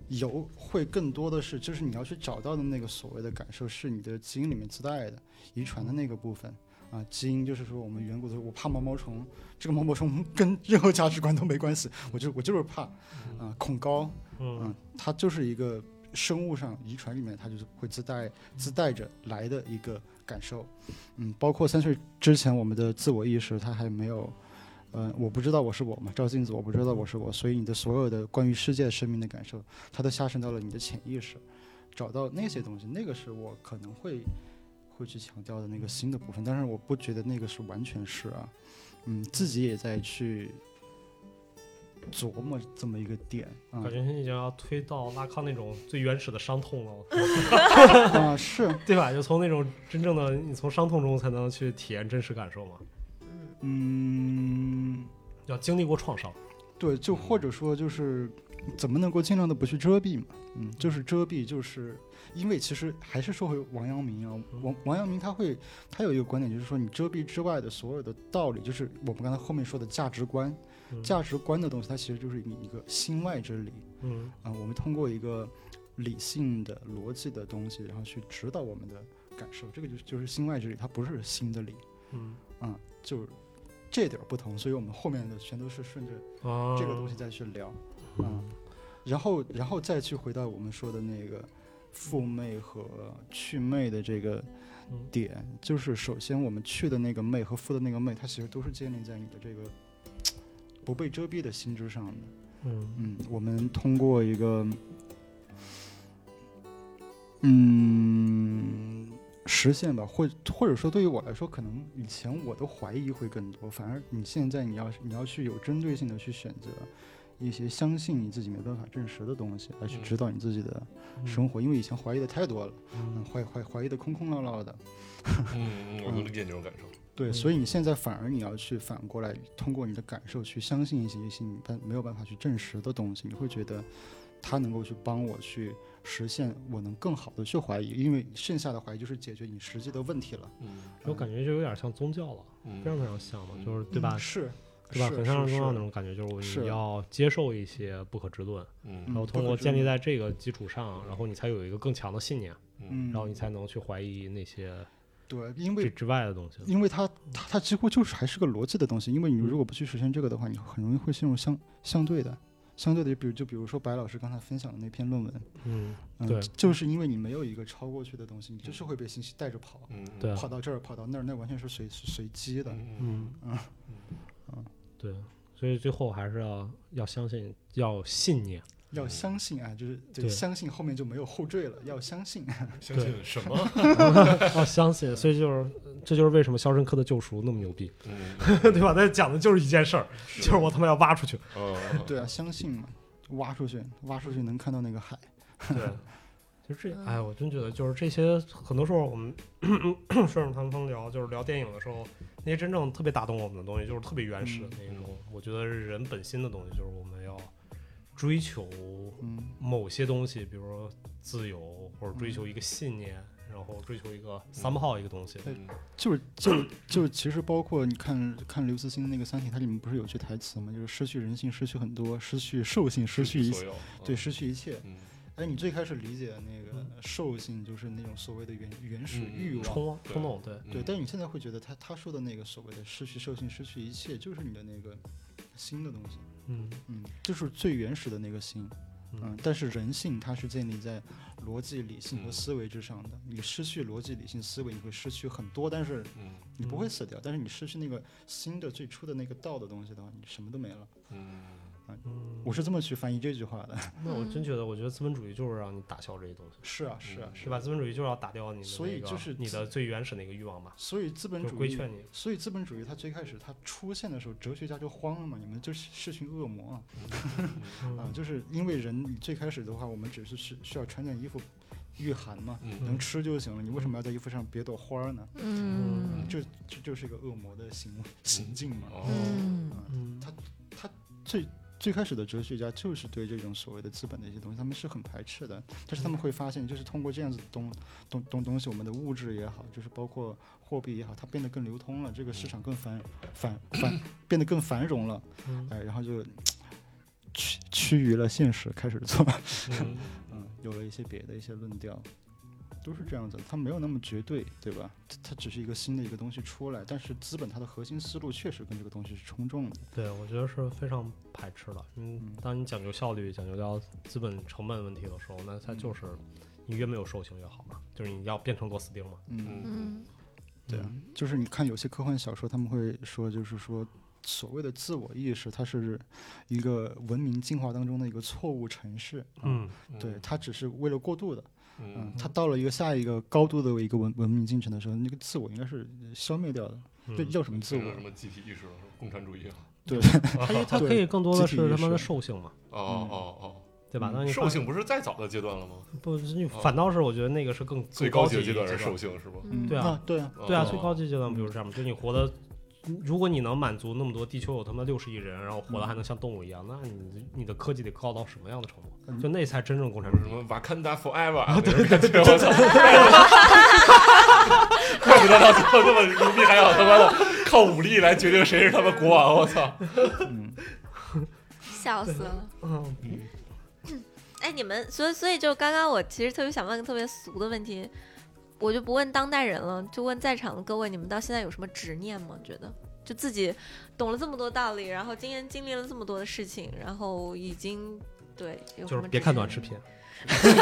E: 有会更多的是，就是你要去找到的那个所谓的感受，是你的基因里面自带的、遗传的那个部分啊。基因就是说，我们远古的时候，我怕毛毛虫，这个毛毛虫跟任何价值观都没关系，我就我就是怕啊，恐高，
B: 嗯
E: 嗯，它就是一个生物上遗传里面，它就是会自带自带着来的一个感受，嗯，包括三岁之前我们的自我意识，它还没有，嗯、我不知道我是我嘛，照镜子我不知道我是我，所以你的所有的关于世界生命的感受，它都下沉到了你的潜意识，找到那些东西，那个是我可能会会去强调的那个新的部分，但是我不觉得那个是完全是啊，嗯，自己也在去。琢磨这么一个点啊、
B: 感觉你已经要推到拉康那种最原始的伤痛了，我 *laughs* 操
E: *laughs* 啊，是，
B: 对吧？就从那种真正的你从伤痛中才能去体验真实感受嘛，
E: 嗯，
B: 要经历过创伤。
E: 对，就或者说就是怎么能够尽量的不去遮蔽嘛，嗯，就是遮蔽，就是因为其实还是说回王阳明啊，王王阳明他会他有一个观点，就是说你遮蔽之外的所有的道理，就是我们刚才后面说的价值观，
B: 嗯
E: 价值观的东西，它其实就是你一个心外之理，
B: 嗯
E: 啊、我们通过一个理性的逻辑的东西，然后去指导我们的感受，这个就是就是心外之理，它不是心的理，
B: 嗯
E: 嗯，就是这点儿不同，所以我们后面的全都是顺着
B: 啊，
E: 这个东西再去聊，嗯，然后然后再去回到我们说的那个父魅和去魅的这个
B: 嗯
E: 点，就是首先我们去的那个魅和父的那个魅，它其实都是建立在你的这个不被遮蔽的心智上的，
B: 嗯
E: 嗯，我们通过一个，嗯，实现吧，或或者说对于我来说，可能以前我的怀疑会更多，反而你现在你要你要去有针对性的去选择一些相信你自己没办法证实的东西，来去
C: 嗯
E: 指导你自己的生活，因为以前嗯怀疑的太多了，嗯，怀怀怀疑的空空落落的，
C: 嗯，嗯我能理解那种感受。
E: 对，所以你现在反而你要去反过来，通过你的感受去相信一些一些你但没有办法去证实的东西，你会觉得它能够去帮我去实现，我能更好的去怀疑，因为剩下的怀疑就是解决你实际的问题了。
C: 嗯
B: 我感觉就有点像宗教了，非常
C: 嗯
B: 非常像嘛，
C: 嗯
B: 就是对吧？
E: 是，
B: 对吧？
E: 是
B: 很像
E: 是
B: 宗教
E: 是
B: 那种感觉，就是
E: 是
B: 你要接受一些不可知论，
C: 嗯
B: 然后
E: 嗯
B: 通
E: 不可
B: 过
E: 知
B: 建立
E: 论
B: 在这个基础上，然后你才有一个更强的信念，
E: 嗯，
B: 然后你才能去怀疑那些
E: 对，因
B: 这
E: 为
B: 之外的东西。
E: 因为它它它几乎就是还是个逻辑的东西，因为你
B: 嗯
E: 如果不去实现这个的话，你很容易会陷入相相对的相对的，比如就比如说白老师刚才分享的那篇论文，
B: 嗯，
E: 嗯，
B: 对
E: 就是因为你没有一个超过去的东西，你就是会被信息带着跑，
C: 嗯，
B: 对啊
E: 跑，到这儿，跑到那儿，那完全是随随随机的。
C: 嗯
B: 嗯对，所以最后还是要要相信，要信念。
E: 要相信啊，就是就
B: 对
E: 相信后面就没有后缀了，要相信。
C: 相信什么？
B: 要哦相信，所以就是这就是为什么《肖申克的救赎》那么牛逼，
C: 嗯，
B: 对吧？他讲的就是一件事儿，就是我他妈要挖出去。
C: 嗯，
E: *laughs* 对啊，相信嘛，挖出去，挖出去能看到那个海。
B: 对，就这，哎，我真觉得就是这些，很多时候我们 *clears throat* 顺着谈风聊，就是聊电影的时候，那些真正特别打动我们的东西，就是特别原始的那种，我觉得是人本心的东西，就是我们要追求
E: 嗯，
B: 某些东西，比如说自由，或者追求一个信念，然后追求一个 somehow 一个东西。
C: 嗯
E: 就是就就其实包括你看看刘慈欣的那个《三体》，它里面不是有句台词吗？就是失去人性，失去很多，失去兽性，失去一
C: 所
E: 切，
C: 有，
E: 对，失去一切。
C: 嗯，
E: 哎，你最开始理解那个兽性，就是那种所谓的原原始
C: 嗯嗯
E: 欲望。
B: 冲冲动，对，
C: 嗯
E: 对，但你现在会觉得他他说的那个所谓的失去兽性、失去一切，就是你的那个新的东西，
B: 嗯
E: 嗯，就是最原始的那个心，嗯
B: 嗯，，
E: 但是人性它是建立在逻辑、理性和
C: 嗯
E: 思维之上的。你失去逻辑、理性、思维，你会失去很多，但是
C: 嗯
E: 你不
B: 嗯
E: 会死掉。但是你失去那个新的、最初的那个道的东西的话，你什么都没了。
C: 嗯
B: 嗯
E: 我是这么去翻译这句话的。
B: 那我真觉得，我觉得资本主义就是让你打消这些东西，
E: 是啊，是啊，
C: 嗯
B: 是吧？资本主义就是要打掉你的那个，
E: 所以就是
B: 你的最原始那个欲望嘛，
E: 所以资本
B: 就
E: 主
B: 规
E: 义。
B: 劝你。
E: 所以资本主义它最开始它出现的时候，哲学家就慌了嘛，你们就是是群恶魔啊。啊，
B: 嗯
E: 就是因为人你最开始的话，我们只是需需要穿件衣服御寒嘛，
C: 嗯
E: 能吃就行了。你为什么要在衣服上别朵花儿呢？
D: 嗯
E: 这这就是一个恶魔的行为行径嘛。
C: 哦，
B: 嗯
E: 最最开始的哲学家就是对这种所谓的资本的一些东西，他们是很排斥的。但是他们会发现，就是通过这样子的东东东东西，我们的物质也好，就是包括货币也好，它变得更流通了，这个市场更繁繁繁变得更繁荣了。
B: 嗯
E: 哎，然后就趋趋于了现实，开始做
C: 嗯
E: 嗯，有了一些别的一些论调，都是这样子的，它没有那么绝对，对吧？它它只是一个新的一个东西出来，但是资本它的核心思路确实跟这个东西是冲撞的。
B: 对，我觉得是非常排斥的。嗯
E: 嗯，
B: 当你讲究效率、讲究到资本成本问题的时候，那它就是你越没有兽性越好嘛，就是你要变成螺丝钉嘛。
E: 嗯，
D: 嗯
E: 对啊，就是你看有些科幻小说，他们会说，就是说所谓的自我意识，它是一个文明进化当中的一个错误程式。
B: 嗯，
E: 对，它只是为了过渡的。嗯
C: 嗯，
E: 它到了一个下一个高度的一个文文明进程的时候，那个自我应该是消灭掉的。这
B: 嗯
E: 叫什么自我？
C: 什么集体意识，共产主义，
E: 对，
C: 啊
B: 它也它可
E: 对
B: 以更多的
E: 集
B: 是
E: 体意
B: 他妈的
E: 识
B: 兽性嘛，
C: 哦哦
B: 对吧？当
C: 哦，
B: 你
C: 兽
B: 发
C: 性不是再早的阶段了吗？
B: 不，你反倒是我觉得那个是更
C: 最
B: 更高
C: 级的阶
B: 阶
C: 段是兽嗯性是吧？
E: 嗯
B: 对啊
E: 对啊，
B: 对啊，最
C: 最
B: 高级阶段不就是这样吗？就你活的，如果你能满足那么多地球有他妈六十亿人，然后活的还能像动物一样，那你你的科技得高到什么样的程度？
E: 嗯
B: 就那才真正共产主
C: 什
B: 义。
C: 么瓦坎达 forever 啊，对对对，我 *laughs* 操！怪不得到最后这么牛逼，还要他妈的靠武力来决定谁是他们国王，我操！
D: 笑死了。
B: 嗯，
D: 哎，你们，所以所以就刚刚我其实特别想问个特别俗的问题，我就不问当代人了，就问在场的各位，你们到现在有什么执念吗？觉得就自己懂了这么多道理，然后今天经历了这么多的事情，然后已经对，有什
B: 就
D: 么
B: 是别看短视
D: 频， *laughs*
B: 频。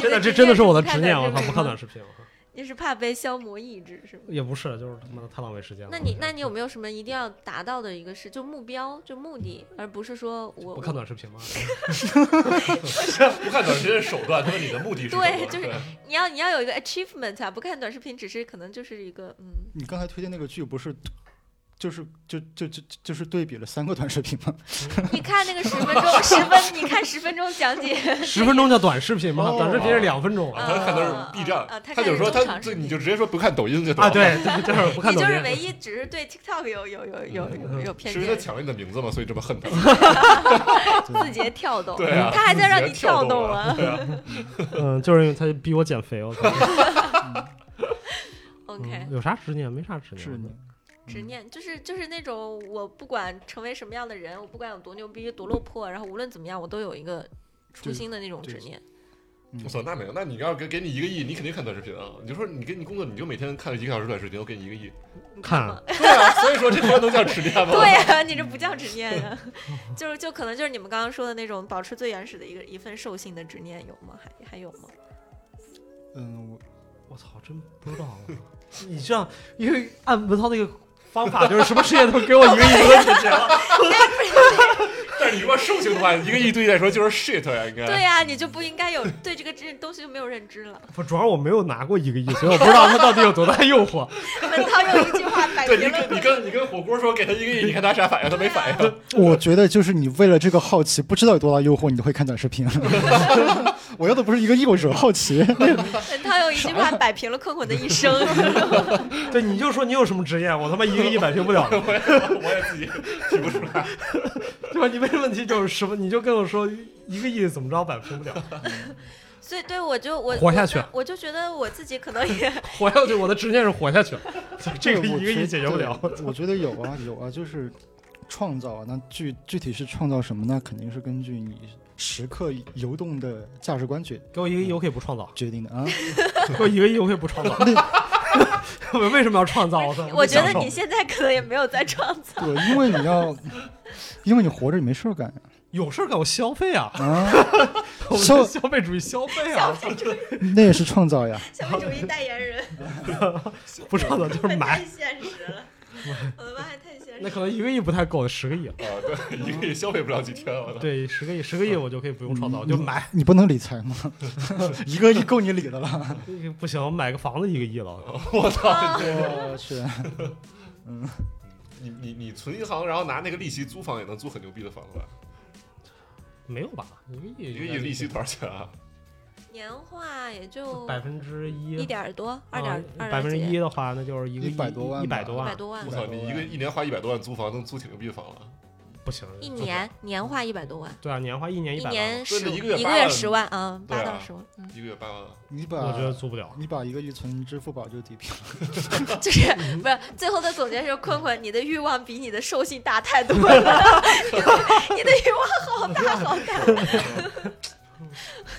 B: 真的，这真的是我的执念，我操，不看短
D: 视
B: 视频，我操，
D: *laughs* 你是怕被消磨意志是吗？
B: 也不是，就是他妈的太浪费时间了。
D: 那你那你有没有什么一定要达到的一个事，就目标，就目的，而不是说我
B: *laughs* 不看短
D: *laughs*
B: 视频吗？
C: 不看短视频是手段，他说你的目的是什么？
D: 对就是你要你要有一个 achievement 啊，不看短视频只是可能就是一个嗯
E: 你刚才推荐那个剧不是就是就就就就是对比了三个短视频嘛，
D: 你看那个十分钟，十分，你看十分钟讲解，
B: 十分钟叫短视频吗？
E: 哦
B: 短视频是两分钟
D: 啊
B: 啊
C: 他看的是 B 站
D: 啊啊，他
C: 他就是说
D: 看的是中
C: 他
D: 长
C: 这
D: 视频
C: 你就直接说不看抖音就得了
B: 啊！，对，对这会 *laughs* 儿不看
D: 你
B: 抖
D: 就是
B: 音，
D: 唯一只是对 TikTok 有有有有有有偏
C: 是因为他
D: 见，
C: 抢了你的名字嘛，所以这么恨 *laughs* 他。
D: 字节跳动，
C: 对啊，
D: 他还在让你
C: 直接跳
D: 动
C: 了。
D: 啊。
B: 嗯，就是因为他逼我减
D: *laughs*
B: 肥，我靠，
D: OK，
B: 嗯有啥执念？没啥执念，
E: 是
B: 我觉得
E: 你
D: 执念就是就是那种我不管成为什么样的人，我不管有多牛逼、多落魄，然后无论怎么样，我都有一个初心的那种执念。
C: 我操，那没有，那你要给给你一个亿，你肯定看短视频啊！你就说你给你工作，你就每天看一个小时短视频，我给你一个亿。
D: 你
B: 看
D: 吗？
C: 对啊，所以说这他妈能叫执念 *laughs* 吗？
D: 对呀、你这不叫执念呀、 *laughs* 就是就可能就是你们刚刚说的那种保持最原始的一个一份兽性的执念有吗？还还有
C: *laughs*
D: 吗？
E: 嗯，我
B: 我操，真不知道啊。 *laughs* 你这样，因为按文涛那个方 *laughs* 法，就是什么事业都给我一个亿多就行了。
C: 但是你说兽性的话，一个亿对你来说就是 shit 呀，应该。
D: 对呀、你就不应该有对这个这东西就没有认知了。*laughs*
B: *laughs* 不，主要我没有拿过一个亿，所以我不知道它到底有多大诱惑。
D: 文涛有一句话摆
C: 对
D: 明
C: 你
D: 了
C: 跟你跟你跟火锅说给他一个亿，你看他啥反应？他没反应。
E: 我觉得就是你为了这个好奇，不知道有多大诱惑，你都会看短视频。
D: *laughs*
E: 我要的不是一个亿，我只是好奇。
D: 文涛有一句话摆平了困困的一生。
C: *laughs*
B: 对，你就说你有什么职业，我他妈一个亿摆平不了。 *laughs*
C: 我也 *laughs* 我也自己提不出 *laughs* 来。啊
B: 对吧？你问问题就是什么，你就跟我说一个亿怎么着摆平不了，
D: 所以对我就我
B: 活下去
D: 我我就觉得我自己可能也
B: *laughs* 活下去，我的执念是活下去， *laughs* 这个
E: 我
B: 一个
E: 觉
B: 亿解决不了。
E: 对我觉得有啊，有啊，就是创造啊。那具具体是创造什么呢？肯定是根据你时刻游动的价值观决
B: 给我一个亿，我可以不创 *laughs* 造；
E: 决定的
D: *laughs*
E: 啊。
B: 给我一个亿，我可以不创造。 *laughs* 我为什么要创造？我操！
D: 我觉得
B: 享受
D: 你现在可能也没有在创造。
E: 对，因为你要，因为你活着你没事儿干呀
B: 有事儿干，我消费啊！
E: 啊，
B: 我
E: 消
B: 们消费主义消费啊！我操
E: 那也是创造呀。
D: 消费主义代言人
B: *laughs* 不创造就是
D: *laughs*
B: 买
D: 太。现实了，我的妈呀，太现实
B: 那
D: 了。
B: 可能一个亿不太够，十个亿。
C: 啊，对，一个亿消费不了几天，我操。
B: 对，十个亿，十个亿我就可以不用创
E: 嗯
B: 造，我就买。
E: 你不能理
B: *laughs*
E: 财吗？一个亿够你理的了。
B: 不行，我买个房子一个亿了。
D: 哦
E: 我去，
C: 你你你存银行，然后拿那个利息租房，也能租很牛逼的房子吧？
B: 没有吧？一个亿，
C: 一个亿利息多少钱啊？
D: 年化也就
B: 百分之一，
D: 一点儿多，二
B: 啊
D: 点二
B: 百分之
D: 点
B: 一
D: 几，
B: 的话，那就是一个亿
E: 100多万吧
B: 一百多
D: 一
B: 万
D: 百，多万
C: 我，操，你一个一年花一百多万租房，能租挺牛逼的房了。
B: 不行，
D: 一年年化一百多万，
B: 对啊，年化一年一
D: 一
B: 百万，
D: 年十
C: 对那一
D: 一
C: 个月
D: 个
C: 八万
D: 月十万啊，
C: 对啊
D: 八到十万，
C: *laughs*
D: 嗯，
C: 一个月八万，
E: 你把
B: 我觉得租不
D: *laughs*
B: 了。
E: 你把一个亿存支付宝就抵平了。
D: 就是不是最后的总结是坤坤，你的欲望比你的兽性大太多了，你的欲望好大好大，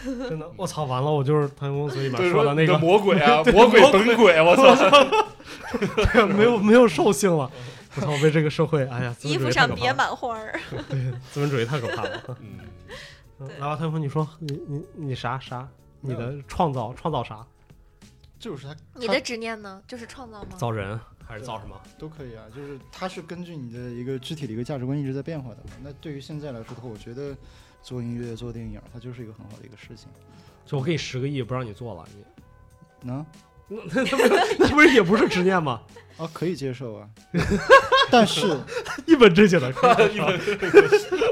B: 真的，我操，完了，我就是腾讯公司里
C: 对，
B: 面
C: 说
B: 说的那个，
C: 魔鬼啊，魔鬼
B: 魔
C: 啊本鬼，我 *laughs* 操！
B: *laughs* 没有没有兽性了。我操，被这个社会，哎呀，资
D: 衣
B: 本主
D: 服
B: 义
D: 上
B: 太可
D: 别
B: 怕了，
D: 满花儿。
B: 资本主义太可怕了。
C: 嗯，
B: 嗯
D: 对
B: 来吧，腾讯，你说你你你啥啥？你的创造创造啥？
E: 就是它，
D: 你的执念呢？就是创造
E: 嗯
D: 吗？
B: 造人还是造什么？
E: 都可以啊，就是它是根据你的一个具体的一个价值观一直在变化的嘛。那对于现在来说的话，我觉得做音乐、做电影，它就是一个很好的一个事情。
B: 就我给你十个亿，不让你做了，你 *laughs*
E: 那
B: 那那那不是那不是也不是执念吗？ *laughs*
E: 啊，可以接受啊，但是
B: *laughs* 一本正经的，
C: 一本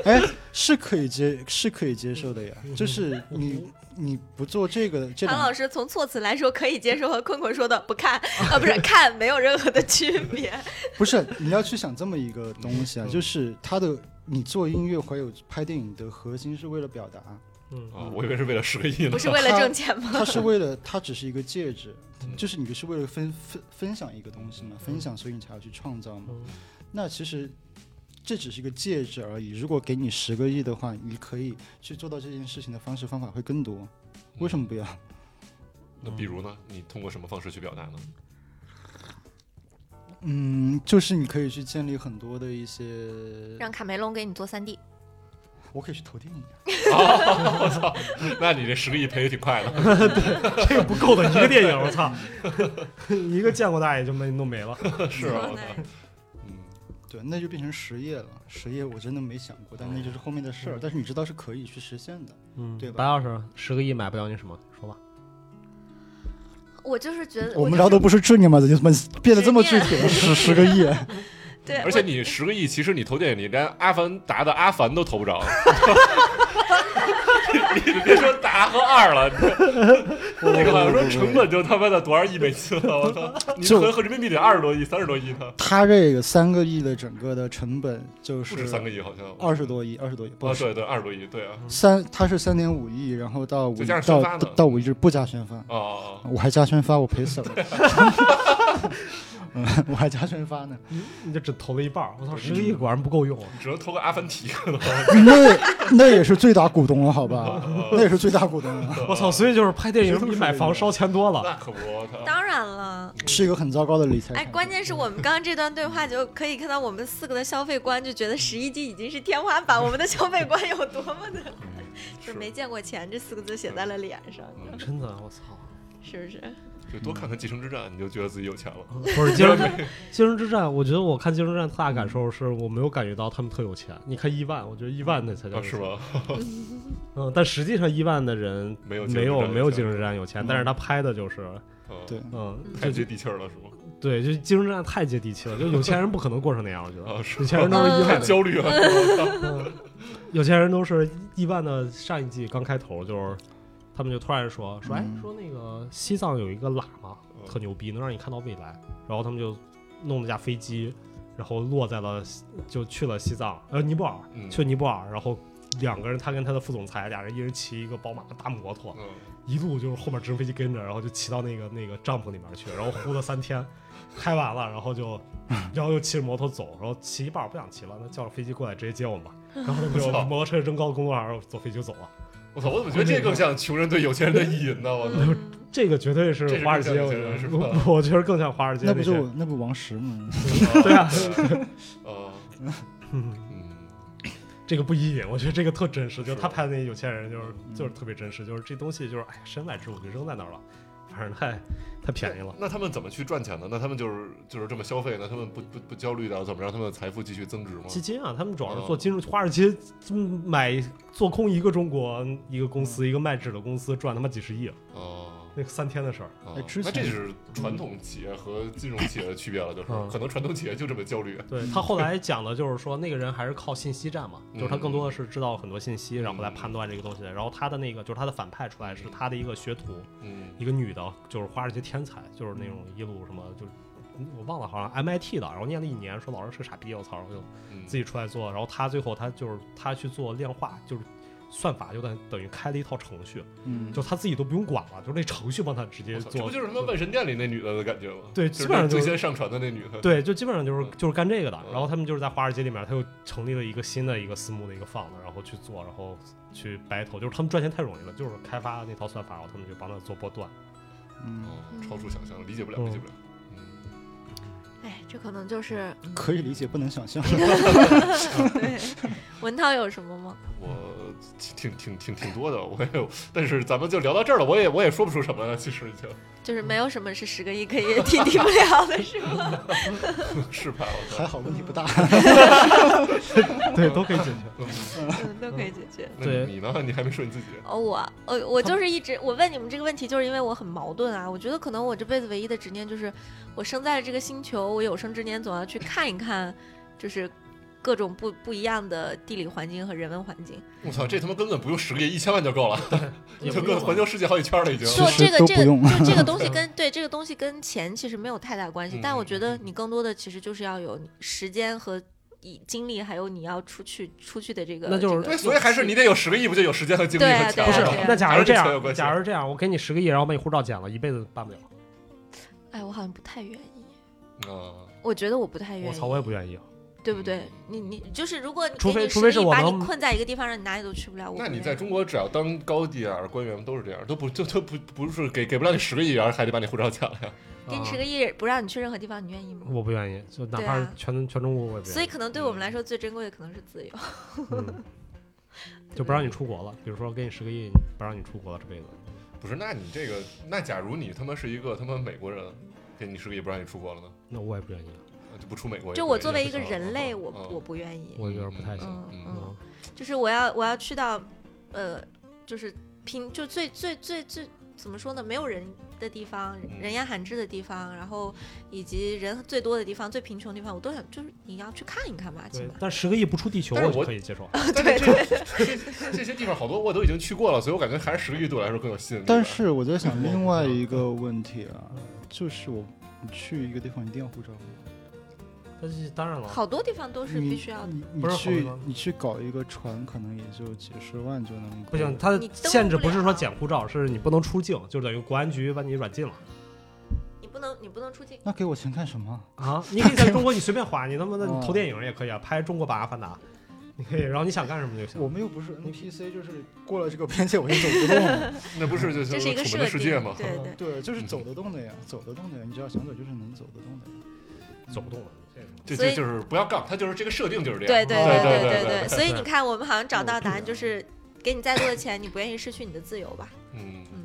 E: 哎，是可以接，是可以接受的呀。就是你你不做这个这
D: 唐
E: 两
D: 老师从措辞来说可以接受和坤坤说的不看啊，不是看没有任何的区别。
E: *laughs* 不是，你要去想这么一个东西啊，
B: 嗯
E: 就是它的你做音乐还有拍电影的核心是为了表
B: *laughs*
E: 达，
B: 嗯，
C: 啊，我以为是为了十个亿呢
D: 不。是为了挣钱吗？
E: 它是为了它只是一个介质
C: 嗯，
E: 就是你是为了分分分享一个东西嘛，分享所以你才要去创造嘛。
B: 嗯
E: 那其实这只是一个介质而已。如果给你十个亿的话，你可以去做到这件事情的方式方法会更
B: 嗯
E: 多，为什么不要？
C: 那比如呢？你通过什么方式去表达呢？ *laughs*
E: 嗯，就是你可以去建立很多的一些，
D: 让卡梅隆给你做三 D，
E: 我可以去投电影啊。
C: 那你这十个亿赔的挺快的。
B: 这个不够的一个电影，我 *laughs* 操，一个建国大爷就没弄没了。
C: *laughs* 是啊我操嗯，
E: 对，那就变成实业了。实业我真的没想过，但那就是后面的事儿。但是你知道是可以去实现的。
B: 嗯，
E: 对吧
B: 白老师，十个亿买不了你什么？说吧。
D: 我就是觉得
E: 我们聊的不是执念吗？怎么变得这么具体了？十十个亿，
D: 对， *laughs*
C: 而且你十个亿，其实你投电影，你连《阿凡达》的阿凡都投不着， *laughs* 你你别说达和二了，你那个我说成
E: *laughs*
C: 本就他妈的多少亿美金了，我操！你
E: 就
C: 合合人民币得二十多亿、三十多亿呢，
E: 它这个三个亿的整个的成本就
C: 不
E: 是
C: 止三个亿好像。
E: 二十多亿，二十多亿，不
C: 啊，
E: 是
C: 对对，二十多亿，对啊，
E: 三，它是三点五亿，然后到五
C: 再
E: 亿
C: 加上宣发
E: 到
C: 呢
E: 到五亿就是不加宣发，
C: 哦哦，哦
E: 我还加宣发，我赔死了。 *laughs* 嗯，我还加
C: *laughs*
E: 宣发呢，
B: 你就只投了一半儿，我操，十个亿果然不够用啊！
C: 只能投个阿凡
E: *laughs*
C: 提可能。
E: 那那也是最大股东了，好
C: 啊
E: 吧？那也是最大股东了，
B: 我操，所以就是拍电影比买房烧钱多了。
C: 那可不，我操！
D: 当然了，
E: 是一个很糟糕的理财。
D: 哎，关键
C: 嗯
D: 是我们刚刚这段对话就可以看到我们四个的消费观，就觉得十一季已经是天花板，我们的消费观有多么
C: *laughs*
D: 的，就是没见过钱这四个字写在了脸上，
C: 嗯
B: 真的，我操！
D: 是不是？
C: 就多看看《继承之战》，你就觉得自己有钱了。
B: *laughs* 不是《金融金融之战》，我觉得我看《金融之战》最大的感受是我没有感觉到他们特有钱。你看伊万，我觉得伊万那才叫
C: 啊，
B: 有
C: 是
B: 钱？
C: 吗？
B: 嗯，但实际上伊万的人
C: 没有
B: 没有没有《金
C: 承，
B: 融之战》有钱，
E: 嗯
B: 但是他拍的就是，
C: 嗯
E: 对，
B: 嗯，
C: 太接地气儿了，是吗？
B: 对，就是《金融之战》太接地气了，就有钱人不可能过成那样，我觉得。
C: 啊，是
B: 有
C: 吗
B: 钱人都是伊
C: 太
B: 万的，
C: 焦虑了，我
E: *laughs*
C: 操
B: 嗯有钱人都是伊万的上一季刚开头就是，他们就突然说说哎
E: 嗯
B: 说那个西藏有一个喇嘛
C: 嗯
B: 特牛逼，能让你看到未来，然后他们就弄了架飞机，然后落在了西就去了西藏呃尼泊尔，
C: 嗯
B: 去尼泊尔，然后。两个人，他跟他的副总裁，俩人一人骑一个宝马大摩托，
C: 嗯，
B: 一路就是后面直升飞机跟着，然后就骑到那个那个帐篷里面去，然后呼了三天，拍完了，然后
E: *laughs*
B: 就，然后又骑着摩托走，然后骑一半儿不想骑了，那叫飞机过来直接接我们
C: *laughs*
B: 吧，然后就
C: 我操
B: 摩托车扔高公路上，然后坐飞机就走了。
C: 我操！我怎么觉得这更像穷人对有钱人的意淫呢？我操！
D: 嗯，
B: 这个绝对是
C: 这是
B: 华尔街，
C: 更像
B: 我觉
C: 是
B: 得，
C: 吧
B: 我我觉得更像华尔街
E: 那不
B: 些。
E: 就那不王石吗？
B: *laughs* 对
C: *laughs*
B: 啊，
C: 啊，
B: 嗯，
C: 嗯，
B: 这个不一引，我觉得这个特真实，就是嗯他拍的那有钱人，就是就是特别真实，就是这东西就是哎呀，身外之物就扔在那儿了，反正太太便宜了。
C: 那他们怎么去赚钱呢？那他们就是就是这么消费呢？他们不不不焦虑到怎么让他们的财富继续增值吗？
B: 基金啊，他们主要是做金融，华尔街嗯买做空一个中国一个公司，一个卖纸的公司赚他妈几十亿，
C: 哦。
B: 那三天的事儿。
C: 哦
E: 哎之
C: 那
E: 前
C: 这就是传统企业和金融企业的区别了，就是
B: 嗯
C: 可能传统企业就这么焦虑，
B: 对他后来讲的就是说，那个人还是靠信息战嘛，
C: 嗯
B: 就是他更多的是知道很多信息，然后来判断这个东西。然后他的那个就是他的反派出来是他的一个学徒，
C: 嗯
B: 一个女的，就是华尔街天才，就是那种一路什么就是。我忘了，好像 MIT 的，然后念了一年，说老师是个傻逼，我操，然后就
C: 嗯，
B: 自己出来做。然后他最后他就是他去做量化，就是算法，就等等于开了一套程序，
E: 嗯，
B: 就他自己都不用管了，就是那程序帮他直接
C: 我操这
B: 做
C: 不。就是他妈万神殿里那女的的感觉吗？
B: 对
C: 就是
B: 基本上就
C: 最
B: 是
C: 先上传的那女的，
B: 对，就基本上就是
C: 嗯
B: 就是干这个的。
C: 嗯
B: 然后他们就是在华尔街里面，他又成立了一个新的一个私募的一个 fund，然后去做，然后去 battle，就是他们赚钱太容易了，就是开发那套算法，然后他们就帮他做波段。
E: 嗯，
C: 哦，超出想象，理解不了，
B: 嗯
C: 理解不了。嗯
D: 哎，这可能就是
E: 可以理解，不能
D: *laughs*
E: 想象。
D: 对。文涛有什么吗？
C: 我挺挺挺挺多的，我也有，但是咱们就聊到这儿了，我也我也说不出什么了，其实已经
D: 就是没有什么是十个亿可以 *laughs* 替替不了的，是吗？
C: 是吧？我
E: 还
C: 操，
E: 好问题不大。
B: 对，都可以解决。
D: 嗯，都可以解决。
C: 那
B: 对
C: 你你呢？你还没说你自己？
D: 哦，我，呃，我就是一直我问你们这个问题，就是因为我很矛盾啊。我觉得可能我这辈子唯一的执念就是，我生在了这个星球，我有生之年总要去看一看，就是各种不不一样的地理环境和人文环境。
C: 我操，这他妈根本不用十个亿，一千万就够了，
B: 也
C: 就
B: 不
C: 够
B: 用
C: 环球世界好几圈了已经。
D: 就
E: 其
D: 这
E: 实
D: 个
E: 都
D: 这
E: 不
D: 个
E: 用
D: 就这个东
E: *laughs*
D: 西跟对这个东西跟钱其实没有太大关系，但我
C: 嗯
D: 觉得你更多的其实就是要有时间和以精力，还有你要出去出去的这个。
B: 那就是
D: 这
C: 对，
D: 个
C: 所以还是你得有十个亿，不就有时间和精力
D: 对啊
C: 和钱
B: 不
D: 对
B: 是
D: 啊
C: 了
D: 对啊
C: 吗？
B: 那假如这
C: 哎还是跟钱有
B: 样，
C: 关系
B: 假如这样，我给你十个亿，然后把你护照剪了，一辈子办不了。
D: 哎，我好像不太愿意，
C: 啊，
D: 我觉得我不太愿意。
B: 我操，我也不愿意。
D: 哎对不对？你你就是，如果你
B: 嗯除
D: 给
B: 非
D: 你
B: 除
D: 实
B: 非是
D: 力
B: 我
D: 把你
B: 能
D: 困在一个地方，让你哪里都去不了。我
C: 那
D: 不
C: 你
D: 愿
C: 在
D: 意
C: 中国只要当高 DR 官员都是这样，都不就都不不是给给不了你十个亿元，还得把你护照抢了 *laughs* 呀。
D: 给你
B: 啊
D: 十个亿，不让你去任何地方，你愿意吗？
C: 嗯
B: 我不愿意，就哪
D: 对
B: 怕是
D: 啊
B: 全全中国我也不愿意。
D: 所以可能对我们来说最珍贵的可能是自由。 *laughs*
B: 嗯， *laughs* 就不让你出国了。比如说给你十个亿，不让你出国了这辈子。
C: 不是，那你这个，那假如你他妈是一个他妈美国人，给你十个亿不让你出国了呢？
B: 那我也不愿意，
C: 就不出美国也不行？
D: 就我作为
C: 也
D: 一
C: 不
D: 个
C: 行
D: 人类，
C: 嗯
D: 我
C: 嗯
D: 我不愿意。
B: 我觉得不太行。
D: 嗯
C: *laughs* 嗯
D: 嗯，
B: 嗯，
D: 就是我要我要去到，呃，就是拼，就最最最最怎么说呢，没有人的地方
C: 嗯，
D: 人烟罕至的地方，然后以及人最多的地方、最贫穷的地方，我都想就是你要去看一看吧，起
B: 对
D: 码，。
B: 但十个亿不出地球，
C: 但是
B: 就
C: 我
B: 可以
D: *laughs*
B: 接受。
C: 对对，这些地方好多我都已经去过了，所以我感觉还是十个亿对我来说更有吸引力吧。
E: 但是我在想
B: 嗯
E: 另外一个问题啊，就是我你去一个地方一定要护照吗，
B: 但是当然了，
D: 好多地方都是必须要的，
E: 你你
B: 不是好
E: 去
B: 多吗
E: 你去搞一个船，可能也就几十万就能
B: 不
E: 搞
B: 行，它
D: 你登
B: 限制
D: 不
B: 不是
D: 了
B: 说捡护照，是你不能出境，就等于国安局把你软
C: *laughs*
B: 禁了
D: 你不能你不能出境。
E: 那给我钱干什么？
B: 啊！你可以在中
C: *laughs*
B: 国你随便花，你他妈的你
E: 哦
B: 投电影也可以啊，拍中国版《阿凡达》，你可以，然后你想干什么就行。
E: 我们又不是 NPC，就是过了这个边界我就走不动 *laughs* 了。
C: 那不是就
D: 这
C: 是
D: 是一
C: 《
D: 个
C: 楚
D: 设
C: 门的
D: 定，
C: 世界》吗？
D: 对对，
E: 对，就是走得动的呀，走得动的呀，你只要想走就是能走得动的呀。嗯
B: 走不动了。
C: 这
D: 所
C: 这
D: 以
C: 就是不要杠，它就是这个设定就是这样。
D: 对对对
C: 对对
D: 对
C: 对
D: 所以你看，我们好像找到答案就是。给你再多的钱，你不愿意失去你的自由吧？
C: 嗯，
D: 嗯，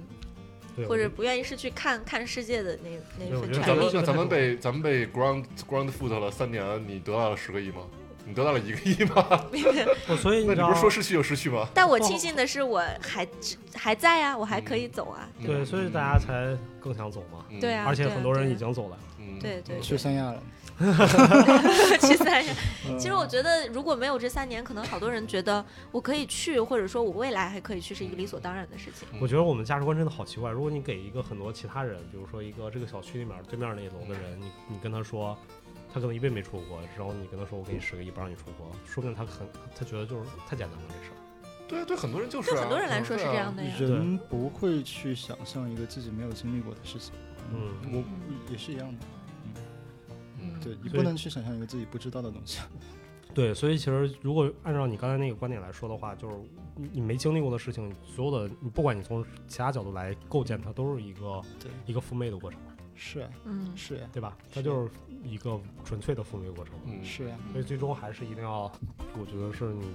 B: 对，
D: 或者不愿意失去看看世界的那那一
B: 对我
D: 份
B: 觉
D: 追
B: 得
C: 咱们
D: 求。
C: 那咱们被咱们被 ground ground foot 了三年，你得到了十个亿吗？你得到了一个亿吗？
B: 我哦所以你
C: 那
B: 知
C: 你
B: 道
C: 不是说失去就失去吗？
D: *laughs* 但我庆幸的是，我还只还在啊，我还可以走啊。
B: 对，所以大家才更想走嘛。
C: 嗯
D: 对啊
B: 而且
D: 对啊
B: 很多人
D: 对啊
B: 已
D: *laughs*
B: 经走了，
C: 嗯
D: 对对
E: 去三亚了，
D: 去三亚。其实我觉得，如果没有这三年，可能好多人觉得我可以去，或者说我未来还可以去，是一个理所当然的事情。
C: 嗯
B: 我觉得我们价值观真的好奇怪。如果你给一个很多其他人，比如说一个这个小区里面对面那一楼的人，你你跟他说，他可能一辈子没出过国，然后你跟他说我给你十个亿不让你出国，说不定他很他觉得就是太简单了这事儿。
C: 对对，很多人就是
D: 对
C: 啊
D: 很多人来说是这样。的呀。
E: 人不会去想象一个自己没有经历过的事情，
B: 嗯，
C: 我
E: 也是一样的。
C: 嗯
E: 对你
B: 所以
E: 不能去想象一个自己不知道的东
B: *laughs*
E: 西。
B: 对，所以其实如果按照你刚才那个观点来说的话，就是你你没经历过的事情，所有的你不管你从其他角度来构建它，都是一个
E: 对
B: 一个赴美的过程，
E: 是啊，
D: 嗯，
E: 是啊，
B: 对吧？它
E: 是
B: 就是一个纯粹的赴美过程。
C: 嗯
E: 是啊。
B: 所以最终还是一定要，我觉得是你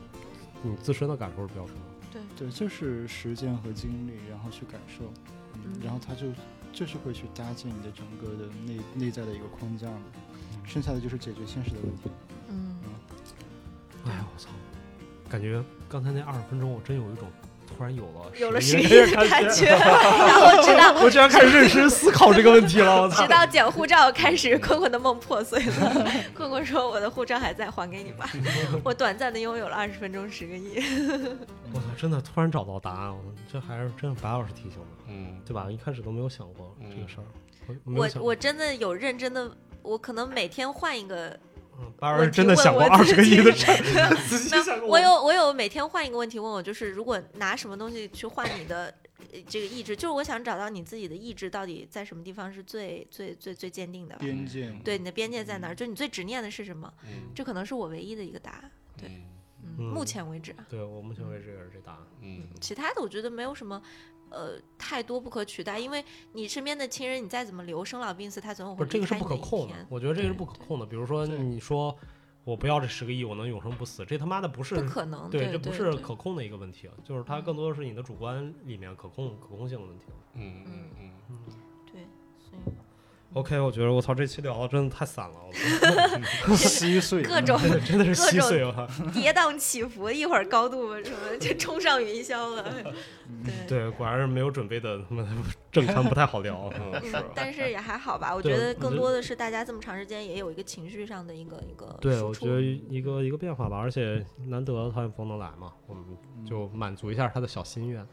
B: 你自身的感受是比较重要。
E: 对，就是实践和经历，然后去感受，嗯，然后它就就是会去搭建你的整个的内内在的一个框架嘛，
B: 嗯
E: 剩下的就是解决现实的问题。
D: 嗯，
B: 哎呀，我操！感觉刚才那二十分钟，我真有一种突然有了
D: 有了十
B: 十
D: 一
B: 一
D: 的
B: 人
D: 感
B: 觉， *laughs*
D: 觉，然后直到
B: 我居然开始认真思考这个问题了。我操
D: 直！到捡护照开始，困困的梦破碎了。 *laughs* 困困说：“我的护照还在，还给你吧。”
B: *laughs*
D: 我短暂的拥有了二十分钟十个亿。
E: 嗯
B: 我操！真的突然找到答案了，这还是真的白老师提醒的，
C: 嗯
B: 对吧？一开始都没有想过
C: 嗯
B: 这个事儿。没有
D: 我
B: 想
D: 我真的有认真的，我可能每天换一个
B: 嗯白老
D: 我
B: 师
D: 提
B: 真的
D: 问
B: 想过
D: 我
B: 二
D: 自
B: 十个亿
D: 己
B: 的
D: *laughs*
B: 事儿，仔细想过。
D: 我有我有每天换一个问题问我，就是如果拿什么东西去换你的呃这个意志，就是我想找到你自己的意志到底在什么地方是最最最最坚定的吧，
E: 边界嘛，
D: 对你的边界在哪儿，就你最执念的是什么，这可能是我唯一的一个答案。对
C: 嗯
D: 嗯，
B: 嗯
D: 目前为止啊，
B: 对我目前为止也是这答案。
C: 嗯
D: 其他的我觉得没有什么。呃，太多不可取代，因为你身边的亲人，你再怎么留，生老病死，他总有
B: 不
D: 会
B: 是这个
D: 离
B: 是
D: 开
B: 不
D: 你
B: 可
D: 的一
B: 控的
D: 天，。
B: 我觉得这个是不可控的。比如说，
E: 对
B: 你说我不要这十个亿，我能永生不死，这他妈的不是
D: 不可能。
B: 对，
D: 对，
B: 这不
D: 对
B: 是
D: 对
B: 可控的一个问题啊，就是它更多的是你的主观里面可控可控性的问题。
C: 嗯嗯
D: 对，所
B: OK，我觉得我操，这期聊的真的太散了，
D: *laughs*
B: 我操
E: *laughs* 稀碎
D: 以，各种
B: 真的真的是稀碎了。
D: *laughs* 跌宕起伏，一会儿高度什么就冲上云霄
B: *laughs*
D: 了。对，
B: 嗯对，果然是没有准备的，他妈的 *laughs* 正常不太好聊
D: *laughs*
B: 啊。
C: 嗯
D: 嗯，
B: *laughs*
D: 但是也还好吧。我
B: 对
D: 觉得
B: 我
D: 更
B: 觉
D: 多的是大家这么长时间也有一个情绪上的一个一个
B: 对，
D: 输
B: 我
D: 出
B: 觉得 *laughs* 一个一个变化吧，而且难得陶远峰能来嘛，我们就满足一下他的小
D: *laughs*
B: 心愿，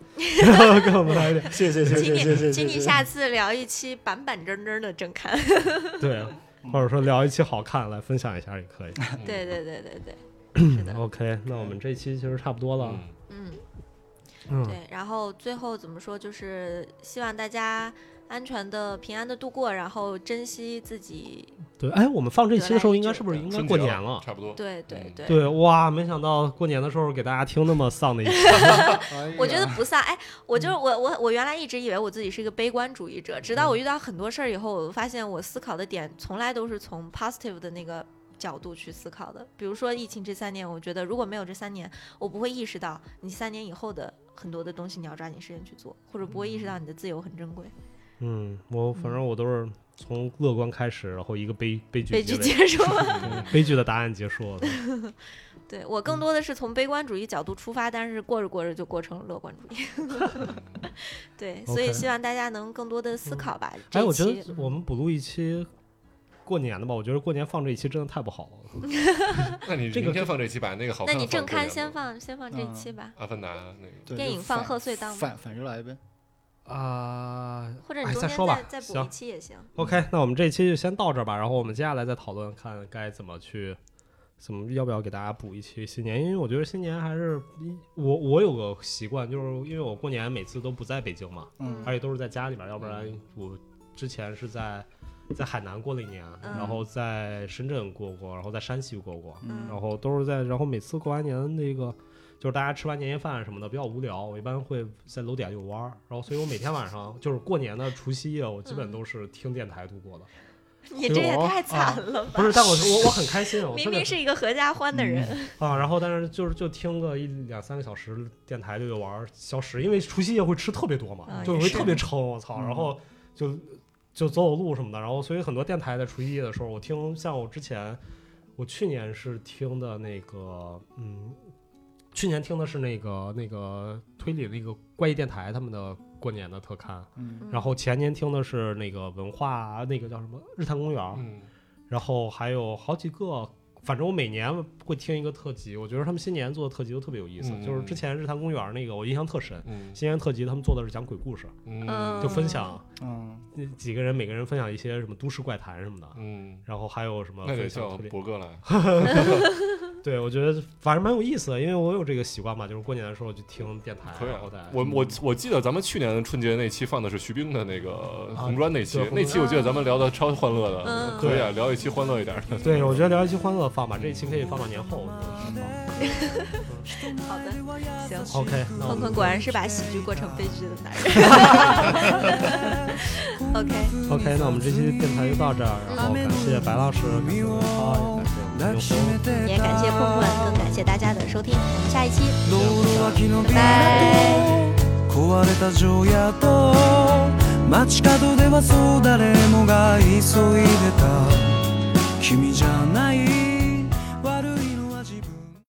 B: 给我们来一点。
E: 谢谢谢
D: 请
E: 谢谢
D: 你，
E: 谢
D: 请
E: 谢
D: 你
E: 谢。
D: 下次聊一期板板正正的正刊。
B: 对，或者说聊一期好看来分享一下也
D: *laughs*
B: 可以。
D: *laughs* 对
C: 嗯
D: 对对对对，是的，
B: OK，那我们这期其实差不多了。
C: 嗯
D: 嗯，
B: 嗯，
D: 对。然后最后怎么说，就是希望大家安全的、平安的度过，然后珍惜自己。
B: 对，哎，我们放这期的时候，应该是不是
D: 对
B: 应该过年了？
C: 差不多。
D: 对对
C: 嗯
D: 对。
B: 对，哇，没想到过年的时候给大家听那么
D: *laughs*
B: 丧的一期。
E: 哎呀
D: 我觉得不丧，哎，我就是我我我原来一直以为我自己是一个悲观主义者，直到我遇到很多事儿以后，我发现我思考的点从来都是从 positive 的那个角度去思考的。比如说疫情这三年，我觉得如果没有这三年，我不会意识到你三年以后的很多的东西你要抓紧时间去做，或者不会意识到你的自由很珍贵。
B: 嗯，我反正我都是从乐观开始，然后一个悲悲剧
D: 悲
B: 结
D: 剧
B: 尾
D: 结束了。
B: 对悲剧的答案结束
D: *laughs*
B: 了。
D: 对我
B: 嗯
D: 更多的是从悲观主义角度出发，但是过着过着就过成了乐观主义。对，所以
B: OK
D: 希望大家能更多的思考吧。这
B: 哎，
D: 一
B: 我觉得
D: 期
B: 我们补录一期过年的吧，我觉得过年放这一期真的太不好了。
C: *laughs* 那你
B: 这个
C: 明天放这期把那个好
D: 那
C: 看
D: 你
C: 放
D: 正
C: 过年
D: 刊
C: 吧
D: 先放先放这一
B: 嗯
D: 期吧，
C: 阿凡达那个。
E: 对
D: 电
E: 就
D: 影放
E: 反
D: 贺岁档
E: 反反着来呗。
B: 啊、
D: 或者你
B: 哎
D: 中
B: 再
D: 间
B: 说吧
D: 再再补
B: 行
D: 一期也行。
B: OK，那我们这一期就先到这儿吧，然后我们接下来再讨论看该怎么去，怎么要不要给大家补一期新年，因为我觉得新年还是我我有个习惯，就是因为我过年每次都不在北京嘛，
E: 嗯
B: 而且都是在家里边，要不然我之前是在在海南过了一年，
D: 嗯
B: 然后在深圳过过，然后在山西过过，
D: 嗯
B: 然后都是在，然后每次过完年那个，就是大家吃完年夜饭什么的比较无聊，我一般会在楼底下遛弯儿，然后所以我每天晚上就是过年的除夕夜，我基
D: 嗯
B: 本都是听电台度过的。
D: 你这也
E: 我
D: 太惨了吧！
B: 不是，但我我我很开心，啊我
D: 明
B: 特别
D: 明是一个合家欢的人，
B: 啊，然后但是就是就听个一两三个小时电台遛遛弯儿消食，因为除夕夜会吃特别多嘛，
D: 啊
B: 就
D: 也
B: 会
D: 是嗯
B: 特别撑，我操，然后就就走走路什么的，然后所以很多电台在除夕夜的时候，我听像我之前我去年是听的那个嗯，去年听的是那个那个推理那个怪异电台他们的过年的特刊，
E: 嗯
D: 嗯
B: 然后前年听的是那个文化啊那个叫什么日坛公园儿，
C: 嗯，
B: 然后还有好几个，反正我每年会听一个特辑，我觉得他们新年做的特辑都特别有意思。
C: 嗯
B: 就是之前日坛公园那个，我印象特深。
C: 嗯
B: 新年特辑他们做的是讲鬼故事，
C: 嗯
D: 嗯
B: 就分享
E: 嗯，
B: 那几个人每个人分享一些什么都市怪谈什么的，
C: 嗯，
B: 然后还有什么
C: 那得
B: 分享
C: 叫
B: 哦特别。
C: 博哥来。
B: 对，我觉得反正蛮有意思的，因为我有这个习惯嘛，就是过年的时候就听电台，
C: 可以
B: 然
C: 啊
B: 后再，
C: 我我我记得咱们去年春节那期放的是徐冰的那个红砖那期
B: 啊对，
C: 那期我记得咱们聊的超欢乐
D: 嗯
C: 的，可以啊，聊一期欢乐一点的。
B: 对我觉得聊一期欢乐放吧，这一期可以放到年后。我觉得是吧
D: 好的，行。
B: OK，那我
D: 坤
B: 们
D: 坤果然是把喜剧过成悲剧的男人。OK，
B: OK，那我们这期电台就到这儿，然后感谢白老师，感谢文涛，也感谢
D: 也感谢
B: 刘红。
D: 坤坤，更感谢大家的收听，我们下一期
G: 道路脇のビルと
D: バ
G: 壊れた城屋と街角ではそう誰もが急いでた君じゃない